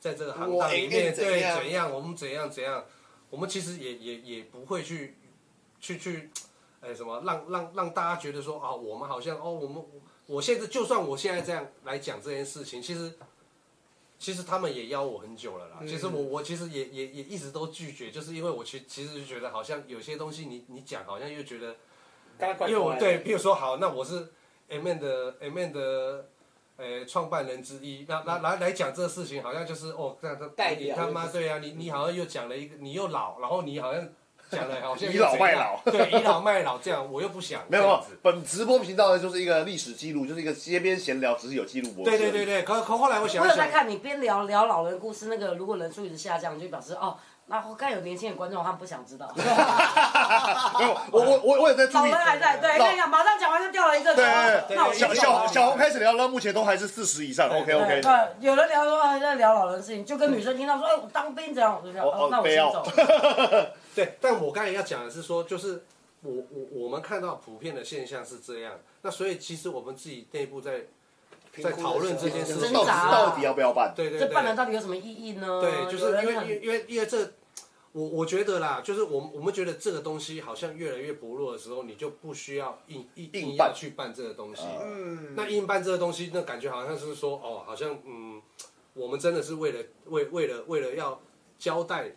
在这个行当里我一定面怎对样怎样，我们怎样怎样，我们其实也也也不会去去去，哎什么让让让大家觉得说啊，我们好像哦，我们我现在就算我现在这样来讲这件事情，其实。其实他们也邀我很久了嗯啦。其实我我其实也也也一直都拒绝，就是因为我其其实就觉得好像有些东西你你讲好像又觉得，刚刚怪因为我怪的对，比如说好，那我是 M N 的 M N 的呃创办人之一，那那来来讲这个事情，好像就是哦，这样他代你表他妈就是对啊，你你好像又讲了一个，你又老，然后你好像讲了 好像倚老又怎样卖老对，倚老卖老这样，我又不想 没有这没样有子，本直播频道呢就是一个历史记录，就是一个街边闲聊，只是有记录。对对 对，对，可可后来我想我一有想在，看你边聊聊老人故事，那个如果人数一直下降，就表示哦，那该有年轻的观众他们不想知道。没有我我我我也在注老意人。还在，对，跟你讲，马上讲完就掉了一个头。对那我小就小小红开始聊到目前都还是四十以上，OK 对 OK。对，有人聊说还在聊老人的事情，就跟女生听到说，哎，我当兵怎样，我就这样，哦哦哦，那我先非要 走。对，但我刚才要讲的是说，就是我我我们看到普遍的现象是这样，那所以其实我们自己内部在在讨论这件事就是情，到挣底扎啊到底要不要办？对对这对办了到底有什么意义呢？对，就是有人因为因很为因为因为这，我我觉得啦，就是我们我们觉得这个东西好像越来越薄弱的时候，你就不需要硬硬硬硬办要去办这个东西。嗯，那硬办这个东西，那感觉好像是说，哦，好像嗯，我们真的是为了为为了为了要交代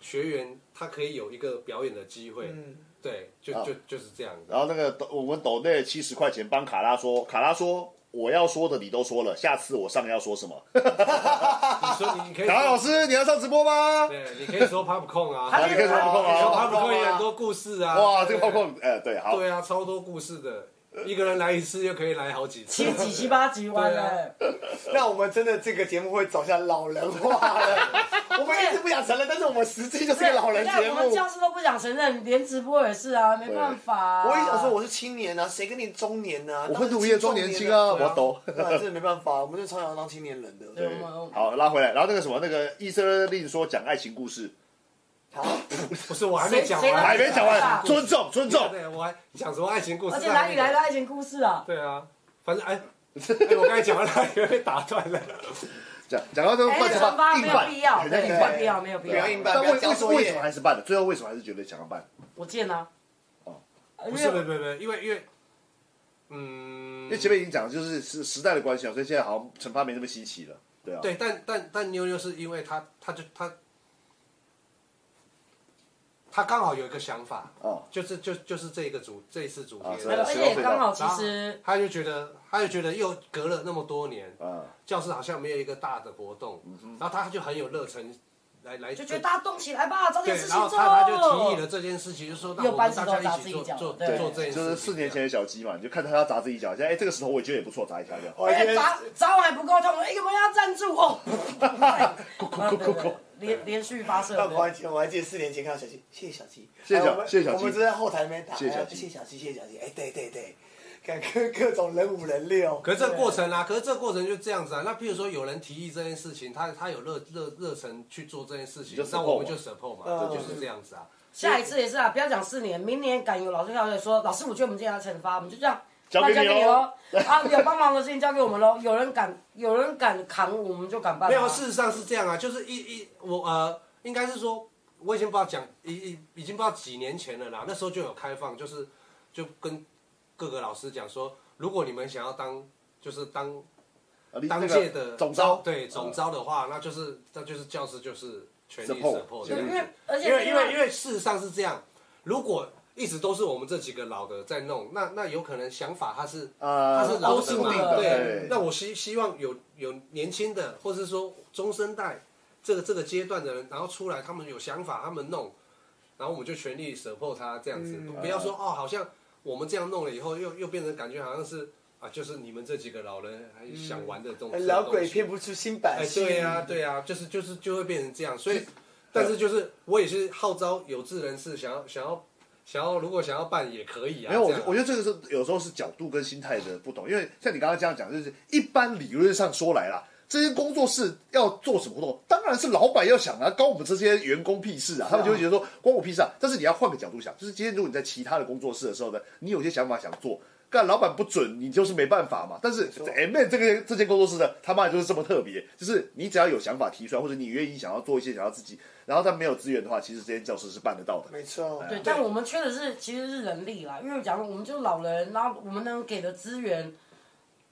学员，他可以有一个表演的机会，嗯对，就啊就就是这样子。然后那个抖我们抖那七十块钱帮卡拉说，卡拉说我要说的你都说了，下次我上要说什么？你说你你可以卡拉老说，师，你要上直播吗？对，你可以说 popcorn 啊，他啊，这你可个以说不空你说啊。 popcorn 也很多故事啊，哇，这对个泡泡，呃，对，好，对啊，超多故事的，一个人来一次又可以来好几次七。几七八集完啊了，那我们真的这个节目会走向老人 化了。我们一直不想承认，但是我们实际就是个老人你节看我目们。教室都不想承认，连直播也是啊，没办法啊。我也想说我是青年啊，谁跟你中年啊？我当会然是努力装年轻中啊，年我要抖。 对啊，真的没办法，我们就超想要当青年人的。对我们好，拉回来，然后那个什么，那个伊瑟令说讲爱情故事， 好，不是，我还没谁讲谁完，来还没讲完，啊尊重尊重。对，我还讲什么爱情故事？而且哪里来的？爱情故事啊？对啊，反正哎，哎我刚才讲完了， 也被打断了。讲讲到这个哎，办这惩罚法，硬没有办必要，，很像对硬没有办必。要，没有必不要硬要。办，但不为要为交什么作为什么业。还是办了？最后为什么还是觉得想要办？我见啊。呃哦因为，不是，不是，不是，因为因为，嗯，因为前面已经讲了，就是时时代的关系啊，所以现在好像惩罚没那么稀奇了，对啊。对，但但但妞妞是因为她，她就她，她刚好有一个想法，哦就是就就是这一个主这一次主啊题是，而且也刚好其然后实她就觉得，她就觉得又隔了那么多年，啊，教室好像没有一个大的活动，嗯然后她就很有热忱来来就觉得大家动起来吧，找对点事，情然后做。他他就提议了这件事情，就说那又我们搬石大头家砸一自己起做脚做对做这件事情，就是四年前的小鸡嘛，你就看着他砸自己脚，现在哎，这个石头我觉得也不错，砸一下就好。我觉哎，得砸砸完还不够痛，哎，有没有要赞助哦？哭 哭哭哭哭！啊连连续发射。我还记得，我还记得四年前看到小七，谢谢小七，谢谢小哎我们谢谢小七我们就在后台那边打，谢谢小哎七谢谢小七，谢谢小七，哎，对对对，看各各种人五人六，可是这个过程啊，可是这个过程就这样子啊。那譬如说有人提议这件事情，他他有热热热忱去做这件事你就 support，情那我们就 support 嘛，嗯这就是这样子啊。下一次也是啊，不要讲四年，明年敢有老师跳出来说，老师，我觉得我们今天要惩罚，我们就这样，交给那你交给你哦喽。 啊，有帮忙的事情交给我们喽。有人敢，有人敢扛，我们就敢办啊。没有，事实上是这样啊，就是一一我呃，应该是说，我已经不知道讲已已已经不知道几年前了啦，那时候就有开放，就是就跟各个老师讲说，如果你们想要当就是当啊你当那个届的总招嗯对总招的话，那就是那就是教师就是全力 Support， support 这对样因子为。而且因为因为因为为事实上是这样，如果一直都是我们这几个老的在弄，那那有可能想法它是呃，它是老都都是是的固嘛定的，对对。。那我希希望有有年轻的，或是说中生代这个这个阶段的人，然后出嗯来他们有想法，他们弄，然后我们就全力 support 他这样子，不要说哦好像我们这样弄了以后，又又变成感觉好像是啊，就是你们这几个老人还想玩的呃哎东西，老鬼片。骗不出新版哎，性。对呀、对呀、就是就是就会变成这样，所以，但是就是我也是号召有志人士想要想要想要，如果想要办也可以啊。没有，我这觉样啊我觉得这个是有时候是角度跟心态的不同，因为像你刚刚这样讲，就是一般理论上说来啦，这些工作室要做什么活动，当然是老板要想啊，关我们这些员工屁事啊，他们就会觉得说关我屁事啊。但是你要换个角度想，就是今天如果你在其他的工作室的时候呢，哎你有些想法想做。干老板不准，你就是没办法嘛。但是 M N 这个这间工作室呢，他妈的就是这么特别，就是你只要有想法提出来，或者你愿意想要做一些想要自己，然后但没有资源的话，其实这间教室是办得到的。没错，对，但我们缺的是其实是人力啦，因为讲我们就老人，然后我们能给的资源，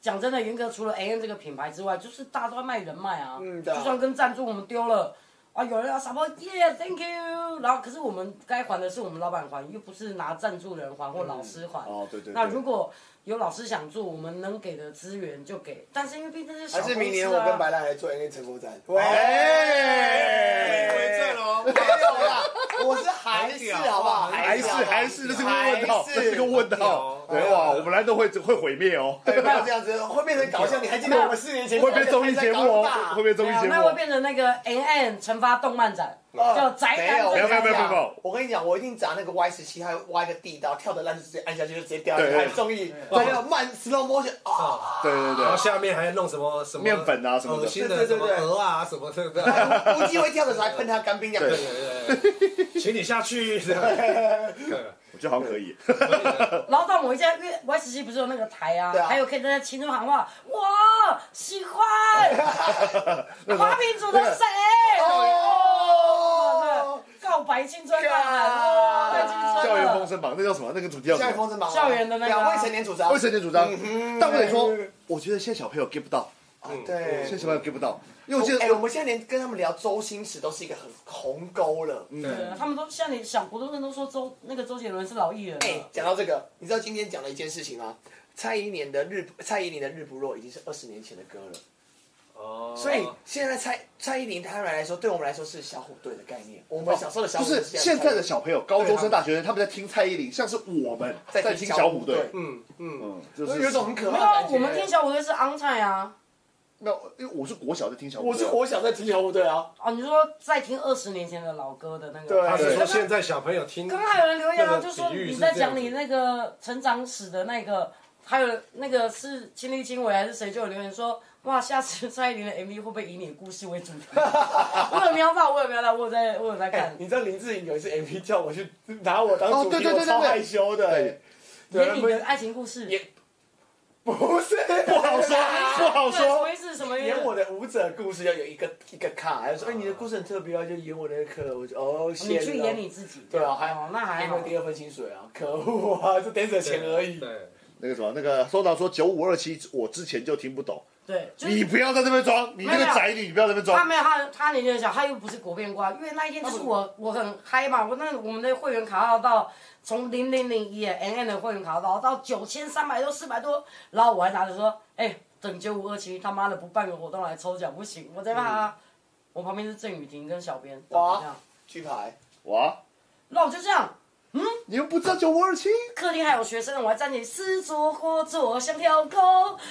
讲真的，云哥除了 A N 这个品牌之外，就是大家都在卖人脉啊。嗯对啊就算跟赞助我们丢了。啊，有人要什么耶、yeah,，Thank you。然后，可是我们该还的是我们老板还，又不是拿赞助人还或老师嗯还。哦，对对对。那如果有老师想做，我们能给的资源就给，但是因为毕竟是小还公司、是啊、明年我跟白兰来做 N A 成果展。喂，哎没有啦，我是还是好不好？还是好不好还是这是个问号，哎还哎这是个问号。还是对哇，我们来都会会毁灭 哦，对，不要这样子，会变成搞笑。你还记得我们四年前会变综艺节目哦，会变综对艺啊节，目那会哦。变成那个 N N 惩罚动漫展，叫宅哦没男有，我跟的没你有没有讲没有没有我跟你讲，我一定砸那个 Y 十七，还挖一个地道，跳的烂就直接按下去就直接掉下对对来，对综艺，还有慢 slow motion 啊，对对然对，后下面还弄什么什么面粉啊什么的恶心对的对什对么对鹅啊什么 的，对估计会跳的时候还喷他干冰两个对。对对对，请你下去。这样对我觉得好像可以。然后到某一家，因为 Y 十七不是有那个台啊，对啊还有可以在其中喊话，我喜欢 花瓶组的谁？哦哦，对告白青春大喊， God 哇，太青春了！啊校园风声榜那叫什么？那个主题叫什校园么风？嗯之忙，校园的那个啊两未成年主张，未成年主张。但我得说，我觉得现在小朋友 get 不到，嗯对现在。小朋友 get 不到，因为我记哎、得我们现在连跟他们聊周星驰都是一个很鸿沟了。嗯对他们都像你想，普通人都说周那个周杰伦是老艺人啊哎、了，讲到这个，你知道今天讲了一件事情吗？蔡依林的日蔡依林的日不落已经是二十年前的歌了，哦，所以现在蔡蔡依林他们来说，对我们来说是小虎队的概念。我们小时候的小哦就虎队是这样现在的小朋友，啊高中生、大学生，他们在听蔡依林，像是我们在听小虎队，嗯嗯，嗯，就有一种很可没有啊怕的感，觉。我们听小虎队是 on time 啊，那因为我是国小在听小虎我队是啊，我小在听小虎队啊，哦，你说在听二十年前的老歌的那个，对啊他是对说现在小朋友听，刚刚还有人留言啊，那个就说比喻你是在这样讲子你那个成长史的那个，还有那个是亲力亲为还是谁？就有留言说，哇，下次蔡依林的 MV 会不会以你的故事为主 题？我有瞄到，我有瞄到，我有在，我有在哎、看。你知道林志颖有一次 MV 叫我去拿我当主题，哦对对对对对我超害羞的、哎对对演你的爱情故事，演不是，不不好说，啊 不好对，说什。么意思？什么意演思我？的舞者故事要有一个一个卡，还说哎你的故事很特别啊，就演我的那个课，我就哦，你谢去了演你自己。对啊，还哦，那还因好为。第二份薪水啊，可恶啊，就等着钱而已。对，那个什么，那个收到说九五二七，我之前就听不懂。对，就你是不要在这边装，你这个宅女，你不要在这边他装。没有他他年纪很小，他又不是国变瓜，因为那一天就是我我很嗨嘛，我那我们的会员卡号到从零零零一 N N 的会员卡号到到九千三百多四百多，然后我还拿着说，哎、等九五二七他妈的不办个活动来抽奖不行，我在骂他，我旁边是郑雨婷跟小编，哇哇，举牌，哇，那我就这样。你们不知道九五二七？客厅还有学生，我还站起是左或左像条狗，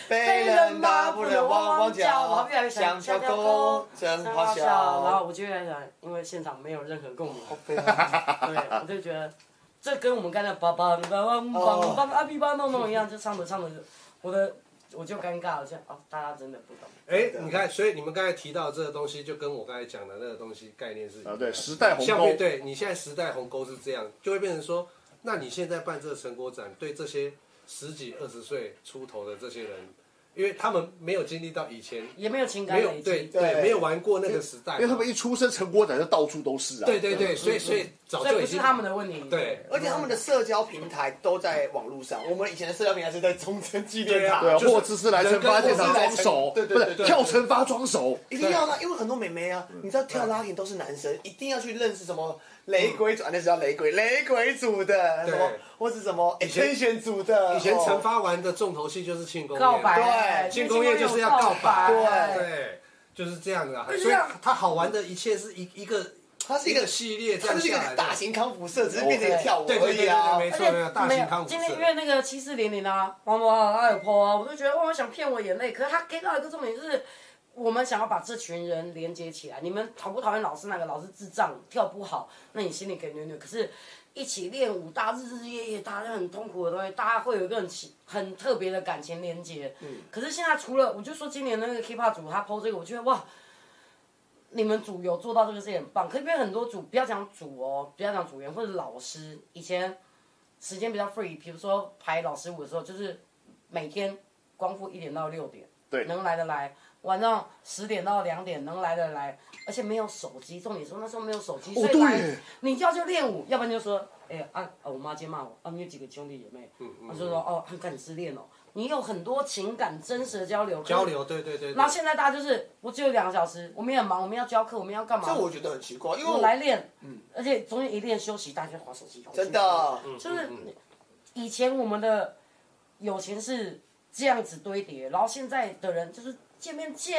被人打不能汪汪叫我还越来越想像像条条狗狗，真像好好笑然后我就越来越想，因为现场没有任何共鸣，对啊对，我就觉得这跟我们刚才梆梆梆梆梆梆阿比巴弄弄一样，就唱着唱着，我的我就尴尬了，就哦，大家真的不懂。哎，你看，所以你们刚才提到这个东西，就跟我刚才讲的那个东西概念是一样的啊，对，时代鸿像沟面。对你现在时代鸿沟是这样，就会变成说，那你现在办这个成果展，对这些十几二十岁出头的这些人，因为他们没有经历到以前，也没有情感没有累积，对对对，没有玩过那个时代嘛，因为他们一出生，成果展就到处都是啊。对对对，所以所以早所以就不已是经他们的问题。对 而且他们的社交平台都在网络上，我们以前的社交平台是在中正纪念对啊塔对，啊，就是货之是来惩罚现场装熟，人跟货之来成对对不对是对跳惩罚装熟。一定要啦，因为很多美眉嗯啊，你知道跳拉丁都是男生，一定要去认识什么雷鬼组，啊那是叫雷鬼，雷鬼组的，对什么或是什么以前 attention 组的，以前哦惩罚完的重头戏就是庆功宴告白，对庆功宴就是要告白，对对，就是这样的、啊。就是所这以样它好玩的一切是一一个它是一一个个系列这它样就是一下个来，哦大型康复社，只是变成一个对跳舞对而对已对啊。对，没而错，没有且大没型有康复今天因社。为那个七四零零啊，王博啊，他有 PO 啊，我就觉得哇，我想骗我眼泪。可是他给到一个重点就是，我们想要把这群人连接起来。你们讨不讨厌老师哪个老师智障跳不好，那你心里可以虐虐。可是一起练舞，大家日日夜夜，大家很痛苦的东西，大家会有一个很奇很特别的感情连接。嗯可是现在除了我就说今年那个 K-pop 组他 PO 这个，我觉得哇。你们组有做到这个事情很棒，可是因为很多组，不要讲组哦，不要讲组员或者老师，以前时间比较 free，比如说排老师舞的时候，就是每天光复一点到六点，对能来的来，晚上十点到两点能来的来，而且没有手机，重点是那时候没有手机，所以对来耶你要就练舞，要不然就说，哎、啊啊，我妈今天骂我，啊，你有几个兄弟姐妹，他就说哦，很感失恋哦，你有很多情感真实的交流，可是交流，对对对。然后现在大家就是，我只有两个小时，我们也很忙，我们要教课，我们要干嘛？这我觉得很奇怪，因为我我来练，而且中间一练休息，大家就划手机，回去真的，哦啊嗯嗯就是以前我们的友情是这样子堆叠，然后现在的人就是见面姐，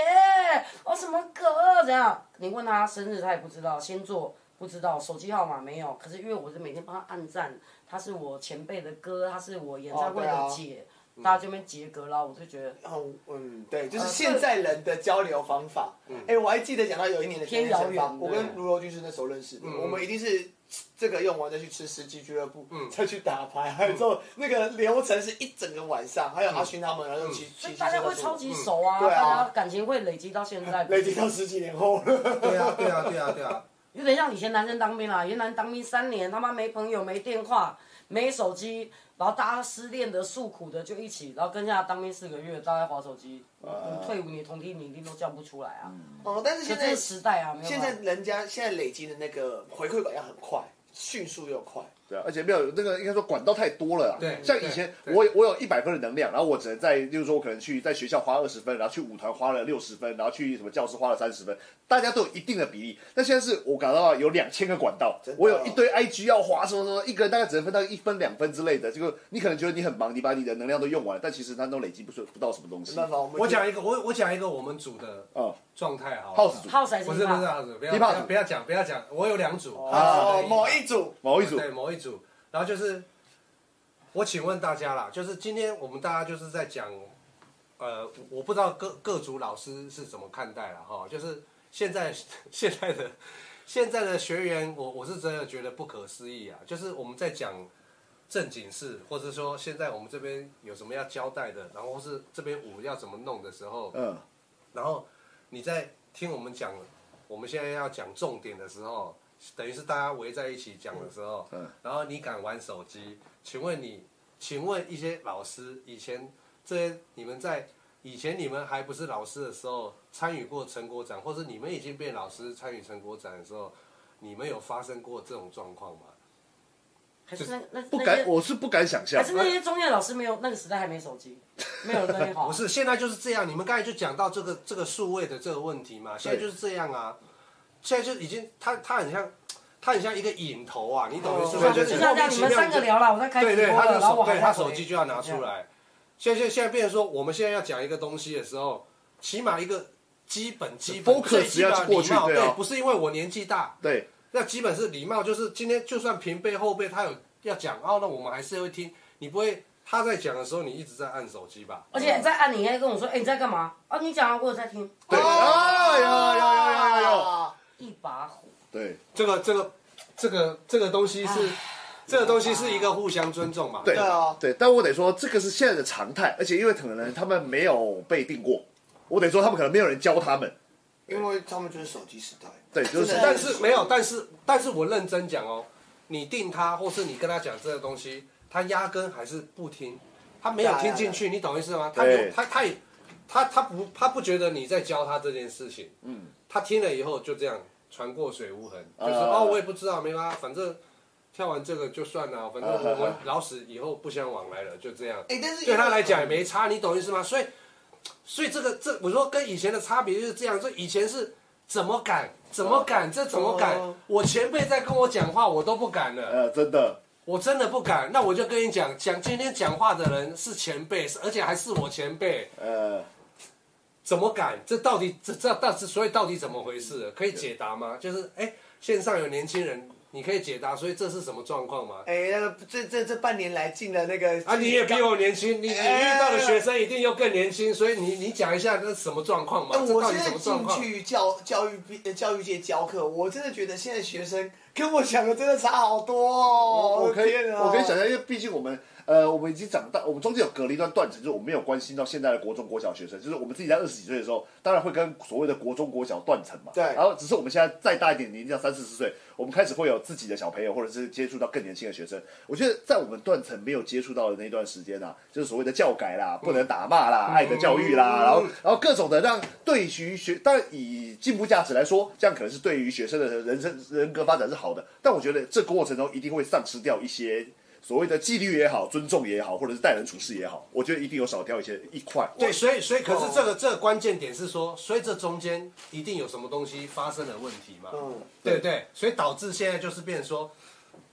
哦什么哥这样，你问他生日他也不知道，星座不知道，手机号码没有，可是因为我是每天帮他按赞，他是我前辈的哥，他是我演唱会哦对的啊姐，大家这边结格啦，我就觉得嗯嗯，对，就是现在人的交流方法。哎，我还记得讲到有一年的偏小学生遥吧远，我对跟卢柔君是那时候认识的，我们一定是这个用完再去吃十级俱乐部，再去打牌，还有之后那个流程是一整个晚上，还有阿勋他们，然后骑嗯所骑以机大家车会出超级熟啊，嗯对啊大家感情会累积到现在， 累积到十几年后了。对啊，对啊，对啊，对啊。有点像以前男生当兵啦、以前男生当兵三年，他妈没朋友、没电话、没手机，然后大家失恋的、诉苦的就一起，然后跟下当兵四个月，大家划手机，你退伍你同梯你一定都叫不出来啊。嗯哦，但是就现这在个时代啊，没有现办在法人家现在累积的那个回馈感要很快，迅速又快。对啊，而且没有那个应该说管道太多了啦。对像以前对对我有我有一百分的能量，然后我只能在，就是说我可能去在学校花二十分，然后去舞团花了六十分，然后去什么教室花了三十分，大家都有一定的比例。但现在是我感到有两千个管道真，的我有一堆 IG 要花，什么什么，一个人大概只能分到一分两分之类的。这个你可能觉得你很忙，你把你的能量都用完了，但其实它都累积不出不到什么东西。没办法，我们我讲一个，我我讲一个我们组的嗯状态好了。 ，House 组 house 还是不是不是啊 hip-hop？ house，不要 Hip 不 hop 要组不要讲不要讲，我有两组。哦某一一组某一组对某一组，然后就是我请问大家啦，就是今天我们大家就是在讲，呃，我不知道各各组老师是怎么看待了哈，就是现在 现在的现在的学员，我我是真的觉得不可思议啊，就是我们在讲。正经事，或者说现在我们这边有什么要交代的，然后或是这边舞要怎么弄的时候，嗯，然后你在听我们讲，我们现在要讲重点的时候，等于是大家围在一起讲的时候，嗯然后你敢玩手机？请问你，请问一些老师，以前这些你们在以前你们还不是老师的时候，参与过成果展，或是你们已经变老师参与成果展的时候，你们有发生过这种状况吗？还是那那不那些啊敢，我是不敢想象还。是那些中介老师没有那个时代还没手机，没有人在那边哦划 不哦是，现在就是这样。你们刚才就讲到这个这个数位的这个问题嘛，现在就是这样啊。现在就已经，它它很像，它很像一个引头啊，你懂意思就吗？像就哦就是像这莫名样，你其们妙三你个就。聊了，我在开直对对，播他了，就然后我还手在对他回手机就要拿出这样来。现在现在现在变成说，我们现在要讲一个东西的时候，起码一个基本基本 Focus 最基本要的过礼去貌，对啊不是因为我年纪大，对，那基本是礼貌，就是今天就算平辈后辈他有要讲哦，那我们还是会听，你不会他在讲的时候你一直在按手机吧？而且在按你，还跟我说，哎，你在干嘛？啊，你讲啊，我有在听。对，啊，有有有有有啊有，一把火，对，这个这个这个这个东西是，这个东西是一个互相尊重嘛？对对啊对，但我得说，这个是现在的常态，而且因为可能他们没有被定过，我得说他们可能没有人教他们，因为他们就是手机时代。对，就是真的但是没有，但是但是我认真讲哦，你定他或是你跟他讲这个东西，他压根还是不听，他没有听进去，你懂意思吗？他对啊有他他也他他不他不觉得你在教他这件事情，嗯，他听了以后就这样船过水无痕，就是啊哦我也不知道，没办法，反正跳完这个就算了，反正啊我们啊老死以后不相往来了，就这样。哎，但是对他来讲也没差，你懂意思吗？所以，所以这个这我说跟以前的差别就是这样，这以前是怎么敢怎么敢，这怎么敢哦？我前辈在跟我讲话，我都不敢了，呃，真的，我真的不敢。那我就跟你讲，讲今天讲话的人是前辈，是而且还是我前辈，呃，怎么敢？这到底这这到底所以到底怎么回事？可以解答吗？就是哎，线上有年轻人，你可以解答，所以这是什么状况吗？哎，那个这这这半年来进了那个啊，你也比我年轻，你你遇到的学生一定又更年轻，所以你你讲一下这是什么状况嘛？但这呃我到现底什在么状进况？去教教育呃教育界教课，我真的觉得现在学生跟我想的真的差好多哦！我可以天，啊我可以想象，因为毕竟我们，呃，我们已经长大，我们中间有隔了一段断层，就是我们没有关心到现在的国中、国小学生，就是我们自己在二十几岁的时候，当然会跟所谓的国中、国小断层嘛。对然后只是我们现在再大一点，年纪到三四十岁，我们开始会有自己的小朋友，或者是接触到更年轻的学生。我觉得在我们断层没有接触到的那段时间啊，就是所谓的教改啦，不能打骂啦，爱的教育啦，然后然后各种的让对于学，当然以进步价值来说，这样可能是对于学生的人生人格发展是好的，但我觉得这过程中一定会丧失掉一些所谓的纪律也好、尊重也好，或者是待人处事也好，我觉得一定有少掉一些一块。对，所以所以可是这个这个关键点是说，所以这中间一定有什么东西发生了问题嘛？嗯，对不对？所以导致现在就是变成说，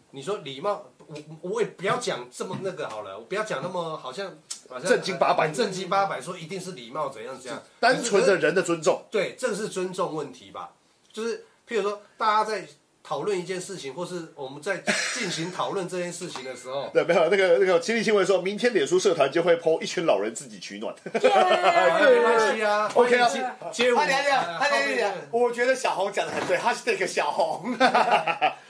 你说礼貌，我我也不要讲这么那个好了，我不要讲那么好像好像正经八百很正经八百说一定是礼貌怎样怎样，单纯可的是人的尊重，，对，这个是尊重问题吧？就是譬如说大家在讨论一件事情，或是我们在进行讨论这件事情的时候 对，没有那个那个亲力新闻说，明天脸书社团就会 PO 一群老人自己取 暖。哎没关系啊 OK 啊欢迎接接我啊他 讲讲，他讲讲后面，我觉得小红讲的很对，他是那个小红，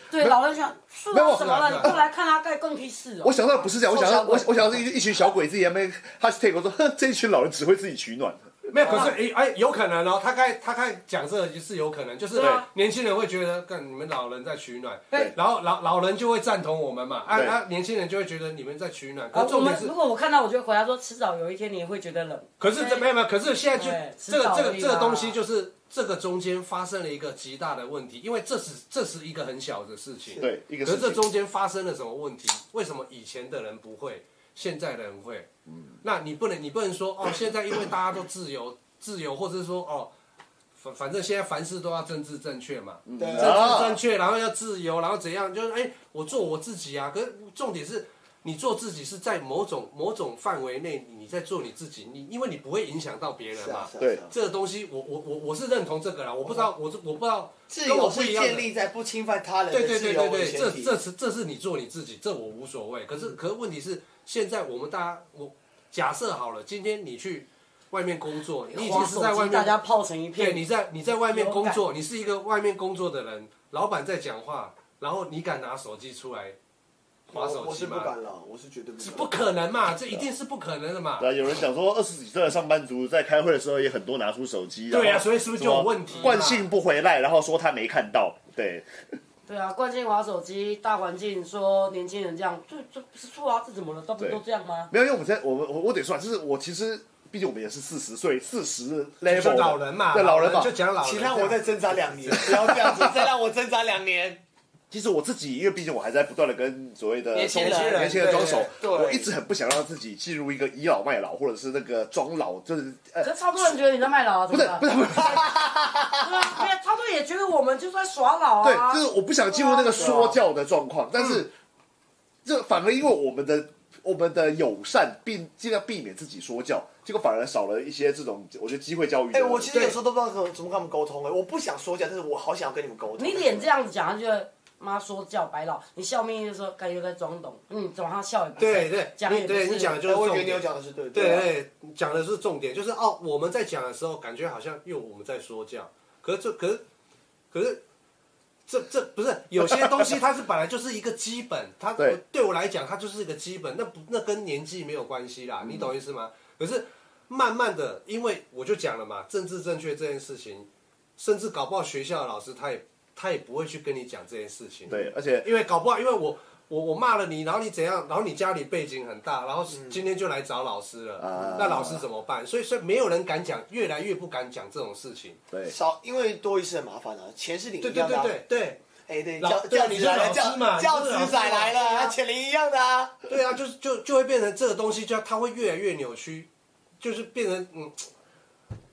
对，老人想是没啊有什么没有了？你不来看他盖更屁事哦 我。想到不是这样，我想 到臭小我鬼我想到是一一群小鬼自己在那边 hashtag 我说，哼，这一群老人只会自己取暖。没有，可是哎哎，有可能哦。他刚才他刚才讲这个是有可能，就是对啊年轻人会觉得，干你们老人在取暖，对然后老老人就会赞同我们嘛，啊对啊，年轻人就会觉得你们在取暖。啊可是我重们点是如，果我看到，我就会回答说，迟早有一天你也会觉得冷。可是这没有没有，可是现在就对这迟个早这个而已这个啦东西就是这个中间发生了一个极大的问题，因为这是这是一个很小的事情，对，一个可是是这中间发生了什么问题？为什么以前的人不会，现在的人会？嗯那你不能，你不能说哦，现在因为大家都自由，自由，或者是说哦，反反正现在凡事都要政治正确嘛，对政啊治正确，然后要自由，然后怎样？就是哎，我做我自己啊。可是重点是。你做自己是在某种某种范围内，你在做你自己，你因为你不会影响到别人是嘛。啊是啊对是啊这个东西我，我我我是认同这个啦。我不知道，我是我不知道自跟我由不是一样的建立在不侵犯他人对的对自对由对为对，前这提。嗯这是这是你做你自己，这我无所谓。可是可是问题是，现在我们大家，我假设好了，今天你去外面工作，你已经是滑在手外机大家面，泡成一对，片。你在你在外面工作，你是一个外面工作的人，老板在讲话，然后你敢拿手机出来划我手我机是不吗？敢了，我是绝对不是敢。不可能嘛，这一定是不可能的嘛。对啊，有人讲说，二十几岁的上班族在开会的时候也很多拿出手机。对呀、啊，所以是不是就有问题嘛？惯性不回来，然后说他没看到。对，对啊，惯性滑手机，大环境说年轻人这样，这这不是错啊，这怎么了？都不对都这样吗？没有，因为我们现在我们我我得说啊，就是我其实毕竟我们也是四十岁四十就 level 老人嘛，对老人嘛就。讲老人。请让我再挣扎两年，不要这样子，再让我挣扎两年。其实我自己，因为毕竟我还在不断的跟所谓的年轻人中年轻人装熟，对我一直很不想让自己进入一个倚老卖老，或者是那个装老，就是呃，可超多人觉得你在卖老啊，不怎是么了？不是不是。对啊，没有，超多也觉得我们就是在耍老对，啊。就是我不想进入那个说教的状况，但嗯是这反而因为我们的我们的友善，并尽量避免自己说教，结果反而少了一些这种我觉得机会教育的。哎、我其实有时候都不知道怎么怎么跟他们沟通哎、我不想说教，但是我好想要跟你们沟通。你脸这样子讲，他就觉得妈说教白老，你笑眯眯的时候，感觉在装懂，嗯，怎么他笑也不是对对，讲你也不对是，你讲的就是哎我重觉得你点有。讲的是对的，对啊对，讲的是重点，就是哦，我们在讲的时候，感觉好像又我们在说教，可是这可是可是这这不是有些东西，它是本来就是一个基本，它对对我来讲，它就是一个基本，那不那跟年纪没有关系啦，你懂意思吗？可是慢慢的，因为我就讲了嘛，政治正确这件事情，甚至搞不好学校的老师他也他也不会去跟你讲这件事情，对，而且因为搞不好，因为我我我骂了你，然后你怎样，然后你家里背景很大，然后今天就来找老师了，啊那老师怎么办？所以所以没有人敢讲，越来越不敢讲这种事情。对少，因为多一事很麻烦啊，钱是你对一对样的、对啊。对对哎、对，老叫对叫你你是来老了，师叫嘛叫你是老师子仔来嘛了，钱零一样的啊。对啊，就是就就会变成这个东西，就它会越来越扭曲，就是变成嗯，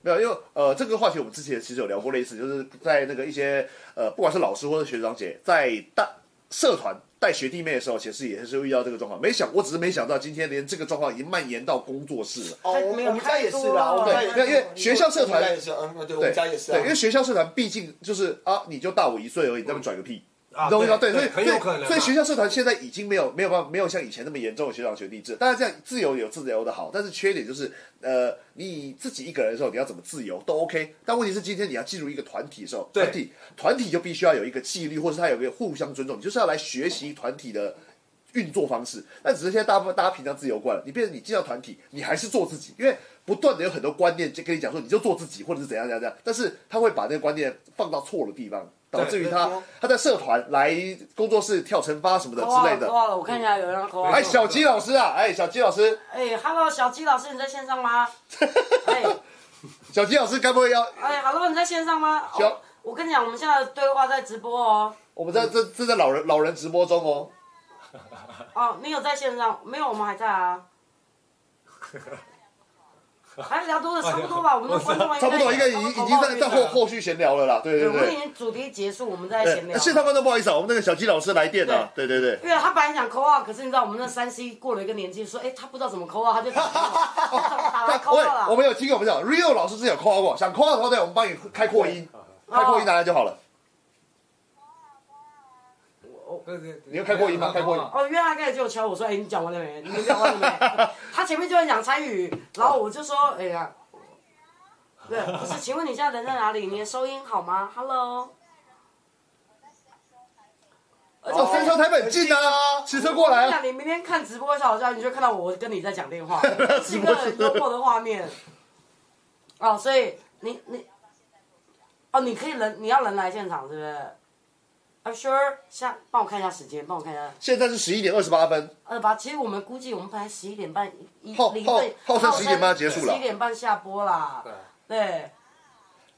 没有，因为呃，这个话题我们之前其实有聊过类似，就是在那个一些呃，不管是老师或者学长姐，在大社团带学弟妹的时候，其实也是会遇到这个状况。没想，我只是没想到今天连这个状况已经蔓延到工作室了。哦，我没有我们家也是太多啦，了我们家对，也因为学校社团我们家也是，嗯，对，我对们家也是啊对，因。为学校社团毕竟就是啊，你就大我一岁而已，你嗯在那边拽个屁。啊你懂我意思吗？对所以对很有可能啊所以学校社团现在已经没有没有办法，没有像以前那么严重的学长学弟制。当然，这样自由有自由的好，但是缺点就是，呃，你自己一个人的时候，你要怎么自由都 OK。但问题是，今天你要进入一个团体的时候，对团体团体就必须要有一个纪律，或是他有一个互相尊重，你就是要来学习团体的。运作方式，但只是现在大部分大家平常自由惯了，你变成你进到团体，你还是做自己，因为不断的有很多观念就跟你讲说你就做自己，或者是怎样怎样怎样，但是他会把那个观念放到错的地方，导致于对对他他在社团来工作室跳惩罚什么的之类扣的。号了，我看一下有人扣号。哎，小鸡老师啊，哎，小鸡老师，哎，Hello，小鸡老师，你在线 上吗？哎小鸡老师，该不会要哎，Hello，你在线上吗？小哦我跟你讲，我们现在的对话在直播哦。我们在这这在老人老人直播中哦？哦，你有在线上？没有，我们还在 啊。还聊多了，差不多吧。我们的观众应该哎差不多应该已也经已投经报在率在了后后续闲聊了啦，对对对，我们已对。经主题结束，我们在闲聊。对，现场观众不好意思啊，我们那个小鸡老师来电了，对对对。因为他本来想扣二，可是你知道我们那三 C 过了一个年纪，说哎、他不知道怎么扣二，他就打打来扣喂二，我了。们有听过，我们讲 Real 老师之前有 call 过，想 call 的话，对，我们帮你开扩音，开扩音拿来就好了。哦对对对你有开过音吗开过音哦，因为他开始就敲我说，哎、你讲完了没？你们讲完了没？他前面就在讲参与，然后我就说，哎、呀，对，不是，请问你现在人在哪里？你的收音好吗？Hello。而且哦，飞车台北很近啊，骑车过来那啊。你明天看直播的小时候，你就看到我跟你在讲 电话，是直一播个很幽默的画面。哦，所以你你，哦，你可以人，你要人来现场是不是？I'm sure，下帮我看一下时间，帮我看一下现在是十一点二十八分，二八。其实我们估计我们本来十一点半一后零后对后生11点半结束了十一点半下播啦。对，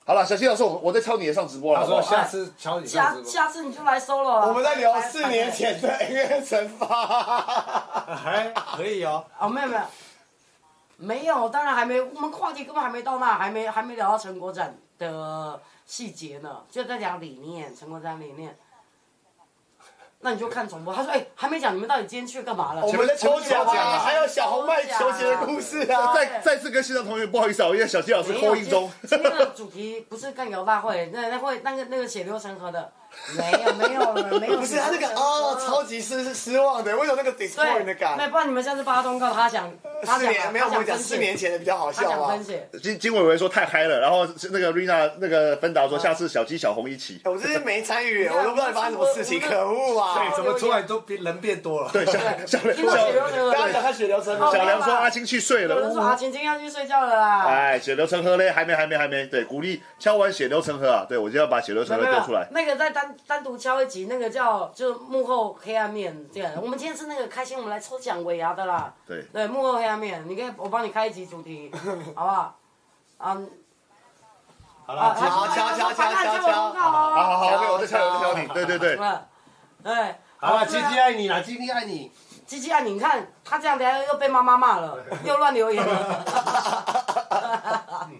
好了，小新老师，我我在敲你的上直播了，他好不说好？下次敲你上下直播，下次你就来 solo 了。我们在聊四年前的 N N 惩罚，哎，可以哦。哦，没有没有，没有，当然还没，我们话题根本还没到那，还没还没聊到成果展的细节呢，就在讲理念，成果展理念。那你就看重播，他说：“哎、还没讲你们到底今天去干嘛了我？”们在抽奖啊，还有小红麦球鞋的故事啊。再再次跟现场同学不好意思啊，因为小新老师没扣有音中。今天的主题不是干聊大会，那那会那个那个血流成河的，没有没有了，没有。不是他那个哦，超级失失望的，为什么那个对 disappoint 的，那感？不然你们下次帮他通告，他想他四想年没有，我们讲讲四年，前的比较好他笑想啊分。 血。金金伟伟说太嗨了，然后是那个 Rina 那个芬达说下次小鸡小红一起。哎我真是没参与，我都不知道你发生什么事情，可恶对，啊！怎么突然都变人变多了？对，小小对听到血流成河大家了想。看血流成河哦小梁说阿青去睡有人说了。啊，晴晴要去睡觉了啦。哎，血流成河嘞，还没，还没，还没。对，鼓励敲完血流成河啊，对我就要把血流没成有河没丢出有来，。那个再单单独敲一集，那个叫就幕后黑暗面这样。我们今天是那个开心，我们来抽奖尾牙的啦。对，对，幕后黑暗面，你可以我帮你开一集主题，好不好？啊好啊，了，好敲敲敲敲敲通告哦。好好好，OK，我再敲，我再敲你。对对对。嗯，对，好了，对吉啊吉爱你啦，吉吉爱你。鸡鸡啊，你看他这样，等下又被妈妈骂了，又乱留言了。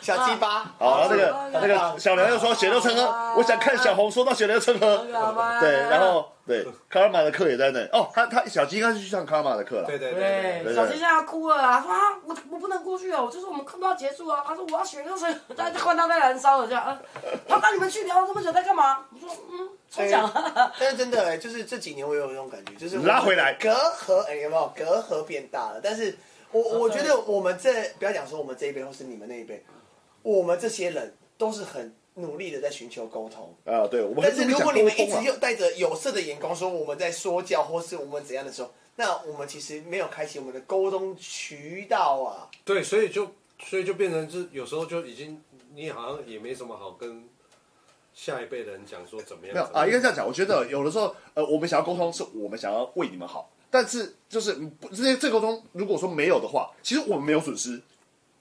小鸡巴，哦好，然后那个那个小梁又说血流成河，我想看小红说到血流成河，哎对，然后对卡尔玛的课也在那里哦，他他小鸡应该是去上卡尔玛的课了，对对对对，小鸡现在要哭了啊！说啊，我我不能过去哦，我就说我们看不到结束啊。他说我要血流成， 他换他在燃烧了这样。啊，他说那你们去聊了这么久在干嘛？我说嗯，抽奖啊。但是真的哎、就是这几年我也有这种感觉，就是我拉回来隔阂哎、有没有隔阂变大了？但是我啊我觉得我们这不要讲说我们这一辈或是你们那一辈，我们这些人都是很努力的在寻求沟通。啊，对，我们但是如果你们一啊直用又带着有色的眼光说我们在说教或是我们怎样的时候，那我们其实没有开启我们的沟通渠道啊。对，所以就所以就变成是有时候就已经你好像也没什么好跟下一辈人讲说怎么样没有怎么啊，应该样这样讲，我觉得有的时候呃，我们想要沟通，是我们想要为你们好，但是就是嗯不这些这沟通，如果说没有的话，其实我们没有损失。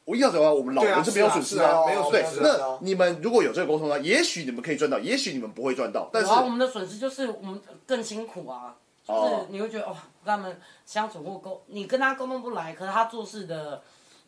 我印象中啊，我们老对啊人是没有损失是啊的没有对损失，啊那你们如果有这个沟通呢，也许你们可以赚到，也许你们不会赚到，但是 然后我们的损失啊就是我们更辛苦啊，就是你会觉得哦，跟他们相处或沟，你跟他沟通不来，可是他做事的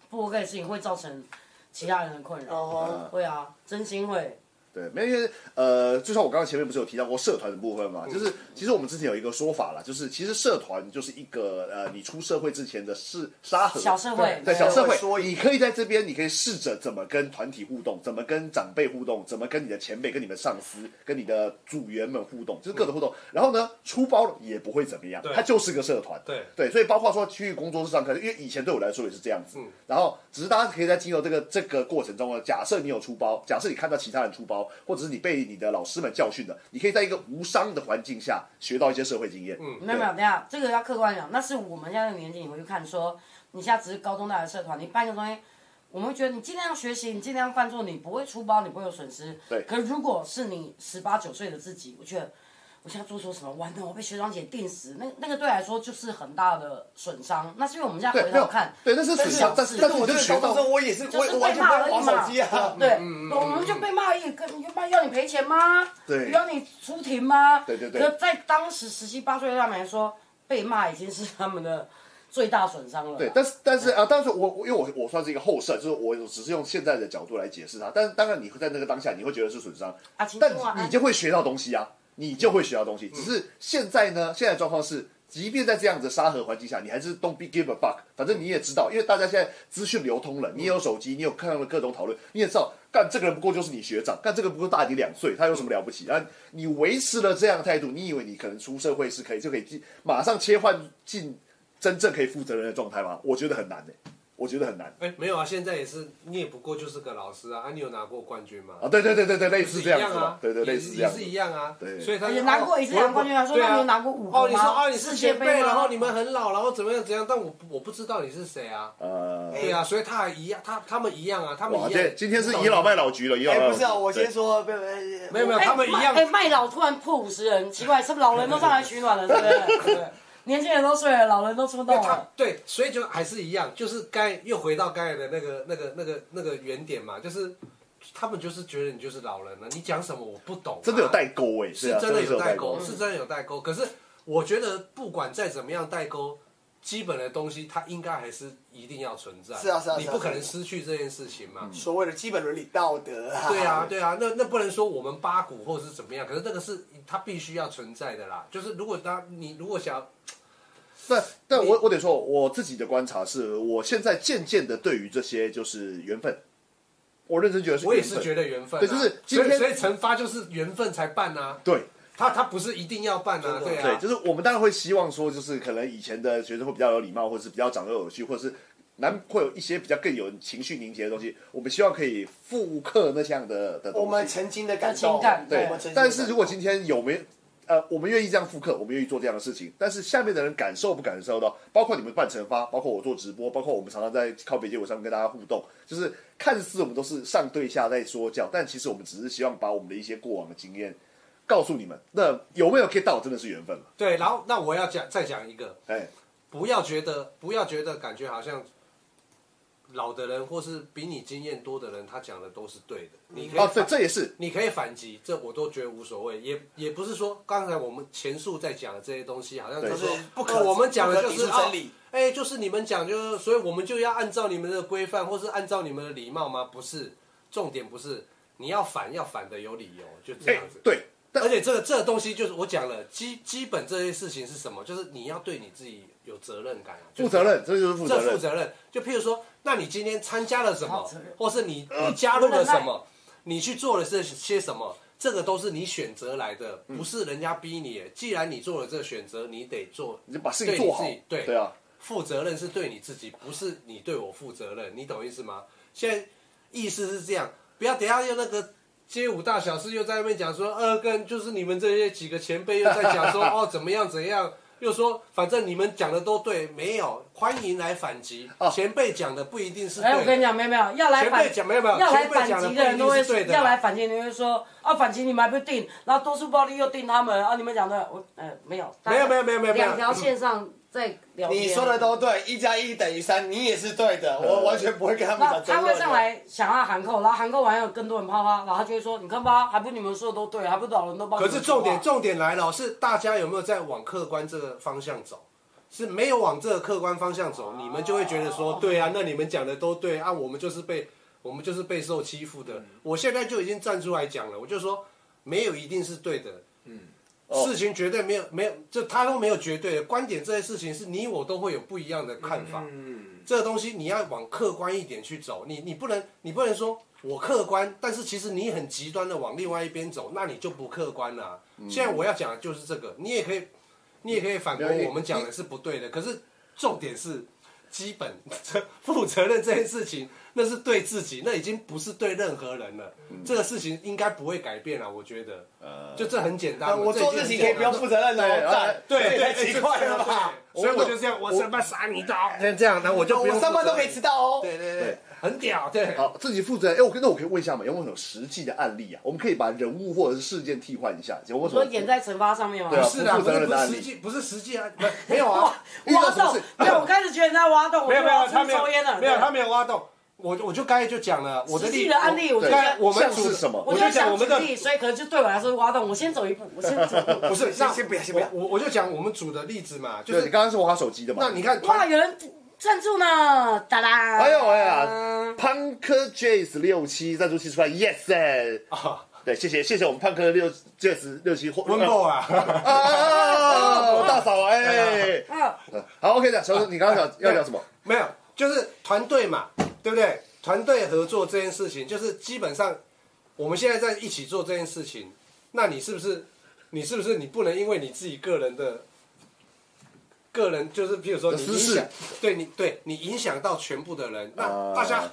不 OK 的事情会造成其他人的困扰。哦，会啊，真心会。对，没有因为呃，就像我刚刚前面不是有提到过社团的部分嘛，嗯就是其实我们之前有一个说法啦，就是其实社团就是一个呃，你出社会之前的是沙盒小社会对对小社社会缩会，影你可以在这边，你可以试着怎么跟团体互动，怎么跟长辈互动，怎么跟你的前辈、跟你的上司、跟你的组员们互动，就是各种互动。然后呢，出包了也不会怎么样嗯对，它就是个社团。对对，所以包括说去工作室上课，因为以前对我来说也是这样子。然后只是大家可以在经由这个这个过程中呢，啊假设你有出包，假设你看到其他人出包，或者是你被你的老师们教训了，你可以在一个无伤的环境下学到一些社会经验。嗯，没有没有，等一下这个要客观讲，那是我们现在这个年纪，你回去看说，你现在只是高中大学社团，你办一个东西，我们会觉得你尽量学习，你尽量犯错，你不会出包，你不会有损失。对可如果是你十八九岁的自己，我觉得我现在做错什么，完了我被学长姐定死，那那个对来说就是很大的损伤。那是因为我们现在对，回没有头看，对，那是但损是伤，但是但是我你就真的学高中到生，我也是，我就是我被完全骂不而会已玩嘛。手机嗯啊。对，我们就被骂而已，跟你就骂要你赔钱吗？对要你出庭吗？对对对可在当时十七八岁的他们来说，被骂已经是他们的最大损伤了。对，但是但是啊，但是我我因为我我算是一个后设，就是我只是用现在的角度来解释它。但是当然，你会在那个当下，你会觉得是损伤，啊请但坐啊你就会学到东西啊，你就会学到东嗯西。只是现在呢，现在的状况是，即便在这样子沙盒环境下，你还是 don't be give a fuck，反正你也知道，因为大家现在资讯流通嗯了，你也有手机，你有看到了各种讨论，你也知道。干这个人不过就是你学长，干这个不过大你两岁，他有什么了不起？然后你维持了这样的态度，你以为你可能出社会是可以就可以进马上切换进真正可以负责任的状态吗？我觉得很难诶、我觉得很难哎、没有啊，现在也是，你也不过就是个老师啊，啊，你有拿过冠军吗？啊！对对对对对，类似是这一样样子嘛啊，，对对，也类是似这也样是子。一样啊。对所以他也拿过一次拿冠军啊说对那你有拿过五个哦，你说吗哦，你是世界前杯辈，吗然后你们很老，然后怎么样怎样，但我不我不知道你是谁啊。呃，对啊，所以他还一样，他他们一样啊，他们哇，一这样。哦今天是倚老卖老局了，倚老卖哎，老不局。是啊，我先对说，不不没有没有，哎他们一样麦哎，麦老突然破五十人，奇怪，是不是老人都上来取暖了，对不对？年轻人都睡了，老人都出动啊因为他了。对，所以就还是一样，就是该又回到刚才的那个、那个、那个、那个原点嘛，就是他们就是觉得你就是老人了，你讲什么我不懂啊、真的有代沟哎，是啊，真的有代代沟，嗯是真的有代沟。可是我觉得不管再怎么样代沟，基本的东西它应该还是一定要存在。是啊是啊你是啊不是啊可能失去这件事情嘛。嗯所谓的基本伦理道德啊。对啊，对啊，那那不能说我们八股或者是怎么样，可是这个是它必须要存在的啦。就是如果当你如果想但但你我我得说，我自己的观察是，我现在渐渐的对于这些就是缘分，我认真觉得是缘分。我也是觉得缘分、啊，对就是今所以天所以惩罚就是缘分才办啊，对，他他不是一定要办啊，真的对对，啊，就是我们当然会希望说，就是可能以前的学生会比较有礼貌，或者是比较长幼有序，或者是难会有一些比较更有情绪凝结的东西。我们希望可以复刻那样的的我东们西。曾经的感情动，感对我们曾经的感动但是如果今天有没呃，我们愿意这样复刻，我们愿意做这样的事情，但是下面的人感受不感受到？包括你们办惩罚，包括我做直播，包括我们常常在靠北街舞上面跟大家互动，就是看似我们都是上对下在说教，但其实我们只是希望把我们的一些过往的经验告诉你们。那有没有 get 到，真的是缘分了。对。然后那我要讲再讲一个，哎，不要觉得不要觉得感觉好像老的人或是比你经验多的人，他讲的都是对的，你可以哦，反对，这也是你可以反击，这我都觉得无所谓，也也不是说刚才我们前述在讲的这些东西，好像对就说就是不可呃我们讲的就不可是抵触真理哦哎、就是你们讲就是，所以我们就要按照你们的规范，或是按照你们的礼貌吗？不是，重点不是你要反要反的有理由，就这哎，样子。对，但而且这个这个东西就是我讲了，基基本这些事情是什么？就是你要对你自己有责任感啊，就负是责任，这就是负责这负任。责任。就譬如说，那你今天参加了什么好责任，或是你呃你加入了什么，你去做了这些什么，这个都是你选择来的，不是人家逼你的。既然你做了这个选择，你得做你就把事情做好对你自己，对对啊，负责任，是对你自己，不是你对我负责任，你懂意思吗？现在意思是这样，不要等一下又那个。街舞大小事又在那边讲说，呃，跟就是你们这些几个前辈又在 讲说，哦，怎么样怎样，又说反正你们讲的都对，没有欢迎来反击。哦前辈讲的不一定是对哎，的，我跟你讲，没有没有，要来前反辈讲没有没有要来前辈讲反的击人都会不一定是对的啦要来反击，你会说啊，反击你们还不定，然后多数暴力又定他们啊，你们讲的我呃没有，没有没有没有没有没有两条线上在聊天，你说的都对，一加一等于三，你也是对的，我完全不会跟他们那讲争他论会的。上来想要函扣，然后函扣完有更多人泡他，然后他就会说：“你看吧，还不你们说的都对，还不老人都帮你可们是说话重点重点来了，是大家有没有在往客观这个方向走？是没哦有往这个客观方向走，你们就会觉得说，对啊，那你们讲的都对啊，我们就是被我们就是备受欺负嗯的。我现在就已经站出来讲了，我就说没有一定是对的，哦嗯，事情绝对没有没有，就他都没有绝对的观点，这些事情是你我都会有不一样的看法。嗯，这个东西你要往客观一点去走，你你不能你不能说我客观，但是其实你很极端的往另外一边走，那你就不客观了啊、嗯现在我要讲的就是这个，你也可以你也可以反驳没有你我们讲的是不对的，可是重点是基本 负责任这件事情，那是对自己，那已经不是对任何人了。嗯这个事情应该不会改变了，我觉得，呃就这很简单嘛。我这已做经事很情简可单以不用了负责任对哦，然后赞，对太对，奇怪了吧？对所以我就这样，我上班杀你刀，这样，然后我就不我用上班都可以负责迟到哦。对对对对，很屌，对。好，自己负责。哎、我跟那我可以问一下嘛，有没有什么实际的案例啊？我们可以把人物或者是事件替换一下，有没有什说么？演在惩罚上面吗？对啊不是啦，不负不责是任不的是案例实际，不是实际啊，没没有啊，遇到挖什么洞事，没有，我开始觉得你在挖洞，没有没有，我觉得他要没出抽烟了，有没有对他没有挖洞。我就我就刚才就讲了，我的实例际的案例我我觉得刚才我们像组是什么我就就讲想我举们的例，所以可能就对我来说挖洞，我先走一步，我先走一步。不是，先那先不要先不要我我我就讲我们组的例子嘛，就就是你是刚刚是玩手机的嘛？那你看哇，团有人赞助呢，哒啦！哎呦喂啊！，Punk Jays 六七赞助七十块，Yes 哎、 啊，对，谢谢谢谢我们胖哥六 Jazz 六七或温布啊，啊啊！大嫂哎，嗯，好 OK 的，小叔，你刚刚想要聊什么？ 没有，就是团队嘛，对不对？团队合作这件事情，就是基本上我们现在在一起做这件事情，那你是不是你是不是你不能因为你自己个人的个人就是，譬如说你私影事响，对你对你影响到全部的人，啊那大家。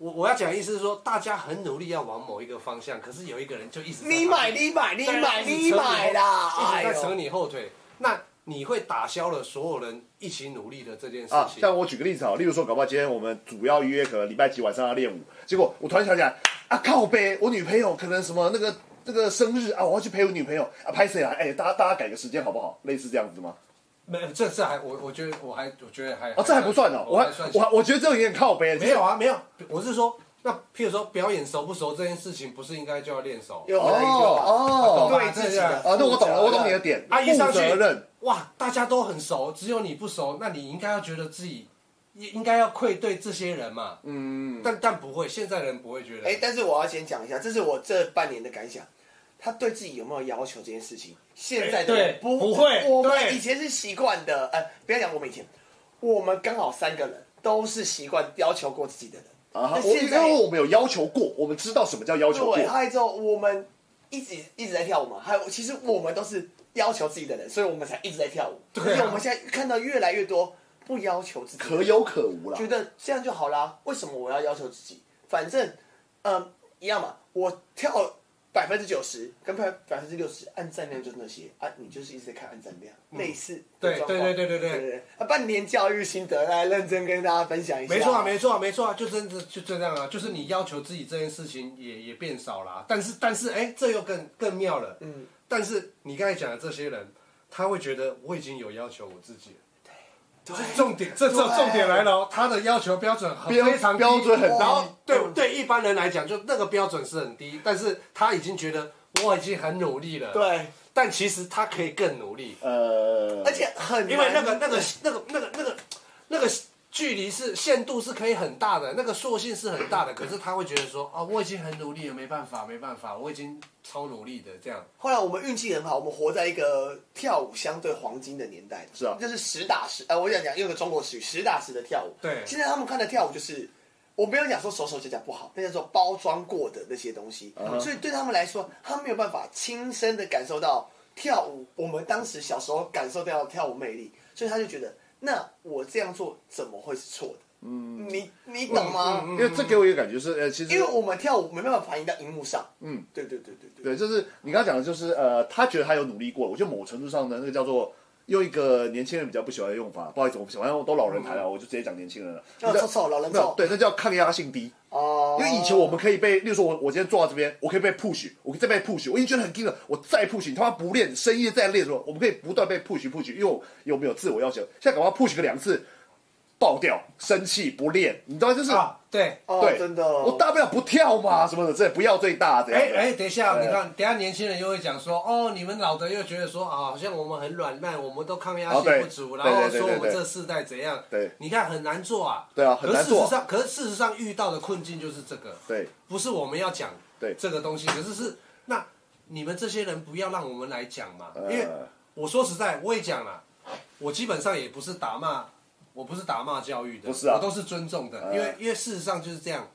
我我要讲的意思是说，大家很努力要往某一个方向，可是有一个人就一直在你旁边买你买你对啊一买直你扯你买啦！一哎直在扯呦，你后腿，那你会打消了所有人一起努力的这件事啊，情。像我举个例子啊，例如说，搞不好今天我们主要约可能礼拜几晚上要练舞，结果我突然想起来，啊靠呗，我女朋友可能什么那个那个生日啊，我要去陪我女朋友啊，拍谁啊？哎，大家大家改个时间好不好？类似这样子吗？没有，这次还我我觉得我还我觉得还啊，这还不 算哦，我还算我还我觉得这有点靠呗，没有啊，没有，我是说，那譬如说表演熟不熟这件事情，不是应该就要练熟？有来有往哦哦对自己的啊，那我懂了，我懂你的点，阿姨上负去责任。哇，大家都很熟，只有你不熟，那你应该要觉得自己也应该要愧对这些人嘛。嗯，但但不会，现在人不会觉得。哎，但是我要先讲一下，这是我这半年的感想。他对自己有没有要求这件事情，现在的哎人对不不会我们对以前是习惯的，呃，不要讲我们以前，我们刚好三个人都是习惯要求过自己的人。啊，但我现因在为我们有要求过，我们知道什么叫要求过对，。还有之后我们一直一直在跳舞嘛，还有其实我们都是要求自己的人，所以我们才一直在跳舞。对啊而且我们现在看到越来越多不要求自己的人，可有可无啦觉。得这样就好啦。为什么我要要求自己？反正，嗯，一样嘛。我跳百分之九十跟百百分之六十，按赞量就是那些啊，你就是一直在看按赞量，类似的嗯对状况对对对对对对对。啊，半年教育心得来认真跟大家分享一下。没错啊，没错啊，没错啊，就真的就这样啊，就是你要求自己这件事情也也变少啦、但是但是哎、这又更更妙了，嗯，但是你刚才讲的这些人，他会觉得我已经有要求我自己了。对这重点，这这重点来了哦，他的要求标准很标非常低标准很低然后对对一般人来讲，就那个标准是很低，但是他已经觉得我已经很努力了，，对，但其实他可以更努力，呃，而且很难因为那个那个那个那个那个那个距离是限度是可以很大的，那个塑性是很大的，可是他会觉得说啊，我已经很努力了，没办法，没办法，我已经超努力的这样。后来我们运气很好，我们活在一个跳舞相对黄金的年代，是啊就是实打实。呃，我想讲用个中国词语，实打实的跳舞。对现在他们看的跳舞就是，我没有讲说手手脚脚不好，那叫做包装过的那些东西。嗯所以对他们来说，他没有办法亲身的感受到跳舞，我们当时小时候感受到的跳舞魅力，所以他就觉得，那我这样做怎么会是错的？嗯，你你懂吗？因为这给我一个感觉是，呃，其实因为我们跳舞没办法反映到荧幕上。嗯，对对对对对，对。就是你刚刚讲的，就是呃，他觉得他有努力过，我觉得某程度上呢，那个叫做用一个年轻人比较不喜欢的用法，不好意思，我们喜欢用都老人谈了，我就直接讲年轻人了。要那叫臭嗯哦臭老人没有臭对，那叫抗压性低。哦因为以前我们可以被，例如说我我今天坐到这边，我可以被 push，我可以再被 push，我已经觉得很硬了，我再 push，你他妈不练，深夜再练的时候，我们可以不断被 push push，因为我有没有自我要求，现在搞不好 push 个两次，爆掉、生气、不练，你知道就是、啊，对，哦对，真的，我大不了不跳嘛什么的，这不要最大的。哎哎，等一下，对你看，等一下年轻人又会讲说，哦，你们老的又觉得说啊，好像我们很软烂，我们都抗压哦对性不足，对然对后对说我对们这世代怎样？对你看很难做啊。对啊很难做可是事实上，可是事实上遇到的困境就是这个，对不是我们要讲对这个东西，可是是那你们这些人不要让我们来讲嘛，呃因为我说实在，我也讲了，我基本上也不是打骂，我不是打骂教育的，不是啊我都是尊重的，呃因为因为事实上就是这样。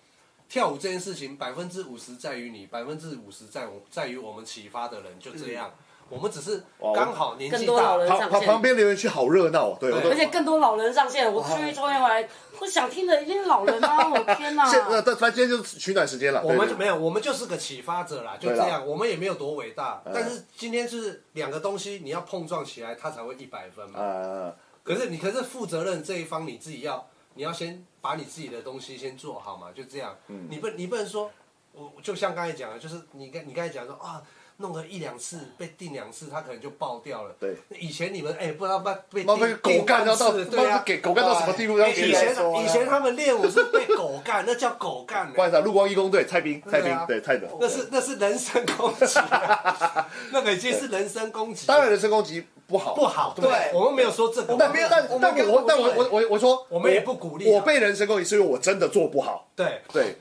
跳舞这件事情，百分之五十在于你，百分之五十在我在于我们启发的人，就这样。嗯我们只是我刚好年更纪多大老人，旁旁旁边留言区好热闹哦，对，我都而且更多老人上线，我去抽烟回来，我想听的一定是老人啊！我的天哪！现呃，但反正今天就是取暖时间了，我们对就没有，我们就是个启发者啦，就对呃这啦样。我们也没有多伟大，但是今天就是两个东西，你要碰撞起来，它才会一百分嘛。呃，可是你可是负责任这一方，你自己要，你要先把你自己的东西先做好嘛，就这样。嗯你不你不能说，我就像刚才讲的，就是你刚你刚才讲说啊，弄个一两次被定两次，他可能就爆掉了。对，以前你们哎、不知道被被妈被定狗干定到到半次对妈啊，给狗干到什么地步哎让以别来前人？说啊以前他们练舞是被狗干， 那叫狗干、不好意思啊，陆光义工队蔡斌，蔡对斌啊对蔡的，那是那是人身攻击啊、 那个已经是人身攻击，当然人身攻击不好，不好，对不对对我们没有说这个，但我们但但我们但没有我但我鼓我我我说，我们也不鼓励啊我被人身攻击是因为我真的做不好，对对。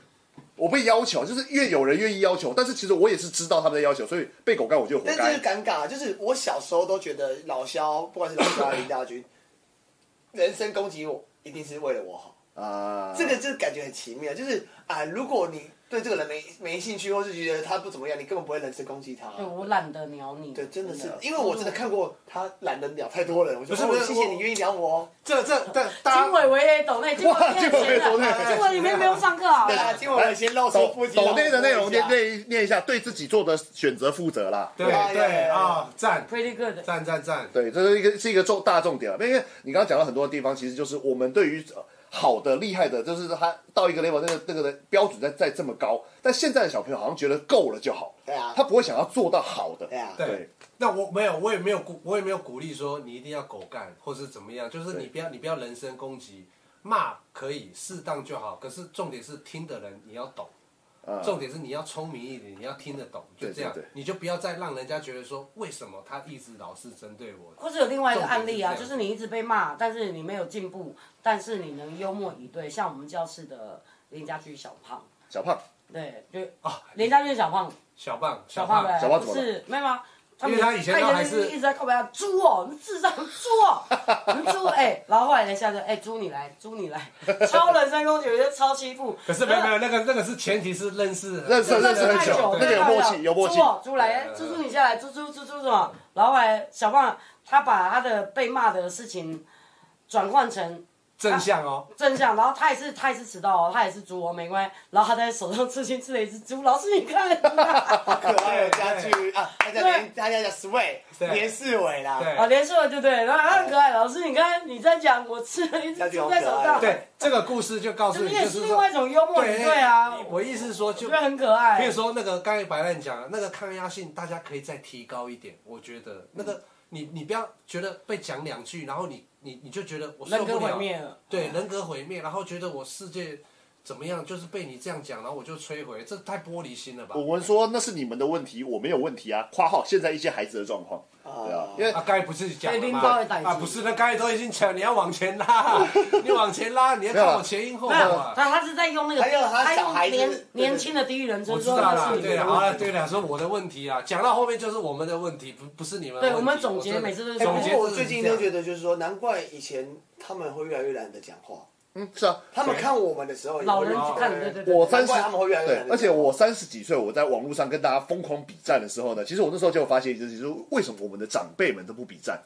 我被要求，就是越有人愿意要求，但是其实我也是知道他们在要求，所以被狗干我就活但该这。个尴尬，就是我小时候都觉得老肖，不管是老肖还是林大军， 人身攻击我，一定是为了我好。啊，这个这个感觉很奇妙，就是啊，如果你对这个人没没兴趣，或是觉得他不怎么样，你根本不会人身攻击他。对哎我懒得鸟你。对，真的是，因为我真的看过他懒得鸟太多人，我就不是哦不是谢谢我你愿意鸟我哦。这这这大金家伟伟也抖内，金伟哇也抖金伟抖内内，金伟你们没有上课好对啊，了。今晚我先绕出抖腹肌哎抖内的内容念练念念一下，对自己做的选择负责啦。对啊呀呀对呀啊，赞 Pretty good。赞赞赞，对，这是一个是一个重大重点啊了，因为你刚刚讲到很多地方，其实就是我们对于呃好的、厉害的，就是他到一个 level，那个那个的标准在在这么高，但现在的小朋友好像觉得够了就好，对啊他不会想要做到好的，对啊对对。那我没有，我也没有鼓，我也没有鼓励说你一定要狗干或是怎么样，就是你不要你不要人身攻击，骂可以适当就好，可是重点是听的人你要懂。嗯重点是你要聪明一点，你要听得懂，就啊对这样对对，你就不要再让人家觉得说为什么他一直老是针对我，或是有另外一个案例啊，重点是这样就是你一直被骂，但是你没有进步，但是你能幽默以对，像我们教室的林家驹小胖，小胖对，就啊林家驹小胖，小棒，小胖胖，呗，小胖不怎么是没有吗？他因为他以前都还是一直在告白他猪哦，你智障猪哦，你猪哎，然后后来人下就哎猪你来，猪你来，超人身攻击，有些超欺负。可是没有没有，那个那个是前提是认识很认识真的认是识很太久久，，那个有默契，有默契猪。哦，猪来，猪猪你下来，猪猪猪猪什么？然后后来小胖他把他的被骂的事情转换成正向哦，正向，然后他也是他也是迟到哦，他也是猪哦，没关系。然后他在手上刺青刺了一只猪，老师你看，啊好可爱的家具啊，他叫连，他叫叫 Sway 对连世伟啦，对 啊，连胜了对不对？然后他很可爱，老师你看你在讲我刺了一只猪在手上，对，这个故事就告啊诉这你，也就是是另外说，一种幽默，对对啊，我意思是说我就觉得很可爱。比如说那个刚才白烂讲的那个抗压性，大家可以再提高一点。我觉嗯得那个你你不要觉得被讲两句，然后你你你就觉得我受人格不毁了，灭嗯了，对人格毁灭，然后觉得我世界怎么样，就是被你这样讲，然后我就摧毁，这太玻璃心了吧？我们说那是你们的问题，我没有问题啊。括号现在一些孩子的状况，对哦啊，因为啊，刚才不是讲了被拎吗包的代？志啊，不是，那刚才都已经讲，你要往 前拉，你往前拉，你要看我前因后果没有啊。他他是在用那个，还有他小用孩子年对年轻的地狱人我称知说道那啦是，你对的啦，问啊，题。对啦，是我的问题啊。讲到后面就是我们的问题，不不是你们的问题。对我们总结真的每次都是哎，总不结过我就是最近这都样觉得，就是说，难怪以前他们会越来越懒得讲话。嗯，是啊，他们看我们的时候，老人去看，也会对对越来越对。我三难十怪他们会越来越对懒，得而且讲话我三十几岁，我在网络上跟大家疯狂比战的时候呢，其实我那时候就有发现一件事，就是为什么我们的长辈们都不比战？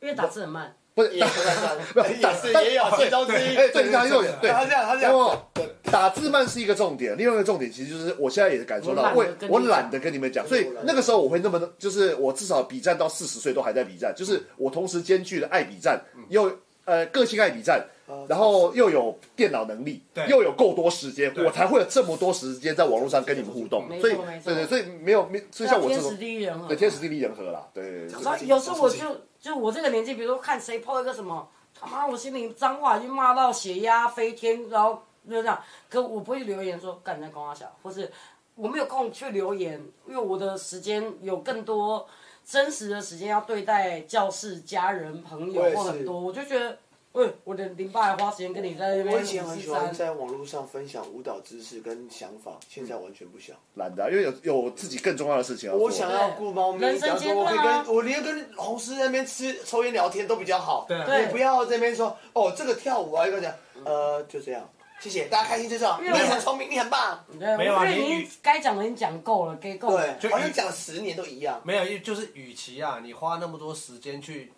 因为打字很慢，不是也不太算，也是也有其中之一。哎，对，你讲重点，对，他这样，他这然样，后打字慢是一个重点，另外一个重点其实就是我现在也感受到，我我懒得我懒得跟跟你讲你们讲，所以那个时候我会那么的，就是我至少比战到四十岁都还在比战，就是我同时兼具了爱比战，又呃个性爱比战。然后又有电脑能力，对又有够多时间，对我才会有这么多时间在网络上跟你们互动没。错所以，没错对对，所以没有没，所以像我这天种时，地利人和。哦对天时地利人和啦，对对对讲对出来有时候我就就我这个年纪，比如说看谁 PO 一个什么，他妈我心里脏话已经骂到血压飞天，然后就这样，可我不会留言说干你在光阿小，或是我没有空去留言，因为我的时间有更多真实的时间要对待教室、家人、朋友我也是或很多，我就觉得。喂，我的零爸还花时间跟你在那边我以前很喜欢五四三在网络上分享舞蹈知识跟想法，现在完全不想。懒得啊、因为有有自己更重要的事情要做。我想要顾猫咪，人生讲阶说我可以段啊跟我连跟红师在那边吃抽烟聊天都比较好。对啊对你不要这边说哦，这个跳舞啊，一个讲呃就这样，谢谢大家开心最重要。因你为我很聪明，你很棒。对，没有啊我觉得你已与经该讲的已经讲够了，给够了。对，就好像一讲了十年都一样。没有，就是与其啊，你花那么多时间去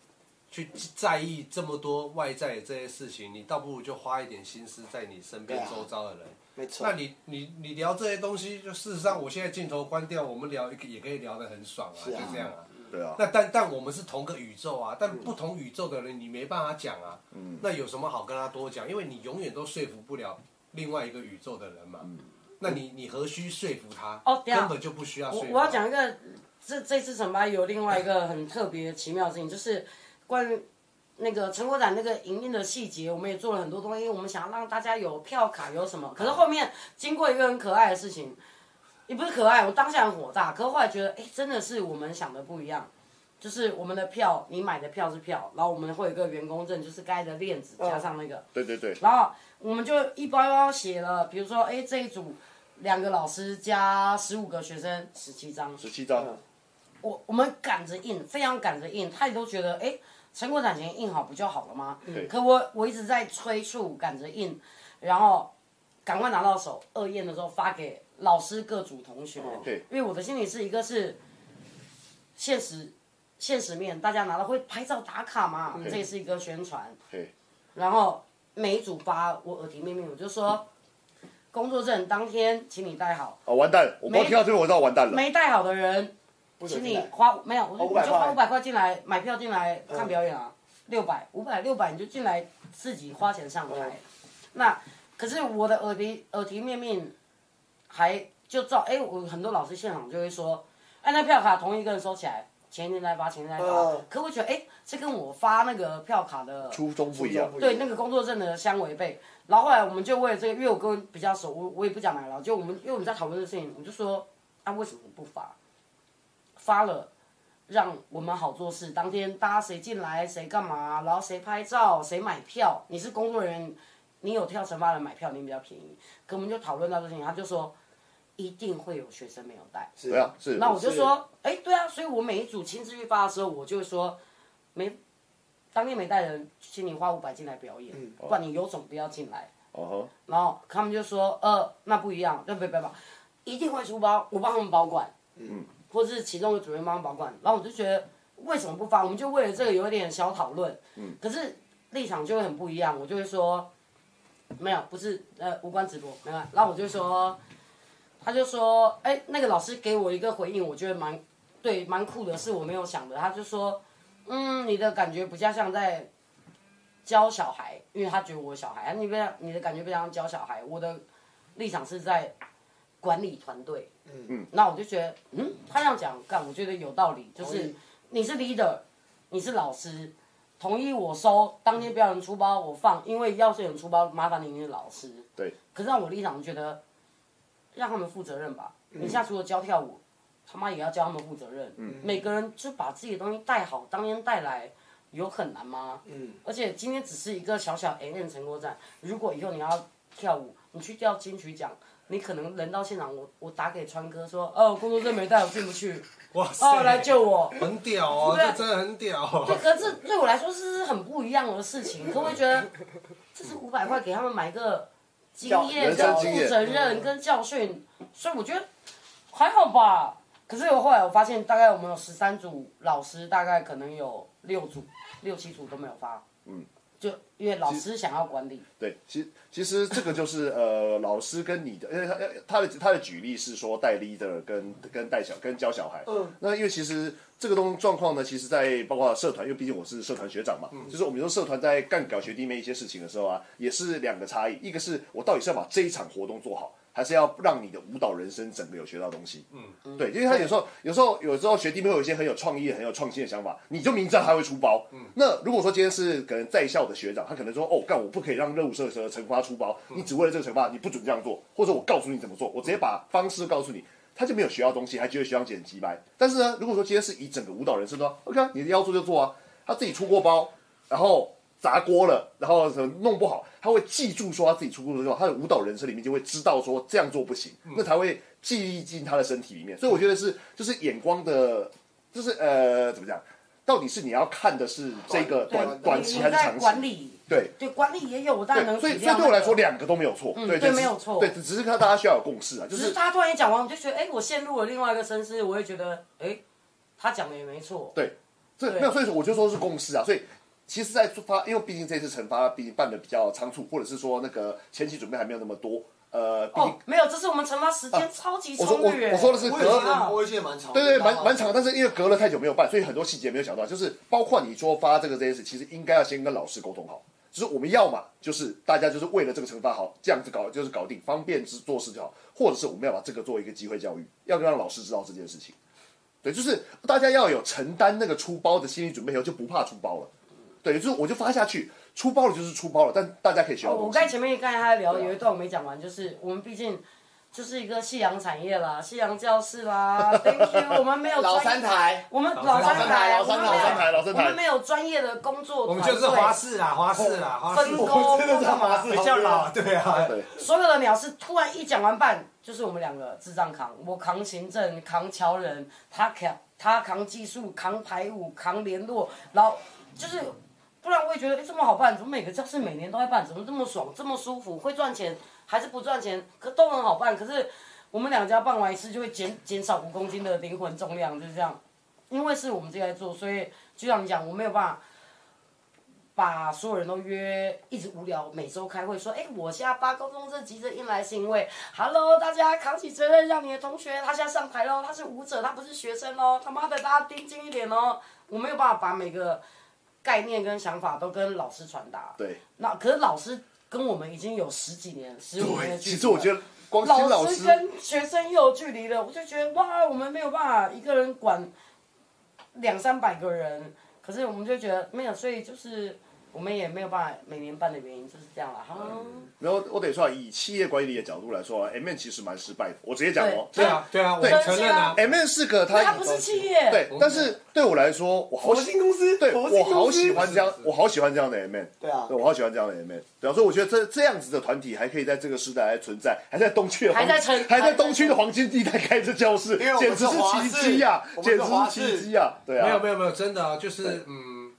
去在意这么多外在的这些事情，你倒不如就花一点心思在你身边对啊周遭的人。没错那。你你你聊这些东西，就事实上，我现在镜头关掉，我们聊也可以聊得很爽啊，是啊就这样啊。对啊，那但但我们是同个宇宙啊，嗯但不同宇宙的人你没办法讲啊。那有什么好跟他多讲？因为你永远都说服不了另外一个宇宙的人嘛。嗯那你你何须说服他？哦等一下根本就不需要说我服他。我要讲一个，这这次惩罚有另外一个很特别奇妙的事情，就是关于那个成果展那个营运的细节，我们也做了很多东西，因为我们想要让大家有票卡有什么。可是后面经过一个很可爱的事情，也不是可爱，我当下很火大，可是后来觉得，哎，真的是我们想的不一样。就是我们的票，你买的票是票，然后我们会有一个员工证，就是该的链子加上那个，对对对，然后我们就一包一包写了，比如说，哎，这一组两个老师加十五个学生，十七张。十七张，嗯我我们赶着印，非常赶着印，他也都觉得，哎，成果展前印好不就好了吗？对可我我一直在催促，赶着印，然后赶快拿到手，二验的时候发给老师各组同学。哦对因为我的心里是一个是现实现实面，大家拿到会拍照打卡嘛，嗯这也是一个宣传。对，然后每一组发我耳提面命，我就说，工作证当天请你带好，哦，完蛋了，我光听到这边我知道完嗯蛋了。没带好的人，准请你进来花没有，我就哦我就500花块五百块进来买票进来看表演啊，六百五百六百你就进来自己花钱上台。嗯那可是我的耳提耳提面命还就照哎、我很多老师现场就会说，哎那票卡同一个人收起来，前一天再发，前一天再发。嗯可我觉得哎、这跟我发那个票卡的初衷不一样初衷不一样对那个工作证的相违背。然后后来我们就为了这个，因为我跟比较熟，我我也不讲买了，就我们因为我们在讨论这个事情，我就说啊为什么不发？发了。让我们好做事。当天大家谁进来，谁干嘛，然后谁拍照，谁买票。你是工作人员，你有跳惩罚人买票，你比较便宜。可我们就讨论到这事情，他就说一定会有学生没有带。是对啊，是。那我就说，哎、对啊，所以我每一组亲自预发的时候，我就会说，没当天没带人，请你花五百进来表演，不然你有种不要进来。哦然后他们就说，呃，那不一样，对不对？不不，一定会出包，我帮他们保管，嗯，或是其中一个主任帮他们保管。然后我就觉得，为什么不发？我们就为了这个有一点小讨论，嗯，可是立场就会很不一样，我就会说，没有，不是，呃，无关直播，没有。然后我就说，他就说，哎，那个老师给我一个回应，我觉得蛮对，蛮酷的，是我没有想的。他就说，嗯，你的感觉比较像在教小孩，因为他觉得我小孩，啊，你不要你的感觉不像教小孩，我的立场是在管理团队。嗯嗯，那我就觉得，嗯，他这样讲，干，我觉得有道理，就同是意你是 leader，你是老师，同意我收，当天不要有人出包，我放，因为要是有人出包，麻烦你是老师。对。可是让我立场觉得，让他们负责任吧。你下除了教跳舞，他妈也要教他们负责任。每个人就把自己的东西带好，当天带来，有很难吗？嗯，而且今天只是一个小小 N N 成果展，如果以后你要跳舞，你去跳金曲奖，你可能人到现场，我我打给川哥说，哦，工作证没带，我进不去，哇塞，哦，来救我。很屌哦， 对啊这真的很屌、对， 哦。可是对我来说是很不一样的事情，可我会觉得这是五百块给他们买个经验、人生跟经验嗯负责任跟教训，所以我觉得还好吧。可是我后来我发现，大概我们有十三组老师，大概可能有六组、六七组都没有发，嗯，就因为老师想要管理，对，其其实这个就是呃，老师跟你的，因为他他的他的举例是说带 leader 跟跟带小跟教小孩，嗯，那因为其实这个东状况呢，其实在包括社团，因为毕竟我是社团学长嘛，就是我们说社团在干搞学弟妹一些事情的时候啊，也是两个差异，一个是我到底是要把这一场活动做好。还是要让你的舞蹈人生整个有学到东西。嗯，对，因为他有时候有时候有时候学弟妹会有一些很有创意、很有创新的想法，你就明知道他会出包。嗯，那如果说今天是可能在校的学长，他可能说哦，干我不可以让热舞社的惩罚出包，你只为了这个惩罚，你不准这样做，或者我告诉你怎么做，我直接把方式告诉你。他就没有学到东西，还觉得学长姐很鸡掰。但是呢，如果说今天是以整个舞蹈人生的话，OK，啊你要做就做啊。他自己出过包，然后砸锅了，然后什么弄不好，他会记住说他自己出过之后，他的舞蹈人生里面就会知道说这样做不行，嗯那才会记忆进他的身体里面。所以我觉得是就是眼光的，就是呃怎么讲，到底是你要看的是这个哦对短短期你还是在长管期？理，对。对管理也有，我当然对，能所以体所以谅对我来那个说，两个都没有错，对，对只是没有错对，只只是看大家需要有共识啊，就只是是他突然一讲完，我就觉得，哎、我陷入了另外一个深思，我也觉得，哎、他讲的也没错。对，这对没有，所以说我就说是共识啊，所以。其实，在出发，因为毕竟这次惩罚毕竟办的比较仓促，或者是说那个前期准备还没有那么多，呃，毕竟、哦，没有，这是我们惩罚时间超级啊我说充我裕耶、我说的是我隔也记了，得，我也记得蛮长的，对对，你知道蛮吗蛮长，但是因为隔了太久没有办，所以很多细节没有想到，就是包括你说发这个这件事，其实应该要先跟老师沟通好，就是我们要嘛，就是大家就是为了这个惩罚好，这样子搞就是搞定，方便之做事就好，或者是我们要把这个作为一个机会教育，要让老师知道这件事情。对，就是大家要有承担那个出包的心理准备以后，就不怕出包了。对，就是我就发下去，出包了就是出包了，但大家可以学到哦，我东刚才西。前面刚才还在聊有一段我没讲完，就是我们毕竟就是一个夕阳产业啦，夕阳教室啦，Thank you，我们没有专老三，台，我们老老三三台，台我们没有老老三台老三台我们没有专业的工作团我们队，就是花市啦，花市啦，花市哦分工或干嘛， 比较老，对啊， 对，所有的鸟是突然一讲完半，就是我们两个智障扛，我扛行政，扛侨人，他扛他扛技术，扛排舞，扛联络，然后就是，不然我也觉得，哎、这么好办，怎么每个教室每年都在办，怎么这么爽，这么舒服，会赚钱还是不赚钱，可都很好办，可是我们两家办完一次就会减减少五公斤的灵魂重量，就是这样，因为是我们自己在做，所以就像你讲，我没有办法。把所有人都约，一直无聊，每周开会说，哎、我现在发高中这急着应来是因为，Hello，大家扛起责任，让你的同学他现在上台喽，他是舞者，他不是学生喽，他妈的，大家盯紧一点哦，我没有办法把每个概念跟想法都跟老师传达。对，那可是老师跟我们已经有十几年、十五年的对，距其离实我了觉得光听老老师师跟学生又有距离了，我就觉得哇，我们没有办法一个人管两三百个人，可是我们就觉得没有，所以就是我们也没有办法每年办的原因就是这样了哈。然后我得说啊，以企业管理的角度来说啊，M N 其实蛮失败的。我直接讲哦，对啊，对啊，我们承认啊， ，M N 是个因为他它不是企业，对，但是对我来说，我好佛喜心公司，对佛我心好公喜司，欢这样是是，是我好喜欢这样的 M N。对啊对，我好喜欢这样的 M N。对啊，所以我觉得这这样子的团体还可以在这个时代还存在，还在东区的黄还在成还在东区的黄金地带开着教室因为，我简们直是是华奇视迹呀，我们简是直华是视，奇迹呀，对啊，没有没有没有，真的啊就是对嗯，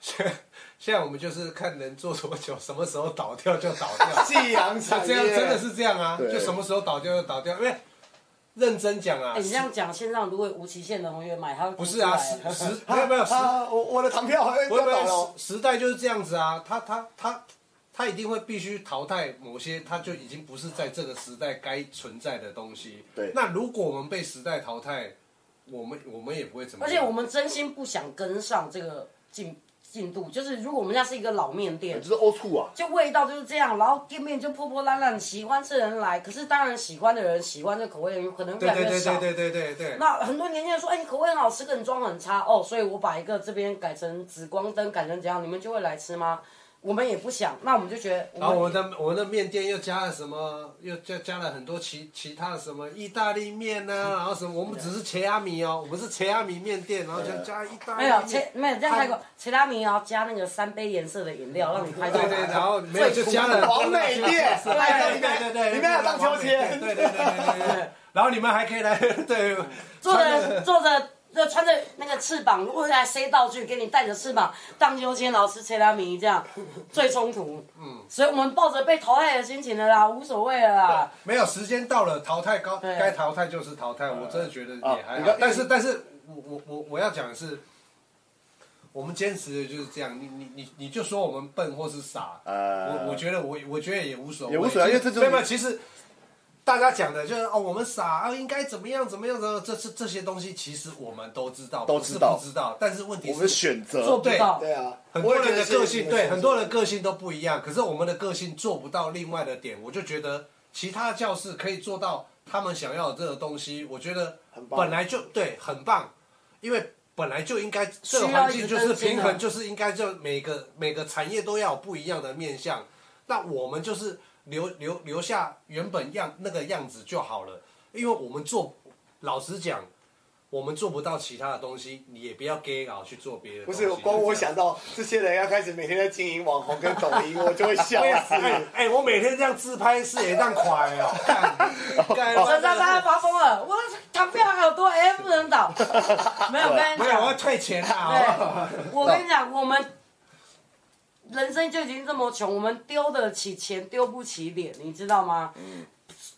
现现在我们就是看能做多久，什么时候倒掉就倒掉夕阳就产啊这样业，真的是这样啊，对就什么时候倒掉就倒掉，因为认真讲啊哎、，你这样讲，线上如果有无期限的同学买，他会哭不是出来啊，时 时没有没有时 啊，我我的糖票哎不要会不倒了会，。时时代就是这样子啊，他他他他一定会必须淘汰某些，他就已经不是在这个时代该存在的东西。对那如果我们被时代淘汰，我们我们也不会怎么而样。且我们真心不想跟上这个进进度，就是如果我们家是一个老面店就，是 O two 啊，就味道就是这样，然后店面就破破烂烂，喜欢吃的人来，可是当然喜欢的人喜欢这口味的人可能越对来对越对少。对对对对对。那很多年轻人说，哎、你口味很好吃，可你装很差哦，所以我把一个这边改成紫光灯，改成怎样，你们就会来吃吗？我们也不想，那我们就觉得然后我我们们的我们的面店又加了什么？又加加了很多其其他的什么意大利面呐、然后什么？我们只是切阿米哦，我们是切阿米面店，然后就加意大利没有面切没有这样那个切拉米要加那个三杯颜色的饮料，让你拍照。对对，然后没有就加了王美店对对对对对，里面还有荡秋千对对对对对，然后你们还可以来对，坐着坐着，那穿着那个翅膀，如果来塞道具，给你带着翅膀荡秋千，然后吃切拉米这样，最冲突。嗯，所以我们抱着被淘汰的心情了啦，无所谓了啦。没有时间到了淘汰高，对该淘汰就是淘汰，我真的觉得也还呃哦你好看。但是但是我我我我要讲的是。我们坚持的就是这样，你你你你就说我们笨或是傻，呃我我觉得我我觉得也无所谓，也无所谓因为这就是没有没有其实大家讲的就是哦，我们傻啊，应该怎么样怎么样怎么样，这这这些东西其实我们都知道，都不是知道不知道，但是问题我们是选做择不到。对啊，很多人的我也觉个得是性对很多人的个性都不一样，可是我们的个性做不到另外的点，我就觉得其他教室可以做到他们想要的这个东西，我觉得很棒本来就对很棒，因为本来就应该这个需要环一境直就是更新平啊衡，就是应该就每个每个产业都要有不一样的面向。那我们就是留留留下原本样那个样子就好了，因为我们做老实讲。我们做不到其他的东西，你也不要 gay 搞去做别的不东西。是，光我就这样想到这些人要开始每天在经营网红跟抖音，我就会笑哎死。哎哎，我每天这样哦自拍是也让 垮了，干哦我张他发疯了，我糖票好多，哎、不能倒。没有，我跟你没有，我要讲，退钱啊！对，我跟你讲，我们人生就已经这么穷，我们丢得起钱，丢不起脸，你知道吗？嗯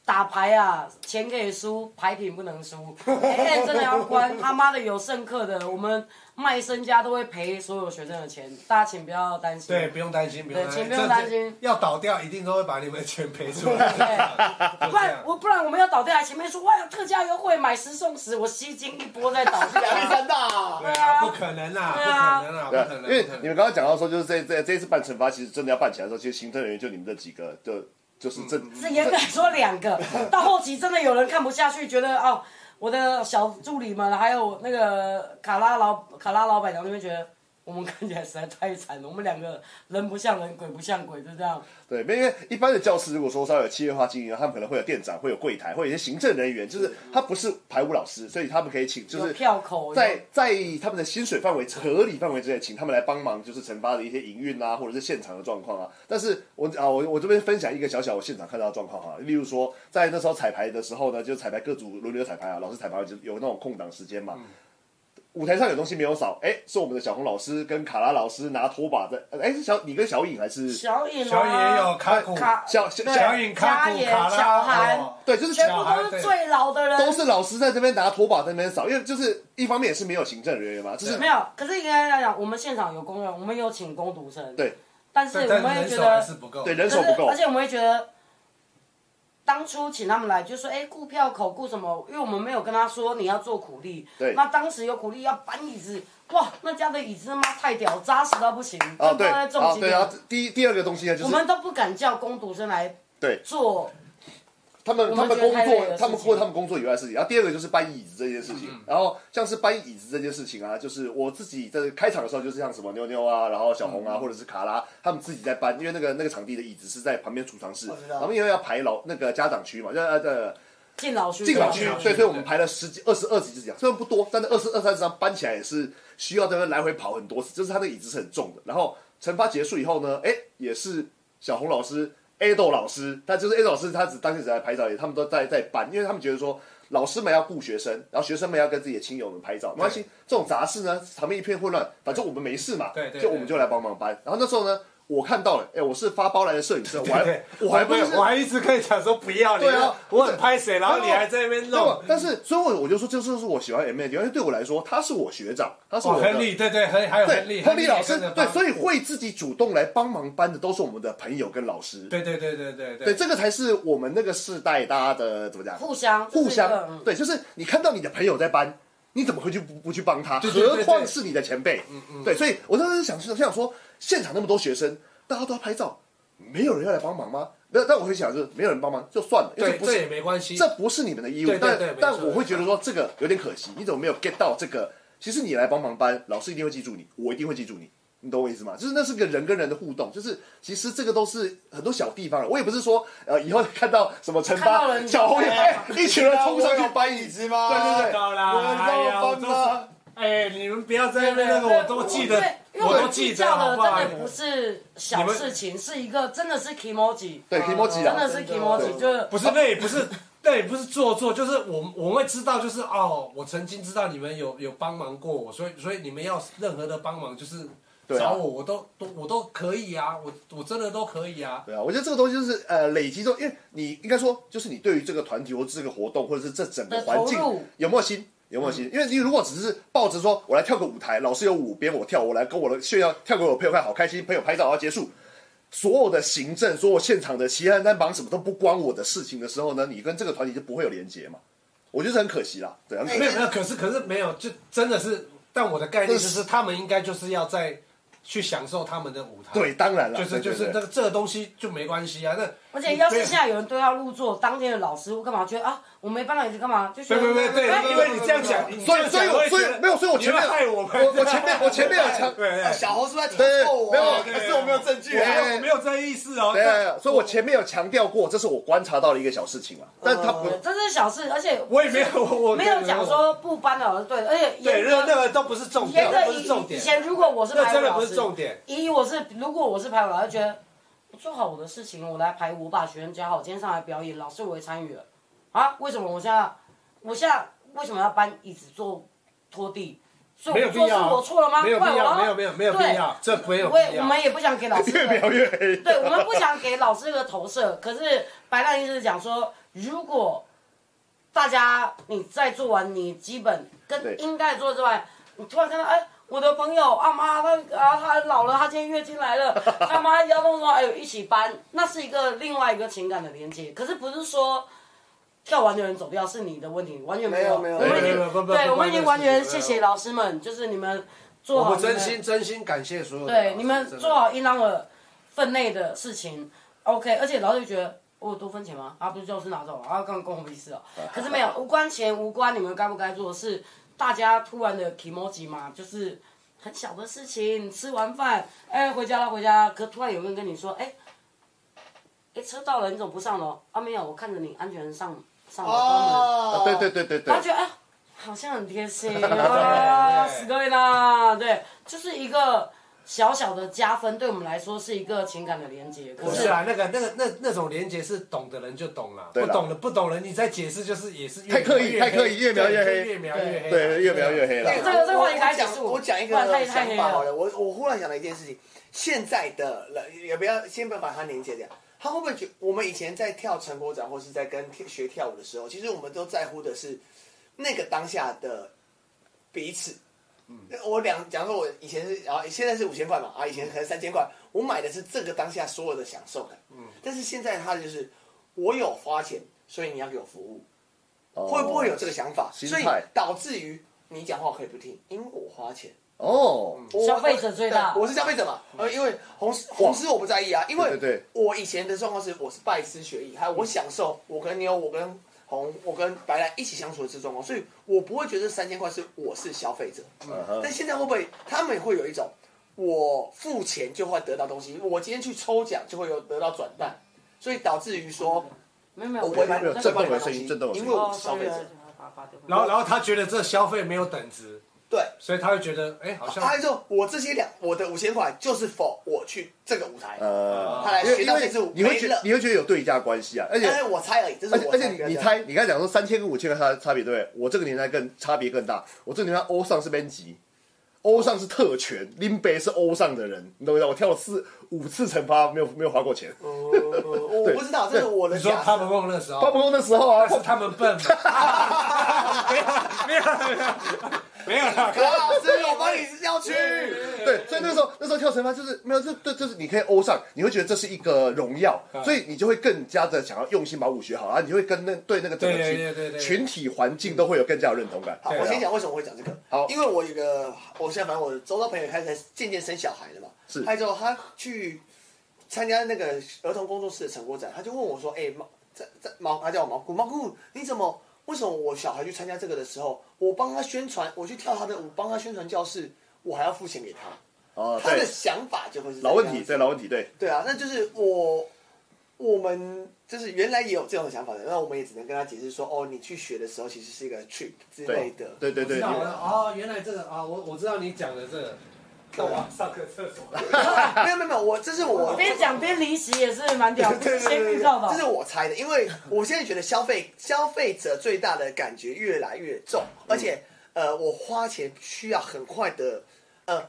打牌啊，钱可以输，牌品不能输。哎、真的要关他妈的有剩课的，我们卖身家都会赔所有学生的钱，大家请不要担心。对，不用担心，不用担心，请不用担心这这要倒掉一定都会把你们的钱赔出来。就不这然样我不然我们要倒掉来，前面说哇有特价优惠，买十送十，我吸金一波再倒下压力来。山大，对啊，不可能啊，不对可啊能 啊，不对可，能！因为不可能你们刚刚讲到说，就是这这这一次办惩罚，其实真的要办起来的时候，其实行政人员就你们这几个，就就是这是严格来说两个，到后期真的有人看不下去，觉得哦，我的小助理们还有那个卡拉老卡拉老板娘那边觉得。我们看起来实在太惨了，我们两个人不像人，鬼不像鬼，就这样。对，因为一般的教室如果说稍微有企业化经营，他们可能会有店长，会有柜台，会有一些行政人员，就是他不是排舞老师，所以他们可以请就哦有是票口，在在他们的薪水范围合理范围之内，请他们来帮忙，就是惩罚的一些营运啊，或者是现场的状况啊。但是我啊，我我这边分享一个小小我现场看到的状况哈、啊例如说在那时候彩排的时候呢，就彩排各组轮流彩排啊，老师彩排完就有那种空档时间嘛。舞台上有东西没有扫，哎、是我们的小红老师跟卡拉老师拿拖把在，哎、是小你跟小颖还是小颖、啊、小野有卡古，卡小小对小小颖卡嘉古言卡小拉，韩哦对，就是全部都是最老的人，都是老师在这边拿拖把在那边扫，因为就是一方面也是没有行政人员嘛，就是没有，可是应该来讲，我们现场有工人，我们有请工读生，对，但是但我但们也人觉手还得，是不够。对可人是手不够而，且我们会觉得，当初请他们来就说，哎，顾票口顾什么？因为我们没有跟他说你要做苦力，对那当时有苦力要搬椅子，哇，那家的椅子他妈太屌，扎实到不行，啊重对到啊在重几对点啊，，第第二个东西呢就我是们都不敢叫工读生来对做，他们我他们们觉得工太累作了他们事情过他们工作以外的事情，然后第二个就是搬椅子这件事情，然后像是搬椅子这件事情啊，就是我自己在开场的时候，就是像什么妞妞啊，然后小红啊，嗯或者是卡拉，他们自己在搬，因为那个那个场地的椅子是在旁边储藏室我知，道然后因为要排老那个家长区嘛，就呃呃敬老区，进对吧老区进老，区对，所以我们排了十几、二十、二十几只羊，虽然不多，但是二十二三十张搬起来也是需要在那边来回跑很多次，就是他的椅子是很重的。然后惩罚结束以后呢，哎，也是小红老师、A 豆老师，他就是 A 豆老师，他只当天只来拍照，也他们都在在搬，因为他们觉得说。老师们要顾学生，然后学生们要跟自己的亲友们拍照，没关系。这种杂事呢，场面一片混乱，反正我们没事嘛，对对就我们就来帮忙搬。然后那时候呢，我看到了，哎，我是发包来的摄影师，我还对我还不是我还一直跟你讲说不要脸，对啊我很拍谁，然后你还在那边对吧弄？。但是，所以我我就说，这就是我喜欢 M A 因为对我来说，他是我学长，他是哦，我的。亨利，对对，亨还有亨利，对，亨利老师，对，以所以会自己主动来帮忙搬的，都是我们的朋友跟老师。对对对对对对，这个才是我们那个世代大家的怎么讲？互相互这是一个相嗯对，就是你看到你的朋友在搬，你怎么会去不不去帮他？对对对何况是你的前辈。嗯嗯。对，所以我当时想是想说，现场那么多学生，大家都要拍照，没有人要来帮忙吗？没有，但我会想就是没有人帮忙就算了，因为对，不是这也没关系。这不是你们的义务对，对但对没错但我会觉得说这个有点可惜，你怎么没有 get 到这个？其实你来帮忙搬，老师一定会记住你，我一定会记住你，你懂我意思吗？就是那是个人跟人的互动，就是其实这个都是很多小地方了。我也不是说呃以后看到什么惩看到罚人小红也、哎 一群人冲上去搬，搬椅子吗？对对对到啦，我知道哎呀，我搬都吗是，哎，你们不要在那边那个，我都记得对，因为我我都计记较得，好的不好？真的不是小事情，是一个真的是 emoji，对 k i m o j i 真啦的，是真的 emoji，就是不是，那也不是，那也不是做作，就是我们我们会知道，就是哦，我曾经知道你们有有帮忙过我，所以所以你们要任何的帮忙，就是对啊找我，我都都我都可以啊，我我真的都可以啊。对啊，我觉得这个东西就是呃累积之后，因为你应该说就是你对于这个团体或者这个活动或者是这整个环境的投入嗯有没有心。有没有心？因为你如果只是抱着说我来跳个舞台，老师有舞编我跳，我来跟我的炫耀跳给我朋友看，好开心，朋友拍照然后结束，所有的行政、所有现场的其他人在忙什么都不关我的事情的时候呢，你跟这个团体就不会有连接嘛。我觉得是很可惜啦，对啊，很可惜哎没有没有，可是可是没有，就真的是，但我的概念就这是他们应该就是要在去享受他们的舞台。对，当然了，就是对就是那对个这个东西就没关系啊。那而且要是现在有人对号入座，当天的老师傅干嘛觉得啊，我没办法，你是干嘛？就对学对对对，哎因为你这样讲，你这所以样所以讲我我会所觉以得没有，所以我你前会面害我们，我我前面我前面有强，对对对啊小猴是在挑哎对逗我，没有，对可是我没有证据我没啊有。没有这意思哦。 对啊，所以我前面有强调过，这是我观察到的一个小事情啊，哦但他不哎这是小事，而且我也没有，我没有讲说不搬老师对，而且对，严那那格个都不是重点，严那格不是重以以点，前如果我是那排舞真的老不师，是重点。以我是如果我是排舞老师，觉得我做好我的事情，我来排舞，我把学生教好，今天上来表演，老师我也参与了啊，为什么我现在我现在为什么要搬椅子做拖地？所没以有我必做是要，啊我错了吗？没有必怪我要，吗没有没有没有必对要，啊这没有我也必我要。们也不想给老 师越描越黑。对，我们 不想给老师一个投射，可是白浪医师讲说，如果大家你在做完你基本对跟应该做之外，你突然看到哎。我的朋友啊妈，他啊他老了，他今天月经来 了，他妈要弄说哎呦一起搬，那是一个另外一个情感的连接。可是不是说跳完的人走掉是你的问题，完全没有我没有们已没有没有不经不对不我们已经不完全不谢谢老师们，就是你们做好我你们真心真心感谢所有的老师。对，你们真的做好应当的分内的事情，OK。而且老师就觉得我有多分钱吗？啊，不是教师拿走，啊，干关我屁事哦。可是没有，无关钱，无关你们该不该做，是大家突然的 emoji 嘛，就是很小的事情，吃完饭，哎，回家了，回家了。可突然有个人跟你说，哎，哎，车到了，你怎么不上楼？啊，没有，我看着你安全上上楼关门。哦，啊对对对对对他，觉得哎，好像很贴心啊，すごいな，对，就是一个小小的加分，对我们来说是一个情感的连接。可不是啊，那个那个那那种连接是懂的人就懂了，对不啦懂的不懂人，你再解释就是也是越太刻意描越太刻意黑越描越黑对就越描越黑，对，越描越黑了对。这个这个话题我开始讲是我我讲一个不然太太想黑法了好了，我我忽然想到一件事情，现在的人也不要先不要把它连接掉，他会不会觉我们以前在跳成果展或是在跟跳学跳舞的时候，其实我们都在乎的是那个当下的彼此。嗯我两，假如说我以前是，然后现在是五千块嘛，啊，以前可能三千块，我买的是这个当下所有的享受感。嗯，但是现在他就是我有花钱，所以你要给我服务。哦会不会有这个想法？心所以态导致于你讲话我可以不听，因为我花钱，哦？我消费者最大嗯对我是消费者嘛。呃，因为红丝红丝我不在意啊，因为对对嗯对我以前的状况是我是拜师学艺，还有我享受我跟妞、我跟红、我跟白兰一起相处的这状况，所以我不会觉得三千块是我是消费者。嗯哼但现在会不会他们也会有一种，我付钱就会得到东西，我今天去抽奖就会有得到转蛋，所以导致于说呃没有没有，我违反有那这个不动违有反声东音西，这不有声音因为嗯我哦是消费者。然后然后他觉得这消费没有等值，对，所以他会觉得哎好像他还说我这些两我的五千块就是否我去这个舞台，呃，他来因为学因到这为支舞你会觉没了，你会觉得有对价关系啊，而且但是我猜而已，这是而且我而猜且你你，猜，你刚才讲说三千跟五千的差差别对不对？我这个年代更差别更大，我这个年代欧尚是班级，欧尚是特权，林北是欧尚的人，你懂不懂？我跳了四五次惩罚，没有没有花过钱。哦我我不知道，这是我的你说假他 设。们梦那时包候，括那时候啊但，是他们笨嘛，没有没有没有没有啦，啊何老师，我帮你 要去，对，所以那时候那时候跳绳发就是没有，这这就是你可以欧上，你会觉得这是一个荣耀，所以你就会更加的想要用心把舞学好，然后你会跟那对那个整个对对对对群群对体环境都会有更加有认同感。好，对啊我先讲为什么会讲这个。好因为我有个，我现在反正我周遭朋友开始渐渐生小孩了嘛。是他之后他去参加那个儿童工作室的成果展，他就问我说：“哎、毛在在毛，他叫我毛姑，毛姑，你怎么为什么我小孩去参加这个的时候，我帮他宣传，我去跳他的舞，帮他宣传教室，我还要付钱给他？”哦，他对的，想法就会是这老样问题，对老问题，对。对啊，那就是我我们就是原来也有这种想法的，那我们也只能跟他解释说，哦，你去学的时候其实是一个 trip 之类对的。对对对，知道对了哦，原来这个啊，我我知道你讲的这个，那我上个厕所。啊没有没有没有，我这是我边讲边离席也是蛮屌，不是先预告这的是。我猜的，因为我现在觉得消费消费者最大的感觉越来越重，嗯而且呃，我花钱需要很快的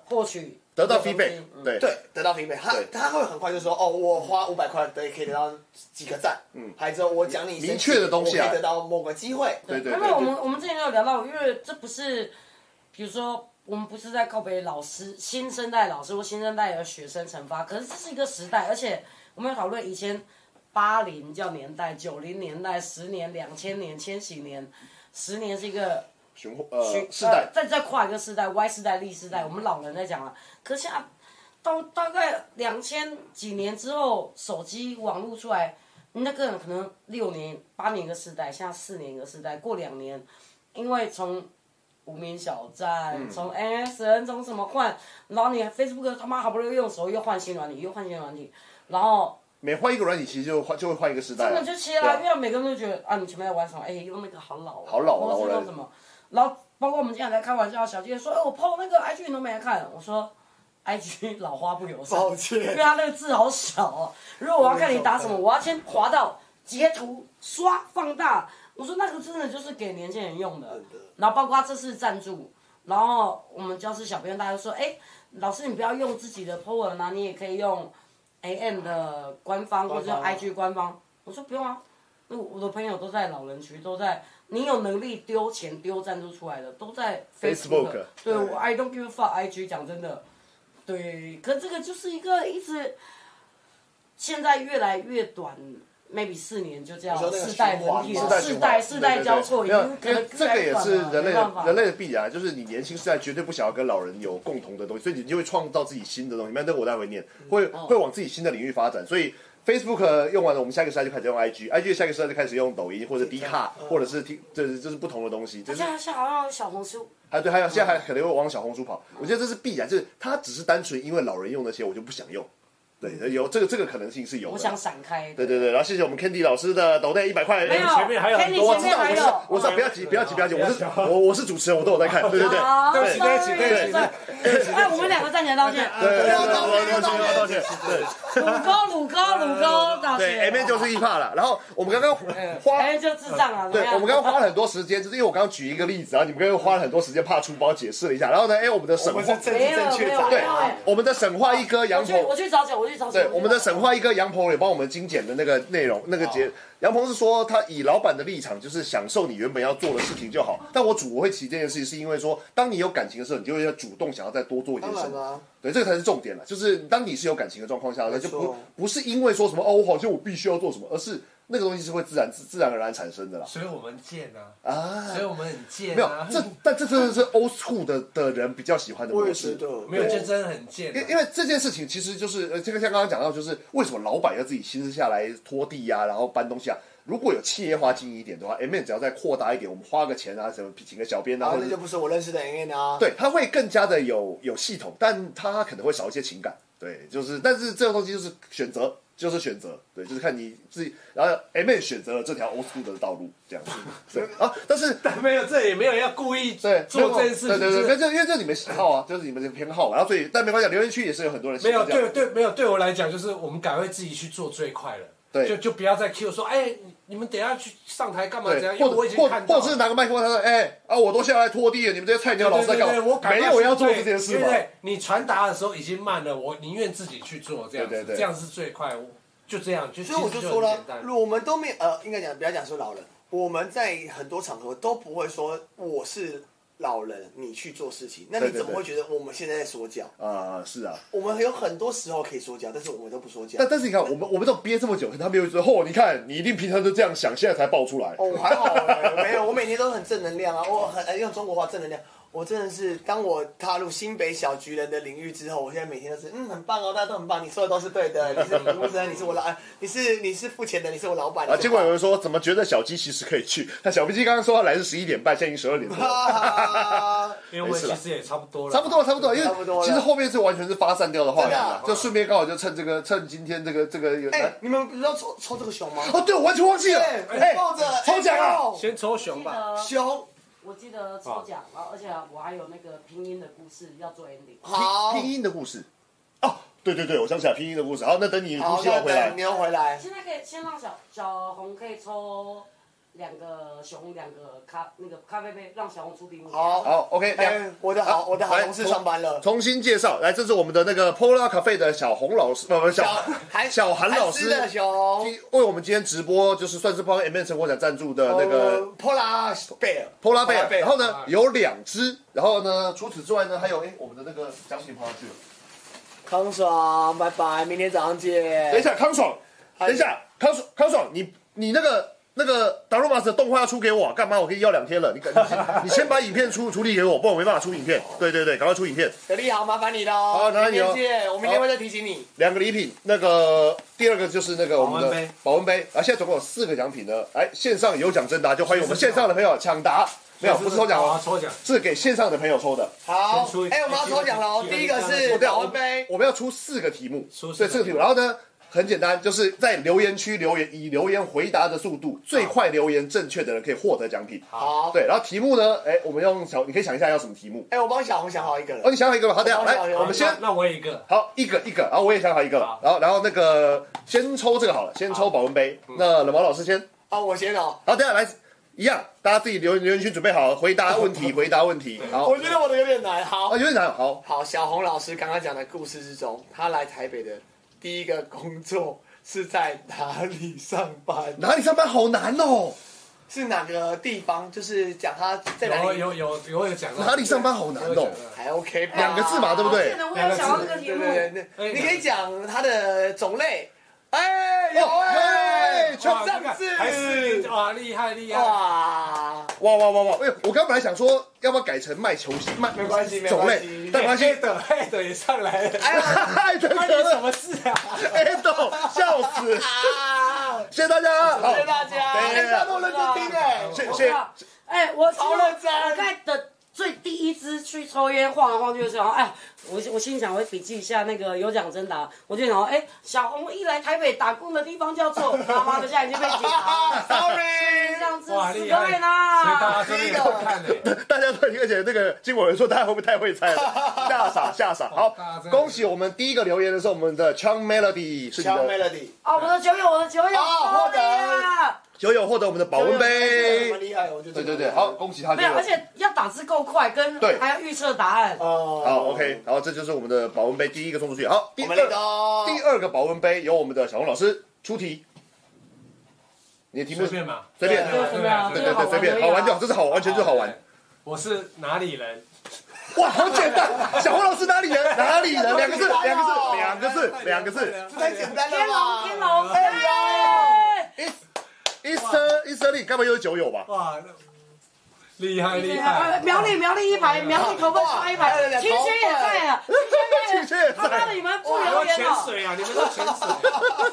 获取得到 feedback，嗯对对得到 feedback，他对他会很快就说哦，我花五百块得可以得到几个赞，嗯，还有之后我讲你一些明确的东西啊我可以得到某个机会，对对那么我对，们我们之前有聊到，因为这不是，比如说我们不是在告别老师新生代老师或新生代的学生惩罚，可是这是一个时代，而且我们有讨论以前八零叫年代，九零年代、十年、两千年、千禧年，十年是一个循呃循世代呃，再再跨一个世代，Y 世代、Z 世代，我们老人在讲了。啊可是现在到大概两千几年之后，手机网络出来，那个人可能六年、八年一个世代，现在四年一个世代，过两年，因为从无名小嗯站，从 MSN 从什么换，然后你 Facebook 他妈好不容易用手又换新软体，又换新软体，然后每换一个软体，其实就换就会换一个时代根啊，本就切对了，啊因为每个人都觉得啊，你前面在玩什么？哎，用那个好老、哦，好老啊我老说人什么？然后包括我们经常在开玩笑，小姐说，哎，我 PO 那个 IG 你都没来看，我说。IG 老花不友善，哦抱歉因为它那个字好小哦。如果我要看你打什么，我要先滑到截图、刷、放大。我说那个真的就是给年轻人用的。然后包括这次赞助，然后我们教室小朋友大家说，哎，老师你不要用自己的 po 文啊，你也可以用 AM 的官方或者用官方 IG 官方。我说不用啊，那我的朋友都在老人区，都在你有能力丢钱丢赞助出来的，都在 Facebook。 Facebook 对，我 I don't give a fuck IG，讲真的，对，可这个就是一个一直现在越来越短。maybe 四年就这样你说，那个世代循环整体吗世代的世循哦代环对对世代对交错，已没有经可因为能这个也是人类的人类类的必然，就是你年轻时代绝对不想要跟老人有共同的东西，所以你就会创造自己新的东西。那这个我待会念，嗯会哦会往自己新的领域发展，所以。Facebook 用完了，我们下一个时代就开始用 IG，IG 下一个时代就开始用抖音或者 D 卡，或者是 T，这是这是不同的东西，这现是在现在嗯好像有嗯小红书，还对，还有现在还可能会往小红书跑，我觉得这是必然，就是它只是单纯因为老人用那些，我就不想用。对，有这个这个可能性是有的。我想闪开。对对对，然后谢谢我们 Candy 老师的抖内一百块。没有，我前面还有很多 Kenny 前面还知道有，我知道，不要急，不要急，不要急，我是我我是主持人，我都有在看。对对对，好对不起对不起 sorry，对不起 sorry 哎，我们两个站起来道歉。对对对，道歉，道歉，道歉。对乳沟，乳沟，乳沟，道歉。对，M N 就是一怕了。然后我们刚刚花。哎，就智障啊！对怎么，样我们刚刚花了很多时间，就是因为我刚刚举一个例子，然后啊你们刚刚花了很多时间怕出包解释了一下，然后呢，哎，我们的我沈们是化，政治正确没有没有者，对没有哎，我们的沈化一哥杨我去，鹏，我去找酒，我去找酒。对，去我们的找神话一哥杨鹏也帮我们精简的那个内容，那个节，杨鹏是说他以老板的立场，就是享受你原本要做的事情就好。但我主我会提这件事情，是因为说，当你有感情的时候，你就会要主动想要再多做一点当什然么。啦，对，这个才是重点了。就是当你是有感情的状况下，那没就错不不是因为说什么哦，我好像我必须要做什么，而是那个东西是会自然自自然而然产生的啦。所以我们贱啊，啊，所以我们很贱没有啊，这，但这真的是 old school 的的人比较喜欢的我模也式觉。得没有就真的很贱啊因。因为这件事情其实就是呃，这个像刚刚讲到，就是为什么老板要自己亲自下来拖地呀、然后搬东西啊。如果有企业化经营一点的话，M N 只要再扩大一点，我们花个钱啊，什么请个小编啊，然或后者那是就不是我认识的 N N 啊，，对，它会更加的有有系统，但它可能会少一些情感。对，就是，但是这个东西就是选择，就是选择，对，就是看你自己。然后 M N 选择了这条 old school 的道路，这 样子，对啊。但是但没有，这也没有要故意对，做这件事情，对对就对，是这因为这是你们喜好啊，就是你们的偏好，然后所以但没关系，啊留言区也是有很多人喜没欢有这样对对没有对我来讲，就是我们赶快自己去做最快了，对就就不要再 Q 说，哎，你们等一下去上台干嘛？怎对，样？因或为我已者经或看或到了，者是拿个麦克风，他说：“哎、啊，我都下来拖地了，你们这些菜鸟老师在干对对对我嘛？赶快没有要做这件事对嘛对，对，你传达的时候已经慢了，我宁愿自己去做，这样对子对对这样是最快，我就这样，就所以我其就实说很了简单，我们都没有呃，应该讲不要讲说老人，我们在很多场合都不会说我是老人，你去做事情，那对你对怎么会对觉得我们现在在说教？啊、是啊。”我们有很多时候可以说教，但是我们都不说教但。但是你看，我们我们这种憋这么久，他们又说：“嚯、你看你一定平常都这样想，现在才爆出来。哦，我还好、欸，没有，我每天都很正能量啊，我很呃用中国话正能量。我真的是，当我踏入新北小菊人的领域之后，我现在每天都是，嗯，很棒哦，大家都很棒，你说的都是对的，你是服务生，你是我老，你是你是付钱的，你是我老板。啊！你是结我果有人说，怎么觉得小鸡其实可以去？那小鸡刚刚说要来是十一点半，现在已经十二点多了。啊因为没我事了其实也差不多了，差不多了，差不多了，因差不多为了其实后面是完全是发散掉的话题真的了啊，就顺便刚好就趁这个趁今天这个这个有啊哎、你们不知道抽抽这个熊吗？哦，对，我完全忘记了，哎哎，抱着抽奖啊！先抽熊记吧。得熊，我记得抽奖，啊然后而且我还有那个拼音的故事要做 ending。好，拼音的故事哦，对对对，我想起来拼音的故事。好，那等你好呼，吸那要回来等你。要回来，现在可以先让小小红可以抽两个熊，两个咖那个咖啡杯，让小红出题目。好好，OK，哎、两啊哎我的好，我的好来同事上班了。重新介绍，来，这是我们的那个 Polar Cafe 的小红老师，不不小 韩小韩老师韩的熊，今为我们今天直播，就是算是帮 M N 成果展赞助的那个 p o l a Bear，呃哦 Polar Bear，啊 Polar 然后呢 Polar 有两只，然后呢除此之外呢还有哎我们的那个奖品跑哪去了？康爽，拜拜，明天早上见。哎等一，下，康爽，哎等一下，康爽，康爽，你你那个。那个达鲁马斯的动画要出给我啊、干嘛？我可以要两天了，你赶你先你先把影片出处理给我，不然我没办法出影片。对对对，赶快出影片。德利好，麻烦你喽。好麻烦你哦明天见，我明天会再提醒你。两个礼品，那个第二个就是那个我们保温的杯保温杯，啊，现在总共有四个奖品呢。哎，线上有奖征答，就欢迎我们线上的朋友抢答，没有不是抽奖好啊哦，抽奖，是给线上的朋友抽的。好先出，一哎，我们要抽奖喽。一第一个是对啊保温杯，我们要出四个题目，出四对个四个题目，然后呢？很简单，就是在留言区留言，以留言回答的速度最快留言正确的人可以获得奖品。好，对，然后题目呢？哎，我们要用小，你可以想一下要什么题目。哎，我帮小红想好一个哦，了。你想好一个吧，好，等一下我想好一来，个我们先那那我也一个，好一个一个，然后我也想好一个好，然后然后那个先抽这个好了，先抽保温杯。嗯那冷毛老师先，啊，我先哦。好，等一下来一样，大家自己留言留言区准备好，回答问题，回答问题。好，我觉得我的有点难。好啊，，有点难，好，好，小红老师刚刚讲的故事之中，他来台北的第一个工作是在哪里上班？哪里上班好难哦，是哪个地方？就是讲他在哪有里，有有有有讲到哪里上班好难有哦讲，到还 OK 吧？两个字嘛，对不对好？贱哦我有想到这个题对目，对对，哎那你可以讲它的种类。哎，有哎，哎就哇这样这个还是子，哇厉害厉害，哇，哇哇哇哇！哎，我刚本来想说要不要改成卖球鞋，卖没关系，没种关类，系。但没关系黑， 的黑的也上来了，哎呀，太可关能你什了，么事啊？哎，懂，笑死，啊谢谢大家，谢好谢。大家，对对对哎大家都认真听哎，谢我谢靠哎，我超认真我刚才的最第一支去抽烟晃来晃去的时候，哎，我我心里想，我会哎笔记一下那个有奖征答，我就想说，哎，小红一来台北打工的地方叫做，他妈的现在已经被警察了，sorry，这样子哇死厉对害，所以大啦家。真的有看的， 大家都已经，而且那个经委员说大家会不会太会 猜了？吓傻吓傻！好大家真，的恭喜我们第一个留言的是我们的 Chang Melody，是你小的 melody，哦，我的酒友，我的酒友，哦获得呀酒友获得我们的保温蛮杯。厉害，我觉得对对对，好，，恭喜他。没有，酒友而且要打字够快，跟对还要预测答案。哦，好 OK，然后这就是我们的保温杯第一个送出去。好，第我二们那个第二个保温杯由我们的小红老师出题。你的题目随是便嘛，随便，对对啊对对对对，随便，好玩就好，这是好玩，全是好哎玩。。我是哪里人？哇，好简单！小红老师哪里 人？哪里人？两个字，好简两单哦个字，两个字，两个字。这太简单了天吧，龙，天龙，哎呦哎 Easter Easter 你该不会又是酒友吧？哇，厉害厉哎害！苗栗苗栗一排，苗栗头份刷一排，秦轩也在啊，晴轩也在他妈的你们不留我言潜哦，水啊，你们都 潜水，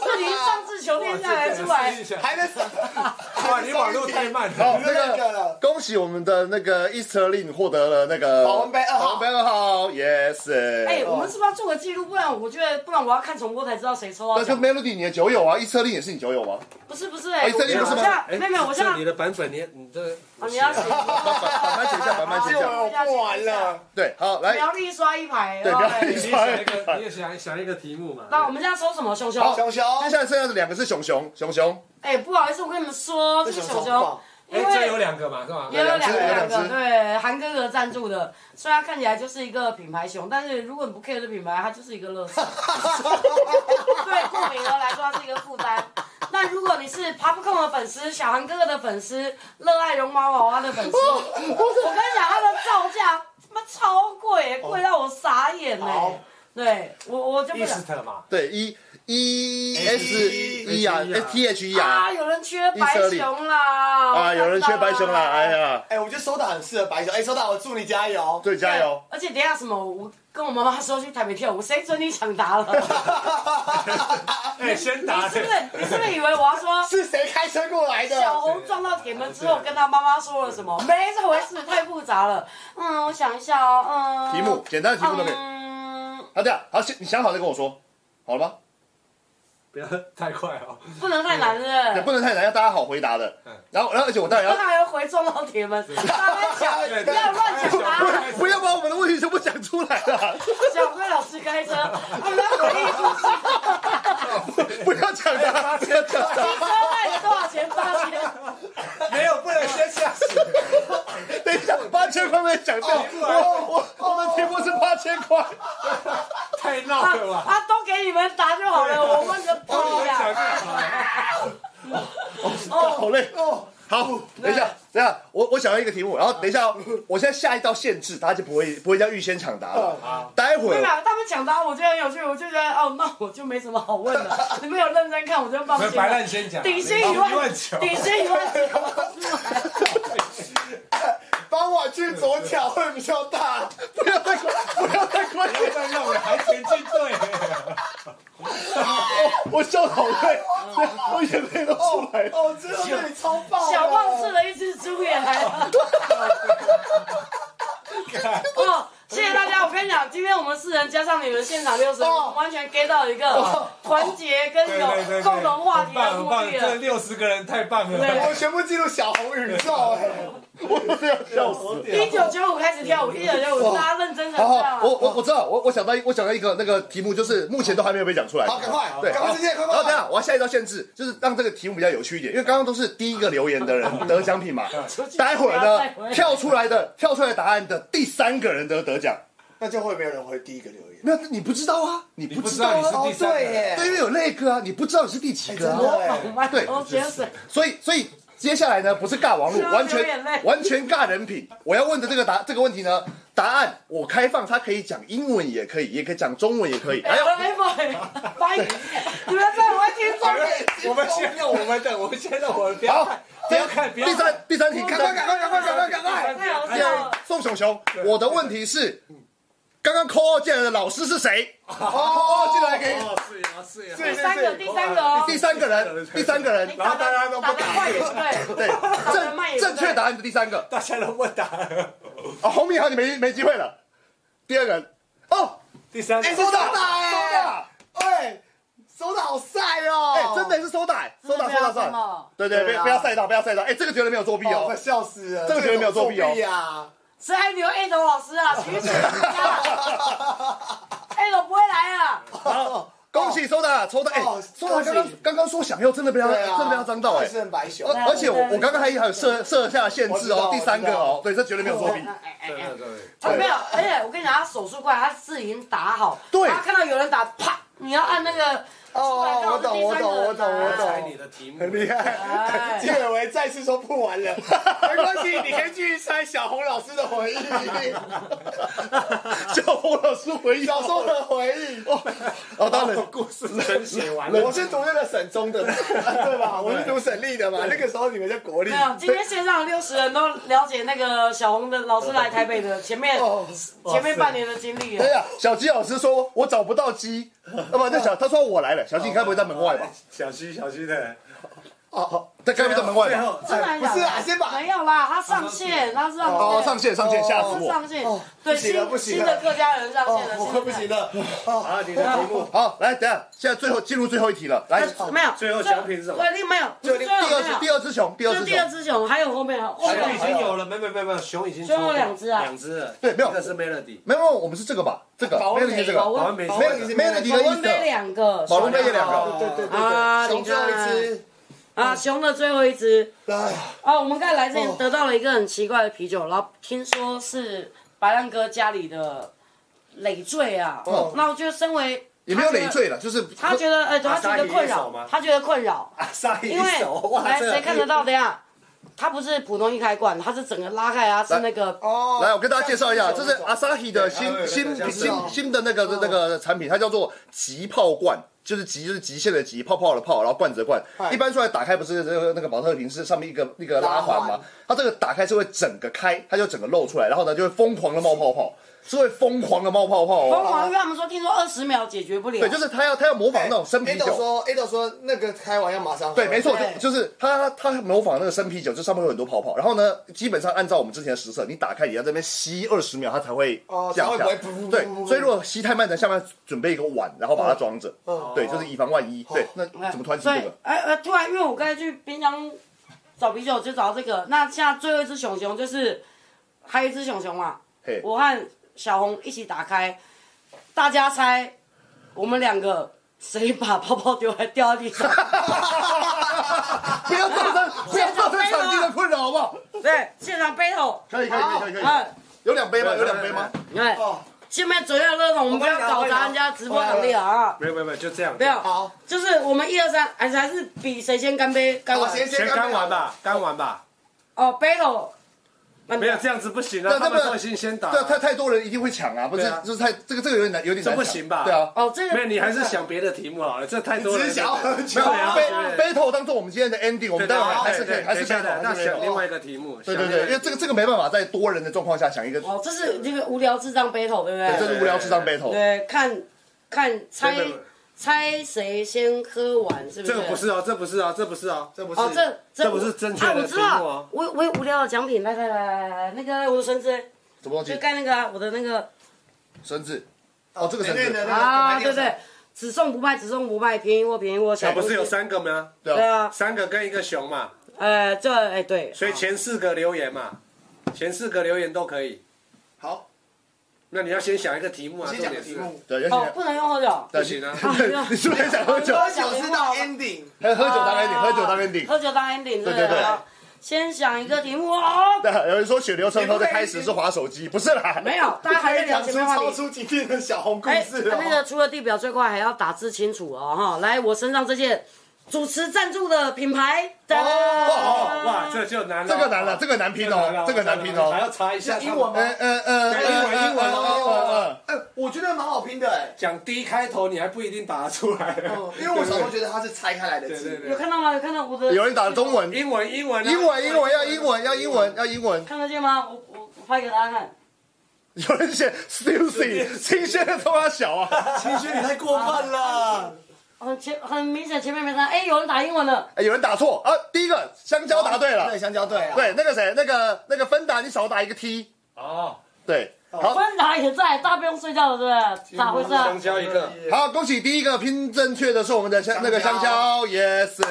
是您上次球店下来出来，还在上，哇，你网络太慢好，了。那那个个了恭喜我们的那个 Easter Lin 获得了那个保温杯二号保温杯二号，Yes。哎，我们是不是要做个记录？不然我觉得，不然我要看重播才知道谁抽到那就奖。 Melody 你的酒友啊，Easter Lin 也是你酒友吗？不是不是，哎，哦这我里不是吗现在没有没有，我现在这你的版本，你你这啊，你要写哎板板写一下，板板写一就下。我不玩了，对，好，来，苗栗刷一排，对哦苗栗你刷也想 一个，你也想想一个题目嘛？那我们现在抽什么熊熊？熊熊，接下来剩下的两个是熊熊，熊熊，哎，不好意思，我跟你们说，这个熊熊，因哎，为这有两个嘛，是吧？也有两只个，有两两只个对，韩哥哥赞助的，虽然看起来就是一个品牌熊，但是如果你不 care 这品牌，它就是一个乐 色。对顾名而来说，它是一个负担。那如果你是 Popcorn 的粉丝，小韩哥哥的粉丝，热爱绒毛娃娃的粉丝，我跟你讲，它的造价他妈超贵，贵到我傻眼呢、好对我我就不想 East 嘛，对，E E S S E 啊 S E 啊，S T H E 啊，啊，有人缺白熊啦！啊，有人缺白熊啦，哎呀。呀，哎，我觉得收到很适合白熊，哎，收到，我祝你加油，对，加油！而且等一下什么，我跟我妈妈说去台北跳舞，谁准你抢答了？ 哎，先你打是不是你是不是以为我要 说是谁开车过来的？小红撞到铁门之后跟他妈妈说了什么？没这回事，太复杂了。嗯，我想一下哦，嗯，题目，简单的题目都可以。嗯，好，这样，好，先你想好再跟我说，好了吗？不要太快哦。不能太难嗯也了。不能太难，要大家好回答的嗯。然后，然后，而且我当然我要还要回撞到铁门，他们讲对不要乱讲啊答案。不要把我们的问题全部讲出来 了，小辉老师开车，他们在回忆 出不要讲了，不要讲了。车卖了多少钱？八千。没有，不能先下啊水。哎等一哦下，八千块没讲掉，我我我的题目是八千块，太闹啊哦了吧！啊啊，都给你们答就好了，我问个我屁讲呀！就好了。好累。哦，好，等一下，等一下，我我想要一个题目，然后等一下哦，我现在下一道限制，大家就不会不会叫预先抢答了。待会对儿吧？他们讲的啊，我觉得很有趣，我就觉得哦，那我就没什么好问 的，你们有认真看，我就放所以心白了烂。先讲，啊底薪你一万，乱讲底薪一万，帮我去左脚会比较大，不要再不要再关不要再让我还田径队，我笑好 累，我眼泪都出来了。哦，真的对你超棒！小胖吃，了一只猪也来 了。哦，谢谢大家！我跟你讲，今天我们四人加上你们现场六十，哦完全 get 到一个团结跟哦对有对 对，共同话题很的棒很目棒，的这啊了。六十个人太棒对了，我全部进入小红宇宙 哎、我真的要笑死。一九九五开始跳舞，一九九哦五大家认真的好跳好，我啊。我我知道，我我想到一我想到一个那个题目，就是目前都还没有被讲出来。好，赶快，对，赶快好直接，快然后等一快！下，我要下一道限制，就是让这个题目比较有趣一点，因为刚刚都是第一个留言的人得奖品 嘛。待会儿呢，跳出来的跳出来答案的第三个人得得奖。那就会没有人回第一个留言。没有，你不知道啊，你你不不知知道道你啊。是第三个哦对耶人，对，因为有那个啊，你不知道你是第几个哎真的啊，耶模仿慢头先生，所以所以接下来呢，不是尬网络是，啊完流眼泪全完全尬人品。我要问的这个答这个问题呢，答案我开放，它可以讲英文，也可以，也可以讲中文，也可以。还有哎，boy，翻译， 你们在我会听众。我们先让我们的，我们先让我们不要看好，不要看，不要第看三第三题，哎赶快，赶快，赶快，赶快，赶快！太好哎笑呀了！宋熊熊，我的问题是，刚刚 call 进来的老师是谁？哦，进来给哦，是呀是呀，第三个，第三个哦，第三个人，第三个人哎你，打的然后大家都不打的快也不对，对，得慢也正正不对确答案的第三个。大家都不打了，哦，洪明豪，你没没机会了。第二个人，哦，第三个哎，收到，收哎，大，哎，收到好晒哦！哎，真的是收大，哎收大，真的收大，不要收这大么。对对，不对啊要不要赛道，不要赛道。哎，这个绝对没有作弊哦，快哦。笑死了！这个绝对没有作弊哦呀！谁还留 A 楼老师啊？体育组，A 楼不会来啊！好，恭喜收大，收大。哎哦，收大刚恭刚喜刚刚说想要，真的被他 对啊，真的被他张到哎真。是很白熊。而而且我我刚刚还还有设设下限我制知道哦，第三个哦，对，这绝对没有作弊。哎哎对哎对对，他没有，而且我跟你讲，他手速快，他字已经打好，对他看到有人打，啪，你要按那个，哦，我懂，我懂，我懂，我猜懂你。的题目，很 厉害。哎纪委维再次说不 玩了，没关系，你可以继续猜小红老师的 回忆，小红老师回忆小时候的回忆。哦，当然我，故事全写完了我。是读那个省中的嘛，对吧？我是读省立的嘛，那个时候你们在国立没。有，今天线上六十人都了解那个小红的老师来台北的前面哦前面半年的经历等一了。下，哎小鸡老师说我找不到鸡，那么在想，他说我来了，小鸡你该不会在门外吧？小西，小西的，哦，他该不会在门外最吧？后，真的还假的不是啊先把没有啦，他上线，他上哦，线上线上线，吓死他我！上线哦，对不行了不新行新了的客家人上线了，哦我快不行新的了。啊哦好，你的题目，好，来，等一下，现在最后进入最后一题了，来，哎呃没有，最后奖品是什么对，另没有，就最另后第二没有只第二只熊，第二就只第二熊，只熊，还有后面啊后熊已面经有了，没没没没，熊已经熊有两只啊两只了，对没有一个是 Melody，没有，没有我们是这个吧？这个保没温有理解这保个，好温像没没有理解没有理解保的温杯意思。两个，保温杯也两对个，对对对啊对，熊最后一只，哎啊，熊的最后一只来，啊，我们刚才来之哦前得到了一个很奇怪的啤酒，然后听说是白浪哥家里的累赘啊，哦那我觉得身为也没有累赘了，就是他觉得，哎，他觉得困阿萨伊一手吗扰，他觉得困扰，啊哎杀一因为手，哇，来这谁看得到？等一下，它不是普通一开罐，它是整个拉开啊，是那个哦，来，我跟大家介绍一下，这是啊， Asahi 的新对新对对新对新的那个那个产品，它叫做极泡罐，就是极就是极限的极，泡泡的泡，然后罐子的罐。一般出来打开不是那个那个保特瓶是上面一个那个拉环拉吗环？它这个打开是会整个开，它就整个露出来，然后呢就会疯狂的冒泡泡，是会疯狂的冒泡泡疯哦。狂，因为他们说听说二十秒解决不了，对，就是它要它要模仿那种生啤 Ado 酒。哎说，Ado 说那个开完要马上喝。对，没错，对就就是它，它模仿那个生啤酒，就上面会有很多泡泡。然后呢，基本上按照我们之前的实测，你打开也要在那边吸二十秒，它才会哦降才下。会不会噗噗噗对噗噗，噗所以如果吸太慢，咱下面准备一个碗，然后把它装着。嗯对，就是以防万一。对，那怎么突然提所这以个？哎哎，突然因为我刚才去冰箱找啤酒就找到这个，那现在最后一只熊熊就是还有一只熊熊嘛， 嘿，我和小红一起打开，大家猜我们两个谁把泡泡丢还掉在 地上？不要造成不要造成场地的困扰，好不好？对，现场 battle，可以可以可以可以，哎有两杯吗？有两杯吗？哎，哦，下面左右热闹，我们不要搞砸人家直播场地了啊！没有没有没有，就这样，不要，好，就是我们一二三，哎还是还是比谁先干杯干我完啊先全先干完完。吧，干完吧，哦，battle 那 没有这样子不行啊，对，他那们不都能已经先打对，了，太太多人一定会抢啊，不是对啊，就是太这个这个有点难，有点这难不抢行吧对啊，哦，这个没有，你还是想别的题目好了，这太多只人是了。想要喝酒没有啊对啊 battle battle 当做我们今天的 ending，我们待对对会儿还是对可以，对还是对对 battle，那还是想 battle。另外一个题目，对对想另对，外因一为个这个这个没办法在多人的状况下想一个，哦，这是这个无聊智障 battle，对不对？对，这是无聊智障 battle。对，看看猜对对对猜谁先喝完，是不是？这个不是哦，这不是哦，这不是哦，这不哦，这这不是正确的啊，我知题目哦道，我我有无聊的奖品，来来来来来，那个我的绳子，什么东就西？盖那个啊我的那个绳子。哦，这个绳对子。对啊，对对，只送不卖，只送不卖，便宜货便宜货，小啊不是有东西三个吗？对对啊。啊，三个跟一个熊嘛，呃，这哎对，所以前四个留言嘛，前四个留言都可以。好，那你要先想一个题目啊，先重讲点题是目。对，有哦，些不能用喝酒，对不行啊你 对你是不是很想喝酒？啊喝酒是到 ending，喝喝酒当啊 ending，喝酒当 ending。喝酒当 ending，对对对先想一个题目哦，对，有人说血流成河的开始是划手机，不是啦。没有，大家还在聊讲出前面话超题。出今天的小红故哎，事那个哦。除了地表最快，还要打字清楚哦哈。来，我身上这件主持赞助的品牌，哒哦，哇，这就难了， 这个难了，这个难拼哦，这个难拼还要哦。查一下英文吗呃呃呃呃呃呃哎，我觉得蛮好拼的哎，讲 D 开头你还不一定打得出来。哦 因为我小时候觉得它是拆开来的字对，对有看到吗？有看到我的？呃，有人打中文，英文英文啊英文英文要 英文要英文要英文。看得见吗？我我我拍给大家看。 有人写 Stussy，新鲜的他妈小 啊！秦轩你太过分了，很前很明显，前面没看。哎，有人打英文了。哎有人打错啊，第一个香蕉答对了对，，香蕉对啊，对，那个谁，那个那个芬达，你少打一个 T，哦，对，好。芬达也在，大家不用睡觉了，对不对？咋回事啊香？蕉一个，好，恭喜第一个拼正确的是我们的香那个香蕉，yes，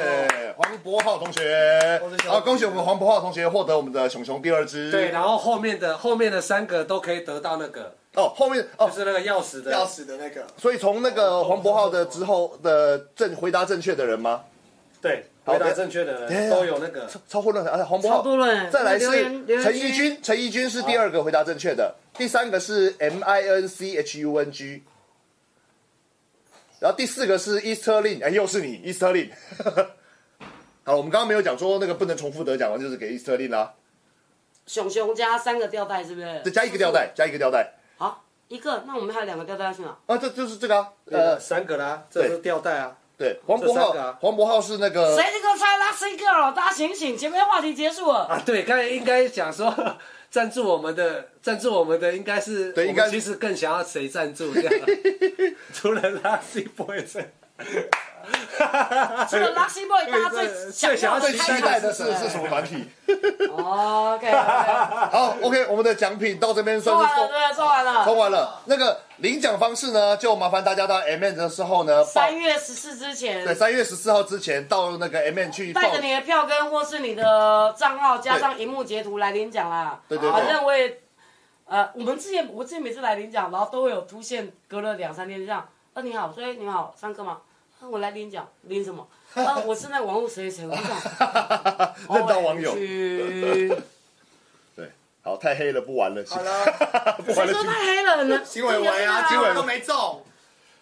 黄博浩同学我是。小好，恭喜我们黄博浩同学获得我们的熊熊第二只。对，然后后面的后面的三个都可以得到那个，哦，后面就哦，是那个钥匙的钥匙的那个，所以从那个黄博浩的之后的正回答正确的人吗？对，好回答正确的哎人都有那个。超超混乱的，而且黄博超浩多人，再来是留言留言陈区义军，陈义军是第二个回答正确的，第三个是 M I N C H U N G，然后第四个是 Easterlin，哎，又是你 Easterlin。好，我们刚刚没有讲说那个不能重复得奖嘛，就是给 Easterlin 啦，熊熊加三个吊带，是不再是？加一个吊带，加一个吊带好，一个。那我们还有两个吊带要去哪？啊，这就是这个啊，呃，呃，三个啦，这是吊带啊，对，黄博这三个浩啊，黄博浩是那个谁这个猜拉谁一个了？大家醒醒，前面话题结束了。啊，对，刚才应该讲说 赞助我们的，赞助我们的应该是，对我应们该其实更想要谁赞助这样，除了垃圾 boy 之外除了 Luxy Boy，大家最最想要最最期待的是是什么团体？哦，OK，好，OK，我们的奖品到这边做算是完了，送对，做完抽了。完了，那个领奖方式呢，就麻烦大家到 M N 的时候呢，报三月十四之前对，，三月十四号之前到那个 M N 去报带着你的票根或是你的账号，加上荧幕截图来领奖啦。对对对反正我也，呃，我们之前我之前每次来领奖，然后都会有出现，隔了两三天这样。啊，你好，所以你好，上课吗？啊，我来领奖，领什么？啊，我是那网络谁谁，我就想 认到网友 OMG。哦谁 对，好，太黑了，不玩了，好了， 不玩了。说行太黑了呢？秦伟文啊，秦伟文都没中，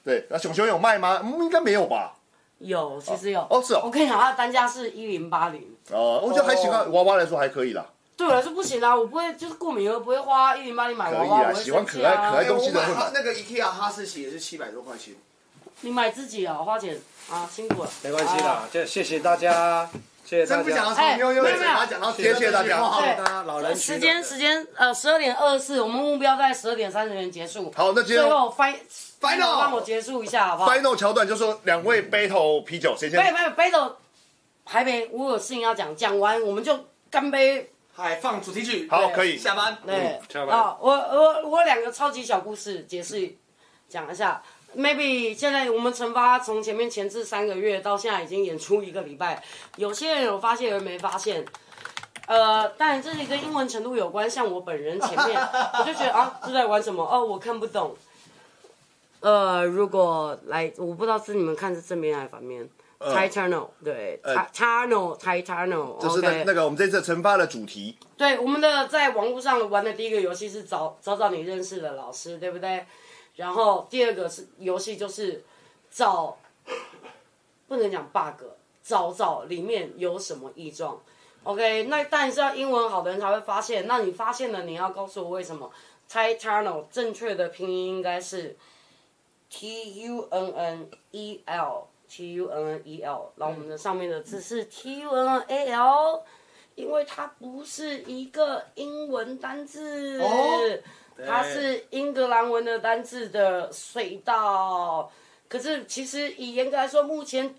对，那熊熊有卖吗？嗯应该没有吧？有，其实有。哦是哦我跟你讲，它的单价是一零八零，哦，我觉得还行啊，哦娃娃来说还可以啦，对我来说不行啊，我不会就是过敏，我不会花一零八零买可娃以娃，啊我会喜欢生气啊可爱可爱哎，东西我的会买买那个 IKEA 哈士奇也是七百多块钱，你买自己啊，花钱啊，辛苦了。没关系啊啦，就谢谢大家，谢谢大真不想要家，从妞妞哎的嘴巴讲到没有没有贴切大家谢谢大家话，对大家老人取时暖间的时间呃十二点二四，我们目标在十二点三十元结束。好那今天最后 final Final 帮我结束一下好不好？ final 桥段就说两位 battle 啤酒，谁先没？有没有 battle 还没，我有事情要讲，讲完我们就干杯。嗨，放主题曲，好，对可以。下班，对下，班啊，我我我两个超级小故事解释讲一下。Maybe 现在我们惩罚从前面前置三个月到现在已经演出一个礼拜，有些人有发现，有人没发现。呃，当然这是跟英文程度有关，像我本人前面我就觉得啊，这在玩什么？哦，我看不懂。呃，如果来，我不知道是你们看是正面还是反面。Titano，对，Titano，Titano，呃就是那 OK 那个我嗯们这次惩罚的主题，对，我们的在网络上玩的第一个游戏是找找找你认识的老师，对不对？然后第二个是游戏就是找，不能讲 bug，找找里面有什么异状。 OK，那但是要英文好的人才会发现。那你发现了，你要告诉我为什么。Titano 正确的拼音应该是 T U N N E L T U N N E L，然后我们的上面的字是 T U N N A L，因为它不是一个英文单字，哦它是英格兰文的单字的隧道。可是其实以严格来说，目前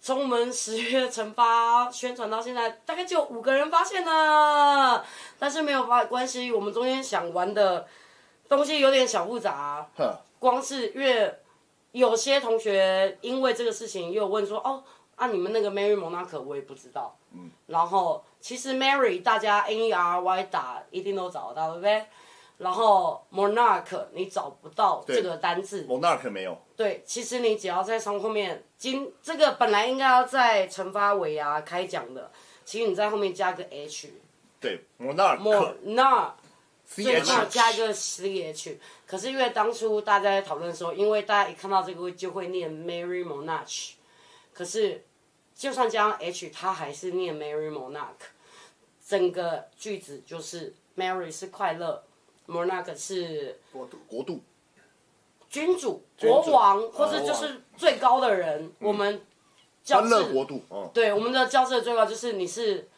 从我们十月 惩罚宣传到现在，大概只有五个人发现了，但是没有发关系，我们中间想玩的东西有点小复杂，哼，光是越有些同学因为这个事情也有问说，哦，啊你们那个 Mary 蒙娜可我也不知道，嗯，然后其实 Mary 大家 N E R Y 打一定都找得到，对不对？然后 monarch 你找不到这个单字，蒙纳可没有，对，其实你只要在从后面，今这个本来应该要在惩罚尾牙开讲的，其实你在后面加个 H，对，蒙纳莫可那最后 CH 加个 CH。可是因为当初大家在讨论的时候，因为大家一看到这个就会念 Mary Monarch，可是就算加上 H，它还是念 Mary Monarch。整个句子就是 Mary 是快乐，Monarch 是国度，君主、君主啊嗯国王，或者就是最高的人，我们教欢室乐国度， 嗯，对我们的教室的最高就是你是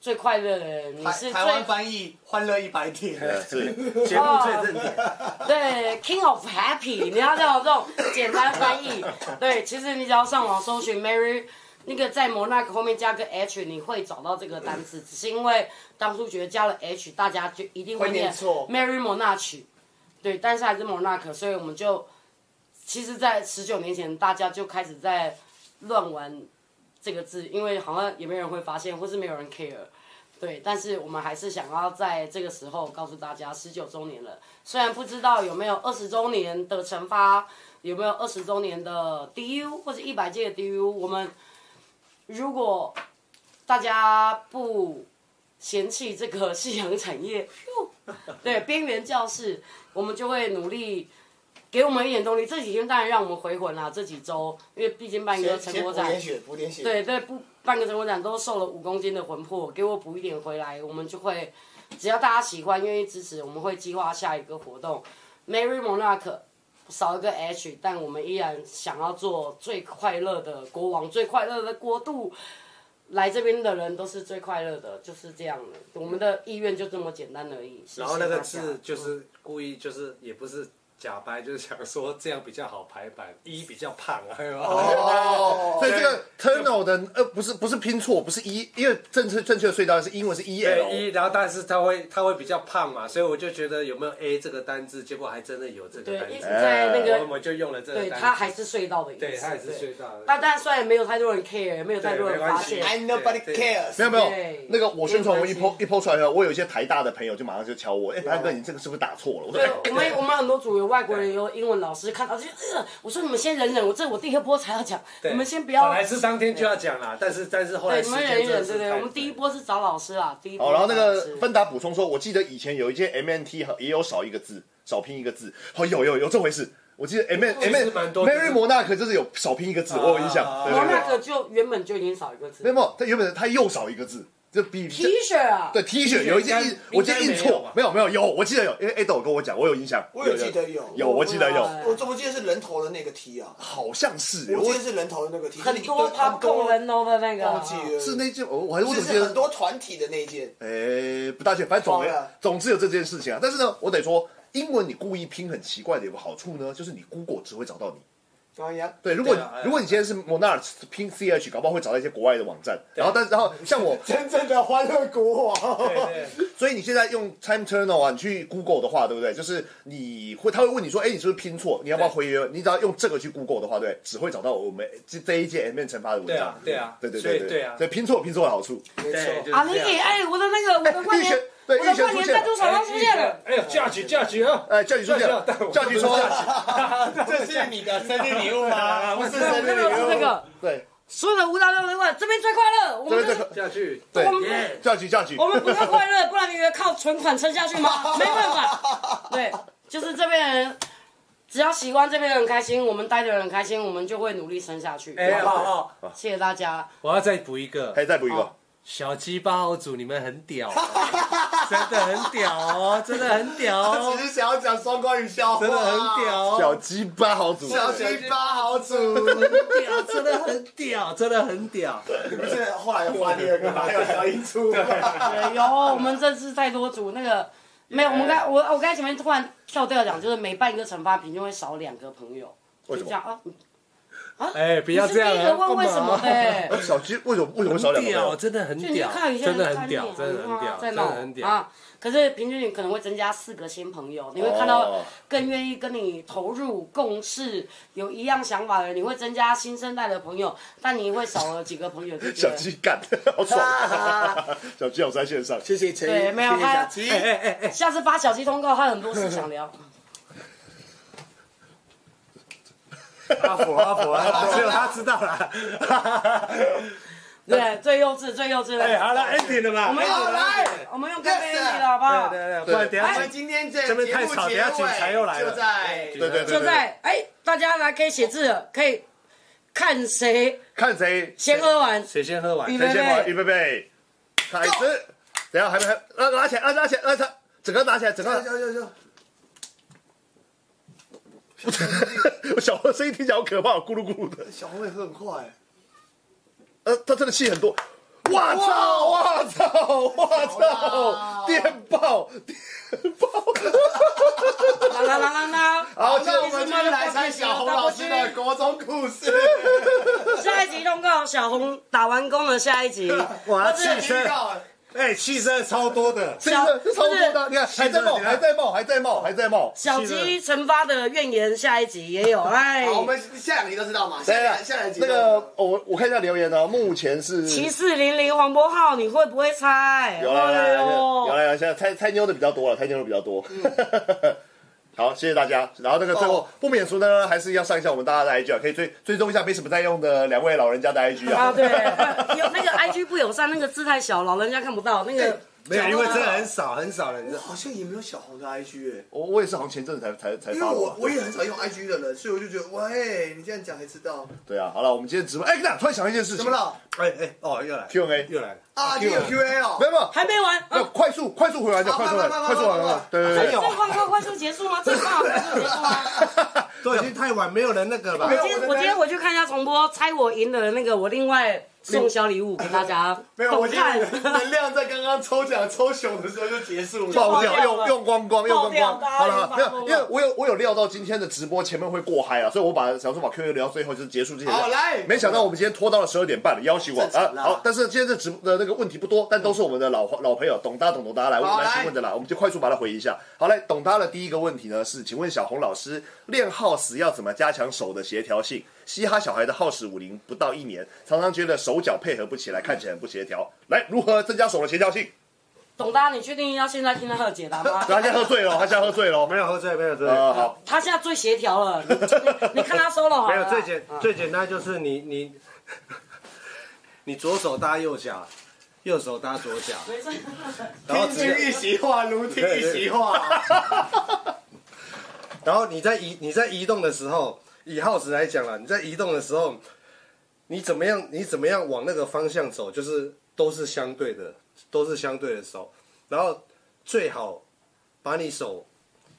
最快乐的人，你是台台湾最翻译《欢乐一百天》呃是，节目最正 点， 对 King of Happy，你要叫我这种简单翻译。对，其实你只要上网搜寻 Mary。那个在摩纳哥后面加个 H，你会找到这个单词，只是因为当初觉得加了 H，大家就一定会会念念错 Mary Monarch，对，但是还是 Monarch，所以我们就其实，在十九年前，大家就开始在乱玩这个字，因为好像也没有人会发现，或是没有人 care。对，但是我们还是想要在这个时候告诉大家，十九周年了。虽然不知道有没有二十周年的惩罚，有没有二十周年的 DU 或者一百届的 DU，我们如果大家不嫌弃这个夕阳产业， 哟对边缘教室，我们就会努力给我们一点动力。这几天当然让我们回魂啦，这几周，因为毕竟办一个成先果补展，点血，补点血。对对，不半个成果展都瘦了五公斤的魂魄，给我补一点回来，我们就会，只要大家喜欢愿意支持，我们会计划下一个活动。Mary Monarch 少一个 H，但我们依然想要做最快乐的国王，最快乐的国度。来这边的人都是最快乐的，就是这样的。我们的意愿就这么简单而已。谢谢然后那个大家字就是故意就是也不是假掰，就是想说这样比较好排版，一比较胖啊，对吧哦，所以这个 tunnel 的呃不是不是拼错，不是 e，因为正确正确的隧道是英文是 e 对一， l，然后但是它会它会比较胖嘛，所以我就觉得有没有 A 这个单字，结果还真的有这对个单，一直字，在那哎我个，们就用了这个对单字。他还是隧道的意思。对，它也是对最大的。但但虽然没有太多人 care，没有太对多人没关发系现， ，And nobody 对 cares。没有没有对，那个我宣传我一没有 po 关一 po 出来以后，我有一些台大的朋友就马上就敲我，哎，潘哥你这个是不是打错了？我说对哎，我们我们很多组有外国人，也有英文老师看到就，呃，我说你们先忍忍，我这我第一波才要讲，对你们先不本要，来是当天就要讲啦，但是但是后来对，时你们间忍一真的忍，是对对，太我们第一波是找老师啦，第一波好，然后那找老师个芬达补充说，我记得以前有一届 MNT 和也有少一个字，少拼一个字。哦，有有有这回事，我记得 M N 其 M 实 N 蛮多 Mary 摩纳克就是有少拼一个字，我有印象。对我对那对，个就原本就已经少一个字没有没有，他原本他又少一个字，就比，T 恤啊，对 T 恤有一件应印，该我记得印应该没有错吧，没有没有有，我记得有，因为 A 豆跟我讲，我有印象，我有记得有有我记得有，我怎么记得是人头的那个 T 啊？好像是，我我记得是人头的那个 T，很多他他共人头的那个忘，记了，是那件，我我还我就怎么记是得很？多团体的那一件。诶，不大确定，反正总忘了总之有这件事情啊。但是呢，我得说，英文你故意拼很奇怪的有个好处呢，就是你 Google 只会找到你。哎呀，对，如果你对啊哎如果你今天是 Monarch 拼 CH，搞不好会找到一些国外的网站。然后，但然后像我，真正的欢乐国 王。对对所以你现在用 Time Turner 啊，你去 Google 的话，对不对？就是你会，他会问你说，哎，你是不是拼错？你要不要对回约？你只要用这个去 Google 的话，对，只会找到我们这这一届 M 面惩罚的文对章啊。对啊对对所以对对啊所以拼错有拼错的好处。没对，就是错，这啊，样你给哎，我的那个我的万哎年玉，我泉的对玉万年泉赞助厂商出现了，哎呦，嫁娶嫁娶啊！哎，教育出现了但我，教育说， 这是 你的 生日礼物吗？不是我生哎们这日个是礼那物。个对，所有的舞蹈都问这边最快乐，我这们边这这个个嫁娶，对我，们教育教育 我，们不够快乐，不然你以为靠存款撑下 去吗？没办法，对，就是这边人，只要喜欢这边的人开心，我们待的人开心，我们就会努力撑下去。好哎不好哦哦，谢谢大家。我要再补一个，还再补一个好，小鸡爆组，你们很 屌、哦，真的很屌哦，真的很屌他哦只，是想要讲双关语笑话，真的很屌，小哦，鸡巴好组，小鸡巴好主。很屌，真的很屌，真的很屌。你不是后来又换第二个吗？还有小一 出，对，有我们这次太多组那哎个没有，我们刚我我刚才前面突然跳掉讲，就是每办一个惩罚品就会少两个朋友，就为什么这样啊，哎、不不要这样第一个啊！问为什么干嘛呗？啊小鸡为什么为什么会少两很个屌，朋友？真的很就你就屌，看有些真人的看很你啊屌，真的很屌，在真的闹很屌。啊！可是平均你可能会增加四个新朋友，你会看哦到更愿意跟你投入共事、有一样想法的人，你会增加新生代的朋友，但你会少了几个朋友，就小觉得鸡干，好爽！ 小鸡好在线上，谢谢陈宇，对没有谢谢他小鸡。哎哎哎，下次发小鸡通告，他很多事想 聊。阿福阿 福阿福，只有他知道啦。对，最幼稚，最幼稚哎，的。好了，ending 了吧？我们用好来来，我们用干杯 Yes 了，好不好对？对对，不然等我下们哎今天这这边太节目吵结等下警尾察又来了哎就在对对对，就在哎，大家来可以写字了，可以看谁看谁先喝完。谁先喝完？哎你谁们先玩，预备备，开始。等一下还没还拉拉起来，拉拉起来，拉起来，整个拿起来，整就个。就就就 我小何声音听起来好可怕，咕噜咕噜的。小红会喝很快，呃，他真的气很多。哇哦操！哇操！哇操！电爆！电爆！啦啦啦啦啦！好，那我们就来猜小红老师的国中故 事。下一集通告，小红打完工的下一集。哇，气这声预，告哎，气声超多的。真的，这超多的，你看还在冒，还在冒，还在冒，还在冒。小鸡惩罚的怨言下一集也有，哎好，，我们下两集都知道嘛？下等一两下下两集那个，我我看一下留言哦，目前是七四零零黄渤浩，你会不会猜？有来哎来来，哦呦有来啊来，现在猜猜妞的比较多了，猜妞的比较多。 好，谢谢大家。然后那个最后嗯哦不免俗呢，还是要上一下我们大家的 IG 啊，可以追追踪一下没什么在用的两位老人家的 IG 啊。啊，对， 有那个 IG 不友善，那个字太小，老人家看不到。那个啊没有，因为真的很少很少人知道。好像也没有小红的 IG 哎。 我我也是好像前阵子才才才因为发我的。我也很少用 IG 的人，所以我就觉得，喂，你这样讲才知道对啊，好了，我们今天直播，哎，那突然想到一件事情，怎么了哎哎，哦，又来 Q&A 又来了。啊？今天有 QA 没哦，有没有，还没完，没有啊快速快速回来的，好快速回来，慢慢快速回慢慢来慢，对对还对。有这快快快速结束吗？这快快速结束 吗？啊都已经太晚没有人那个了吧没？有今天我今天回去看一下重播，猜我赢的那个，我另外送小礼物给大家。没有，我今天懂看能量在刚刚抽奖抽熊的时候就结束了。爆掉，爆掉用了用光光，用光光。爆掉好了，好了大家已经没有，发疯了因为我有我有料到今天的直播前面会过嗨啊，所以我把想说把 Q A 留到最后，就是结束之前。好来没想到我们今天拖到了十二点半了，要求我正常啊。啦好，但是今天这直播的那个问题不多，但都是我们的老老朋友董大董董大来问好来询来问的啦，我们就快速把它回一下。好，来董大的第一个问题呢是，请问小红老师练耗时要怎么加强手的协调性？嘻哈小孩的耗时五零不到一年，常常觉得手脚配合不起来，看起来很不协调。来，如何增加手的协调性？董大，啊你确定要现在听到他的解 答吗？他现在喝醉了，他现在喝醉了。没有喝醉，没有喝醉。呃，好， 他现在最协调了，你你看他 solo 好了没有最简最简单就是你你 你左手搭右脚，右手搭左脚，没事然后听只有君一席话，如听一席话。然后你在移你在移动的时候，以耗时来讲啦，你在移动的时候，你怎么样你怎么样往那个方向走，就是都是相对的，都是相对的手，然后最好把你手。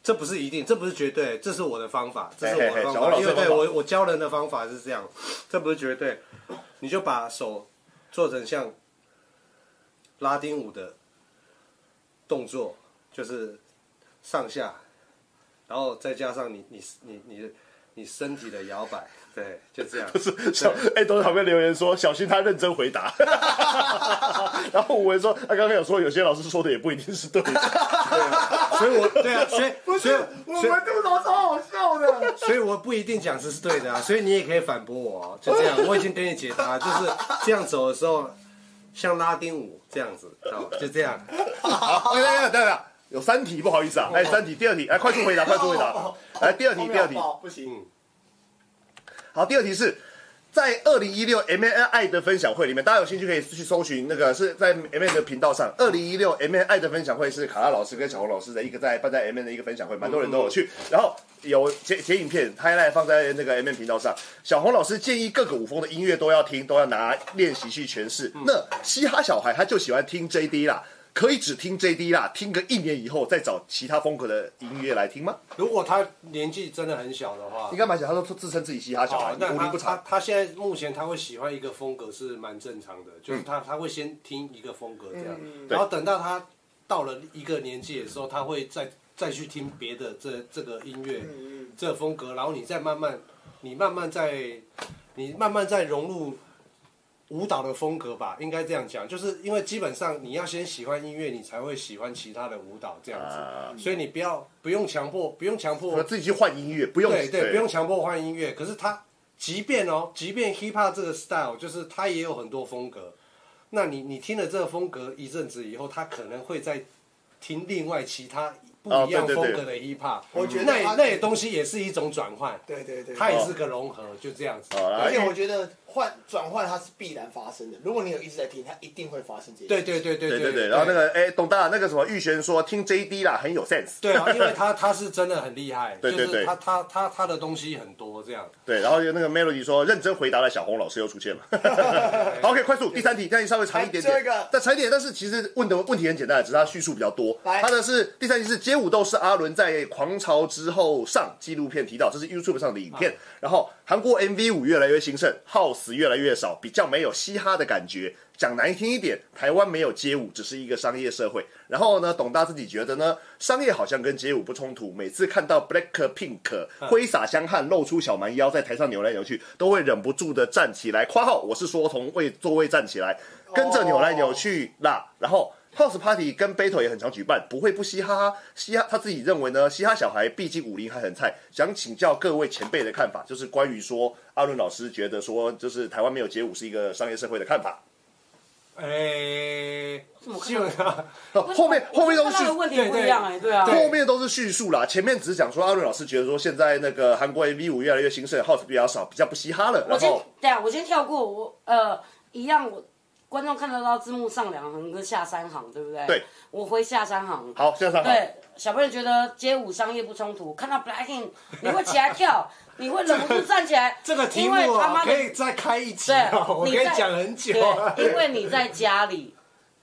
这不是一定，这不是绝对，这是我的方法，这是我的方嘿嘿嘿小法。王老师因为对的方法我我教人的方法是这样，这不是绝对，你就把手做成像拉丁舞的动作，就是上下，然后再加上你你你你你身体的摇摆，对，就 这样。小哎，都在旁边留言说小心他认真回 答。然后我文说，啊他刚刚有说有些老师说的也不一定是对的。所以我对啊，所以不所以是，我所以们吐槽超好笑的。所以我不一定讲是对的啊，所以你也可以反驳我、哦，就这样，我已经给你解答，就是这样走的时候，像拉丁舞这样子，知道吗？就这样。 好，等等等等，有三题，不好意思啊，来三题，第二题，来快速回答，快速回答。来第二题，第二题，不行，好，第二题是在二零一六 M N I 的分享会里面，大家有兴趣可以去搜寻那个是在 M N 的频道上。二零一六 M N I 的分享会是卡拉老师跟小红老师的一个在办在 M N 的一个分享会，蛮多人都有嗯去。然后有截截影片 h i g h l i g h t 放在那个 M N 频道上。小红老师建议各个舞风的音乐都要听，都要拿练习去诠释。嗯那嘻哈小孩他就喜欢听 J D 啦。可以只听 J D 啦，听个一年以后再找其他风格的音乐来听吗？如果他年纪真的很小的话你，干嘛讲？他说自称自己嘻哈小孩，哦，那无他理不他查。他现在目前他会喜欢一个风格是蛮正常的，嗯就是他他会先听一个风格这样，然后等到他到了一个年纪的时候，他会再再去听别的这这个音乐嗯这个风格，然后你再慢慢你慢慢再你慢慢再融入。舞蹈的风格吧，应该这样讲，就是因为基本上你要先喜欢音乐，你才会喜欢其他的舞蹈这样子，啊所以你不要不用强迫，不用强迫我自己去换音乐，不用对对，不用强迫换音乐。可是他，即便哦，即便 hip hop 这个 style，就是它也有很多风格。那你你听了这个风格一阵子以后，他可能会再听另外其他不哦一样对对对风格的 hip hop。我觉得那也他那也东西也是一种转换，对对对，它也是个融合，就这样子。好啦而且我觉得换转换它是必然发生的。如果你有一直在听，它一定会发生这些。对对对对对对对对，然后那个哎，董大那个什么玉璇说听 JD 啦很有 sense，对啊，因为他他是真的很厉害，对对就对是他他他他的东西很多这样。对，然后有那个 Melody 说认真回答了小红老师又出现了， 好，OK，快速第三题，但你稍微长一点点，哎这个但长一点，但是其实问的问题很简单，只是他叙述比较多。来他的是第三题是街舞斗士阿伦在《狂潮之后》上纪录片提到，这是 YouTube 上的影片。然后韩国 MV 舞越来越兴盛，House 越来越少，比较没有嘻哈的感觉。讲难听一点，台湾没有街舞，只是一个商业社会。然后呢，董大自己觉得呢，商业好像跟街舞不冲突。每次看到 Black Pink 挥洒香汗，露出小蛮腰，在台上扭来扭去，都会忍不住的站起来。括号我是说从位座位站起来，跟着扭来扭去啦。然后 House Party 跟 Battle 也很常举办，不会不嘻哈哈。嘻哈他自己认为呢，嘻哈小孩毕竟武林还很菜，想请教各位前辈的看法，就是关于说阿伦老师觉得说，就是台湾没有街舞是一个商业社会的看法。哎，怎么看基本上哦后面后面都看是到的叙问题不一样哎、对啊，后面都是叙述啦，前面只是讲说阿伦老师觉得说现在那个韩国 MV 舞越来越兴盛，House 比较少，比较不嘻哈了。我然先后对啊，我先跳过我呃一样我。观众看得到字幕上两行跟下三行，对不对？对，我回下三行。好，现在上好。对，小朋友觉得街舞商业不冲突，看到 Blacking 你会起来跳，你会忍不住站起来。 这个题因目为他啊，妈可的以再开一集对， 哦，我你可以在讲很久啊。 对，因为你在家里，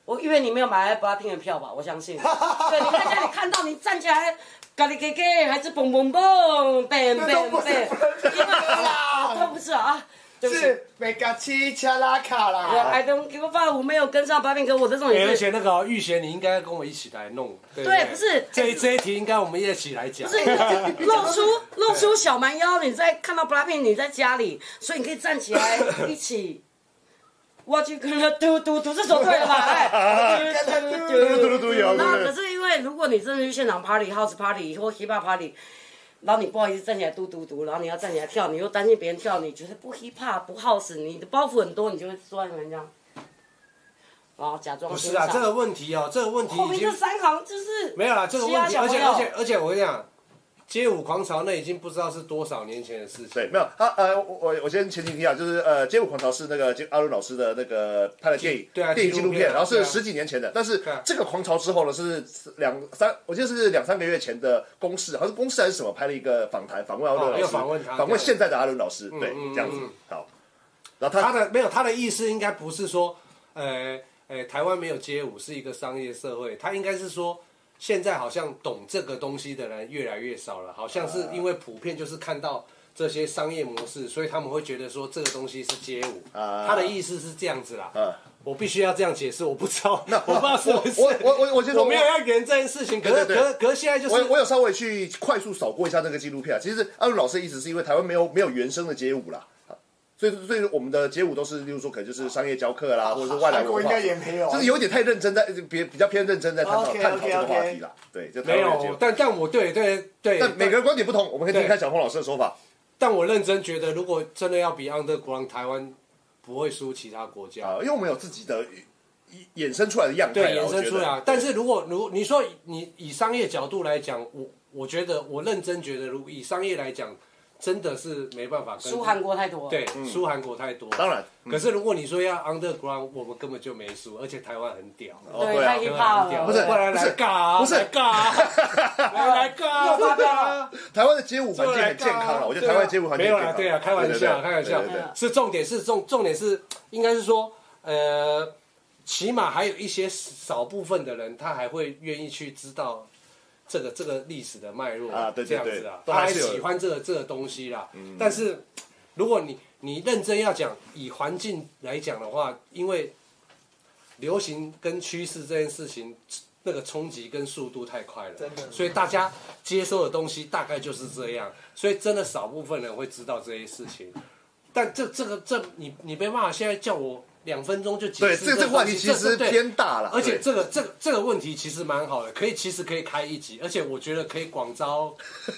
我因为你没有买 Blackpink 的票吧，我相 信。对，你在家里看到你站起来，咖喱 K K 还是蹦蹦蹦，bang bang bang，因为啊都不是啊，对不起。是美嘎七恰拉卡对啦。 ，I don't give a fuck，我没有跟上 Blackpink 我的重欸点而是，且那个哦玉贤，你应该跟我一起来弄。对对对，不是这一这一题应该我们一起来讲。不是你露出露出小蛮腰，你在看到 Blackpink 你在家里，所以你可以站起来一起。What you gonna do do do 这首对了吧？哎嘟嘟嘟嘟有对那不对可是因为如果你真的去现场 party、house party 或 hip hop party，然后你不好意思站起来嘟嘟嘟，然后你要站起来跳，你又担心别人跳，你觉得不 hip hop 不 house，你的包袱很多，你就会坐在那边这样，然后假装不欣是啊赏，这个问题哦，这个问题后已面经这三行就是没有啦，这个问其题，他小而朋且友而且而且我跟你讲，街舞狂潮那已经不知道是多少年前的事情。对，没有他呃，我我我先前提提啊，就是呃，《街舞狂潮》是那个阿伦老师的那个拍的电影，对啊电影纪纪录录片，片啊然后是对啊十几年前的，但是对啊这个狂潮之后呢，是两三，我记得是两三个月前的公视，好像是公视还是什么拍了一个访谈，访问阿伦哦老师，又访问他访这问样现在的阿伦老师，对，嗯这样子嗯，好，然后他的没有他的意思应该不是说，呃呃，台湾没有街舞是一个商业社会，他应该是说。现在好像懂这个东西的人越来越少了，好像是因为普遍就是看到这些商业模式，所以他们会觉得说这个东西是街舞。啊他的意思是这样子啦。啊我必须要这样解释，我不知道，那我不知道是不是。我我我我先说我没有要圆这件事情，可是对对可是可是现在就我是我有稍微去快速扫过一下那个纪录片啊。其实阿伦老师的意思是因为台湾没有没有原生的街舞啦，所以所以我们的街舞都是，例如说可能就是商业教课啊啦，或者是外来韩国文应化该，也没有。啊就是有点太认真在别比较偏认真在探讨哦 OK，OK，OK 探讨这个话题啦。对，就台没湾的街有舞，。但但我对对对，但每个人观点不同，我们可以听听看小红老师的说法。但我认真觉得，如果真的要比 Underground，台湾不会输其他国家。啊，因为我们有自己的衍衍生出来的样态对，啦，衍生出来我觉啊得。但是如果如你说以你以商业角度来讲，我我觉得我认真觉得，如果以商业来讲，真的是没办法跟输韩国太多了。对，输韩国太多。嗯当然，嗯可是如果你说要 underground，我们根本就没输，而且台湾很屌，哦对，对啊太台 hip 湾 hop 很屌，了。不是过来来尬啊，不是来尬 啊，来来尬啊，又发飙啊了，台湾的街舞环境很健康了，啊我觉得台湾的街舞环境没很健有啦，康对啊，开玩对对笑，对开玩笑对对对，是重点是重重点是应该是说，呃，起码还有一些少部分的人，他还会愿意去知道这个这个历史的脉络啊对对这样对子啦，都他还还是有嗯喜欢这个这个东西啦。但是如果你你认真要讲以环境来讲的话，因为流行跟趋势这件事情，那个冲击跟速度太快了，真的所以大家接收的东西大概就是这样，所以真的少部分人会知道这些事情。但这这个这你你没办法，现在叫我两分钟就解对释这个这个话东题西其实这对偏大了，而且对这个这个这个问题其实蛮好的，可以其实可以开一集，而且我觉得可以广 招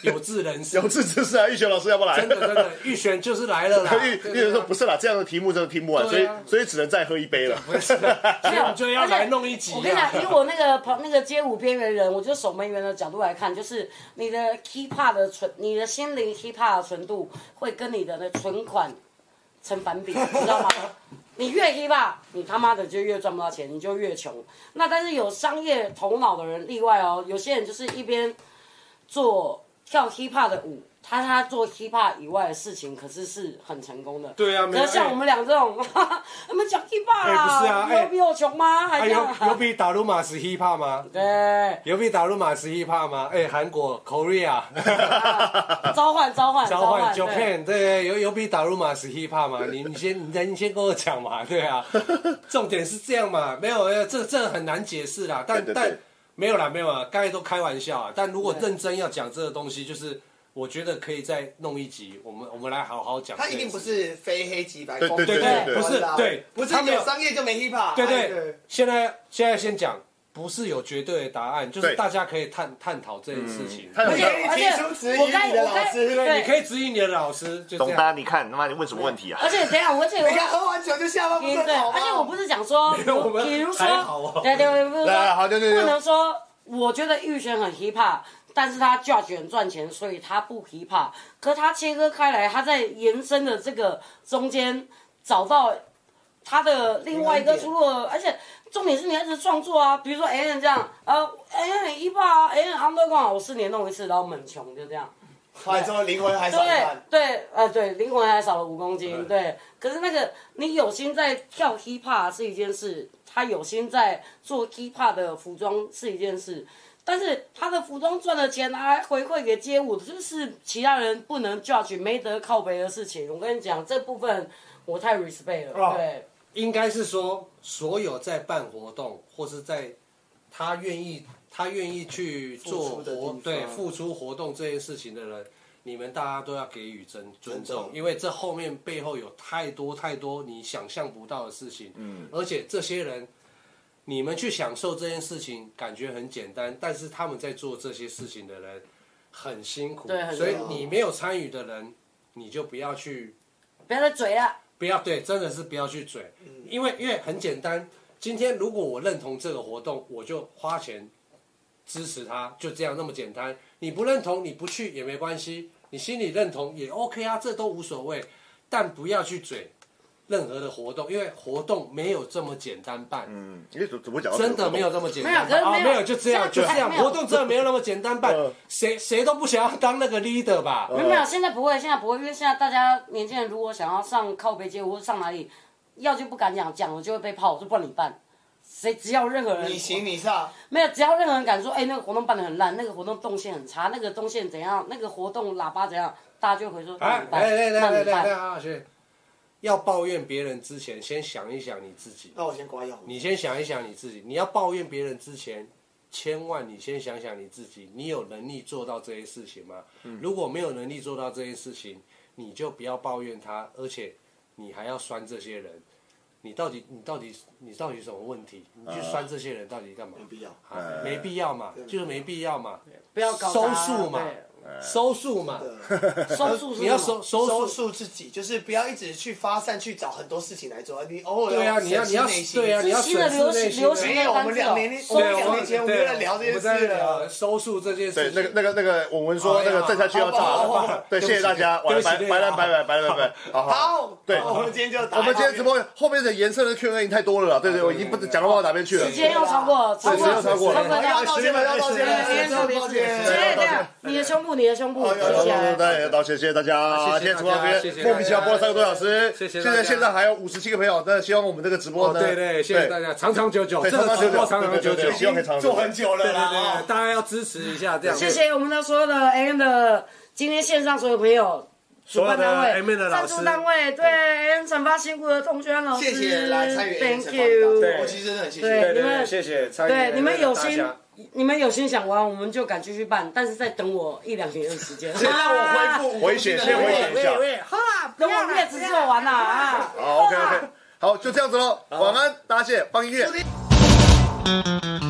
有志人士有，志之士啊，玉璇老师要不要来？真的 真的预选就是来了啦，玉对玉璇说不是啦，这样的题目真的听不完，所对以啊所以只能再喝一杯了。 所以我们就要来弄一集啊我跟你讲，以我那个旁那个街舞边缘人，我就守门员的角度来看，就是你的 hip hop 的纯，你的心灵 hip hop 的纯度会跟你的那存款成反比，你知 道吗？你越 hip hop，你他妈的就越赚不到钱，你就越穷。那但是有商业头脑的人例外哦，有些人就是一边做跳 hip hop 的舞。他他做 hip hop 以外的事情，可是是很成功的。对啊没可有是像哎我们俩这种， 我们讲 hip hop 哎啦，不是啊你有哎比我穷吗？还哎，这样啊有有比打鲁马斯 hiphop 吗？对，有比打鲁马斯 hiphop 吗？哎，韩 国 Korea 召唤召唤召唤对 Japan，对，有有比打鲁马斯 hiphop 吗？你你先你先你先跟我讲嘛，对 啊，重点是这样嘛，没有，没有这这很难解释啦，但对对但对没有啦，没有啦，刚才都开玩笑啊，但如果对认真要讲这个东西，就是我觉得可以再弄一集，我们我们来好好讲这他件事。一定不是非黑即白，对对对对对，不是对，不是他没有有商业就没 hip hop，对哎对，现在现在先讲，不是有绝对的答案，就是对嗯大家可以探探讨这件事情。探讨 而且而你可以提出质疑且我该你的我该老师对，你可以，以指引你的老师，就这董样。大，你看他妈你问什么问题啊？而且等一下，我而且你看我。喝完酒就下班不对，是很好吗？而且我不是讲说，没有我们比如还好哦说，对对，对比如来，说，好，对对不对，能说我觉得玉璇很 hip hop，但是他 judge 很赚钱，所以他不 hip hop。可他切割开来，他在延伸的这个中间找到他的另外一个出路，而且重点是你要一直创作啊，比如说 a n 这样，呃 a n 很 hip hop 啊 a n underground，我四年弄一次，然后猛穷就这样。还之后灵魂还少一对半，对，呃，对，灵魂还少了五公斤，对。可是那个你有心在跳 hip hop 是一件事，他有心在做 hip hop 的服装是一件事，但是他的服装赚的钱拿来回馈给街舞，就是其他人不能 judge 没得靠背的事情。我跟你讲，这部分我太 respect 了，哦对，应该是说，所有在办活动或是在他愿意他愿意去做付出的地活方对付出活动这件事情的人，你们大家都要给予尊尊尊重重，因为这后面背后有太多太多你想象不到的事情。嗯，而且这些人。你们去享受这件事情，感觉很简单，但是他们在做这些事情的人很辛苦，对很所以辛苦你没有参与的人，你就不要去不要再嘴了，不要对，真的是不要去嘴，嗯因为因为很简单。今天如果我认同这个活动，我就花钱支持他，就这样那么简单。你不认同，你不去也没关系，你心里认同也 OK 啊，这都无所谓。但不要去嘴任何的活动，因为活动没有这么简单办，嗯，哦你怎怎么讲？真的没有这么简单没有办。可啊是没有没有就这样就现在这样，没有活动真的没有那么简单办嗯，谁谁都不想要当那个 leader 吧？没有哦没有，现在不会，现在不会，因为现在大家年轻人如果想要上靠北街舞或上哪里，要就不敢讲，讲了就会被泡，就不然你办。谁只要任何人你行你上，没有，只要任何人敢说，哎、那个活动办的很烂，那个活动动线很差，那个动线怎样，那个活动喇叭怎样，大家就会说，那哎你，办，来来来那来你来来办，啊，去！要抱怨别人之前，先想一想你自己。那我先刮药。你先想一想你自己。你要抱怨别人之前，千万你先想想你自己，你有能力做到这些事情吗？如果没有能力做到这些事情，你就不要抱怨他，而且你还要酸这些人。你到底你到底你到底有什么问题？你去酸这些人到底干嘛？没必要哎啊，没必要嘛，就是没必要嘛。不要搞收砸束嘛对，哎收束嘛， 收束是你要什收么收收束。束自己，就是不要一直去发散去找很多事情来做，你偶尔对啊，审你要视你要内心对啊，这你要新的审视流行内心流行啊没有，我们两年我对们两我年啊前我们就在聊这件事啊了。收束这件对事，，那个那个那个，我们说那个正下去要炸了。对，谢谢大家，晚安，拜拜了，拜拜，拜拜，拜拜，好好。好，对我们今天就打我们今天到直播后面的颜色的 Q&A 太多了啦，对对，我已经不讲到不知道哪边去了时。间又超过，超哎时间过，又超过了超过要到道歉了，要道歉了，别别别要道歉对对了。对，你的胸部，你的胸哦部，举起来。大家道歉，谢谢大家，今天直播到这边，莫名其妙播了三个多小时，现在现在还有五十七个朋友，那希望我们这个直播呢，哦对对，谢谢大家，长长久久，对这长个长久直久播长长久久，对对对希望可以长长久久做很久了对对啦，对，哦大家要支持一下这样。谢谢我们的所有的 A N 的今天线上所有朋友。主所有办的单 AN 的位、老赞师助单位，对 N 惩罚辛苦的同学老师，谢谢来参与 Thank AN 惩罚的， you 我。其实真的很谢对谢。对对对，谢谢参与对，你们有大心家，你们有心想玩，我们就敢继续办，但是再等我一两年的时间。先让我恢复回血，先回血一下。等我们也只做完了啊。好，OK OK，好，就这样子喽，晚安，大家谢，谢，放音乐。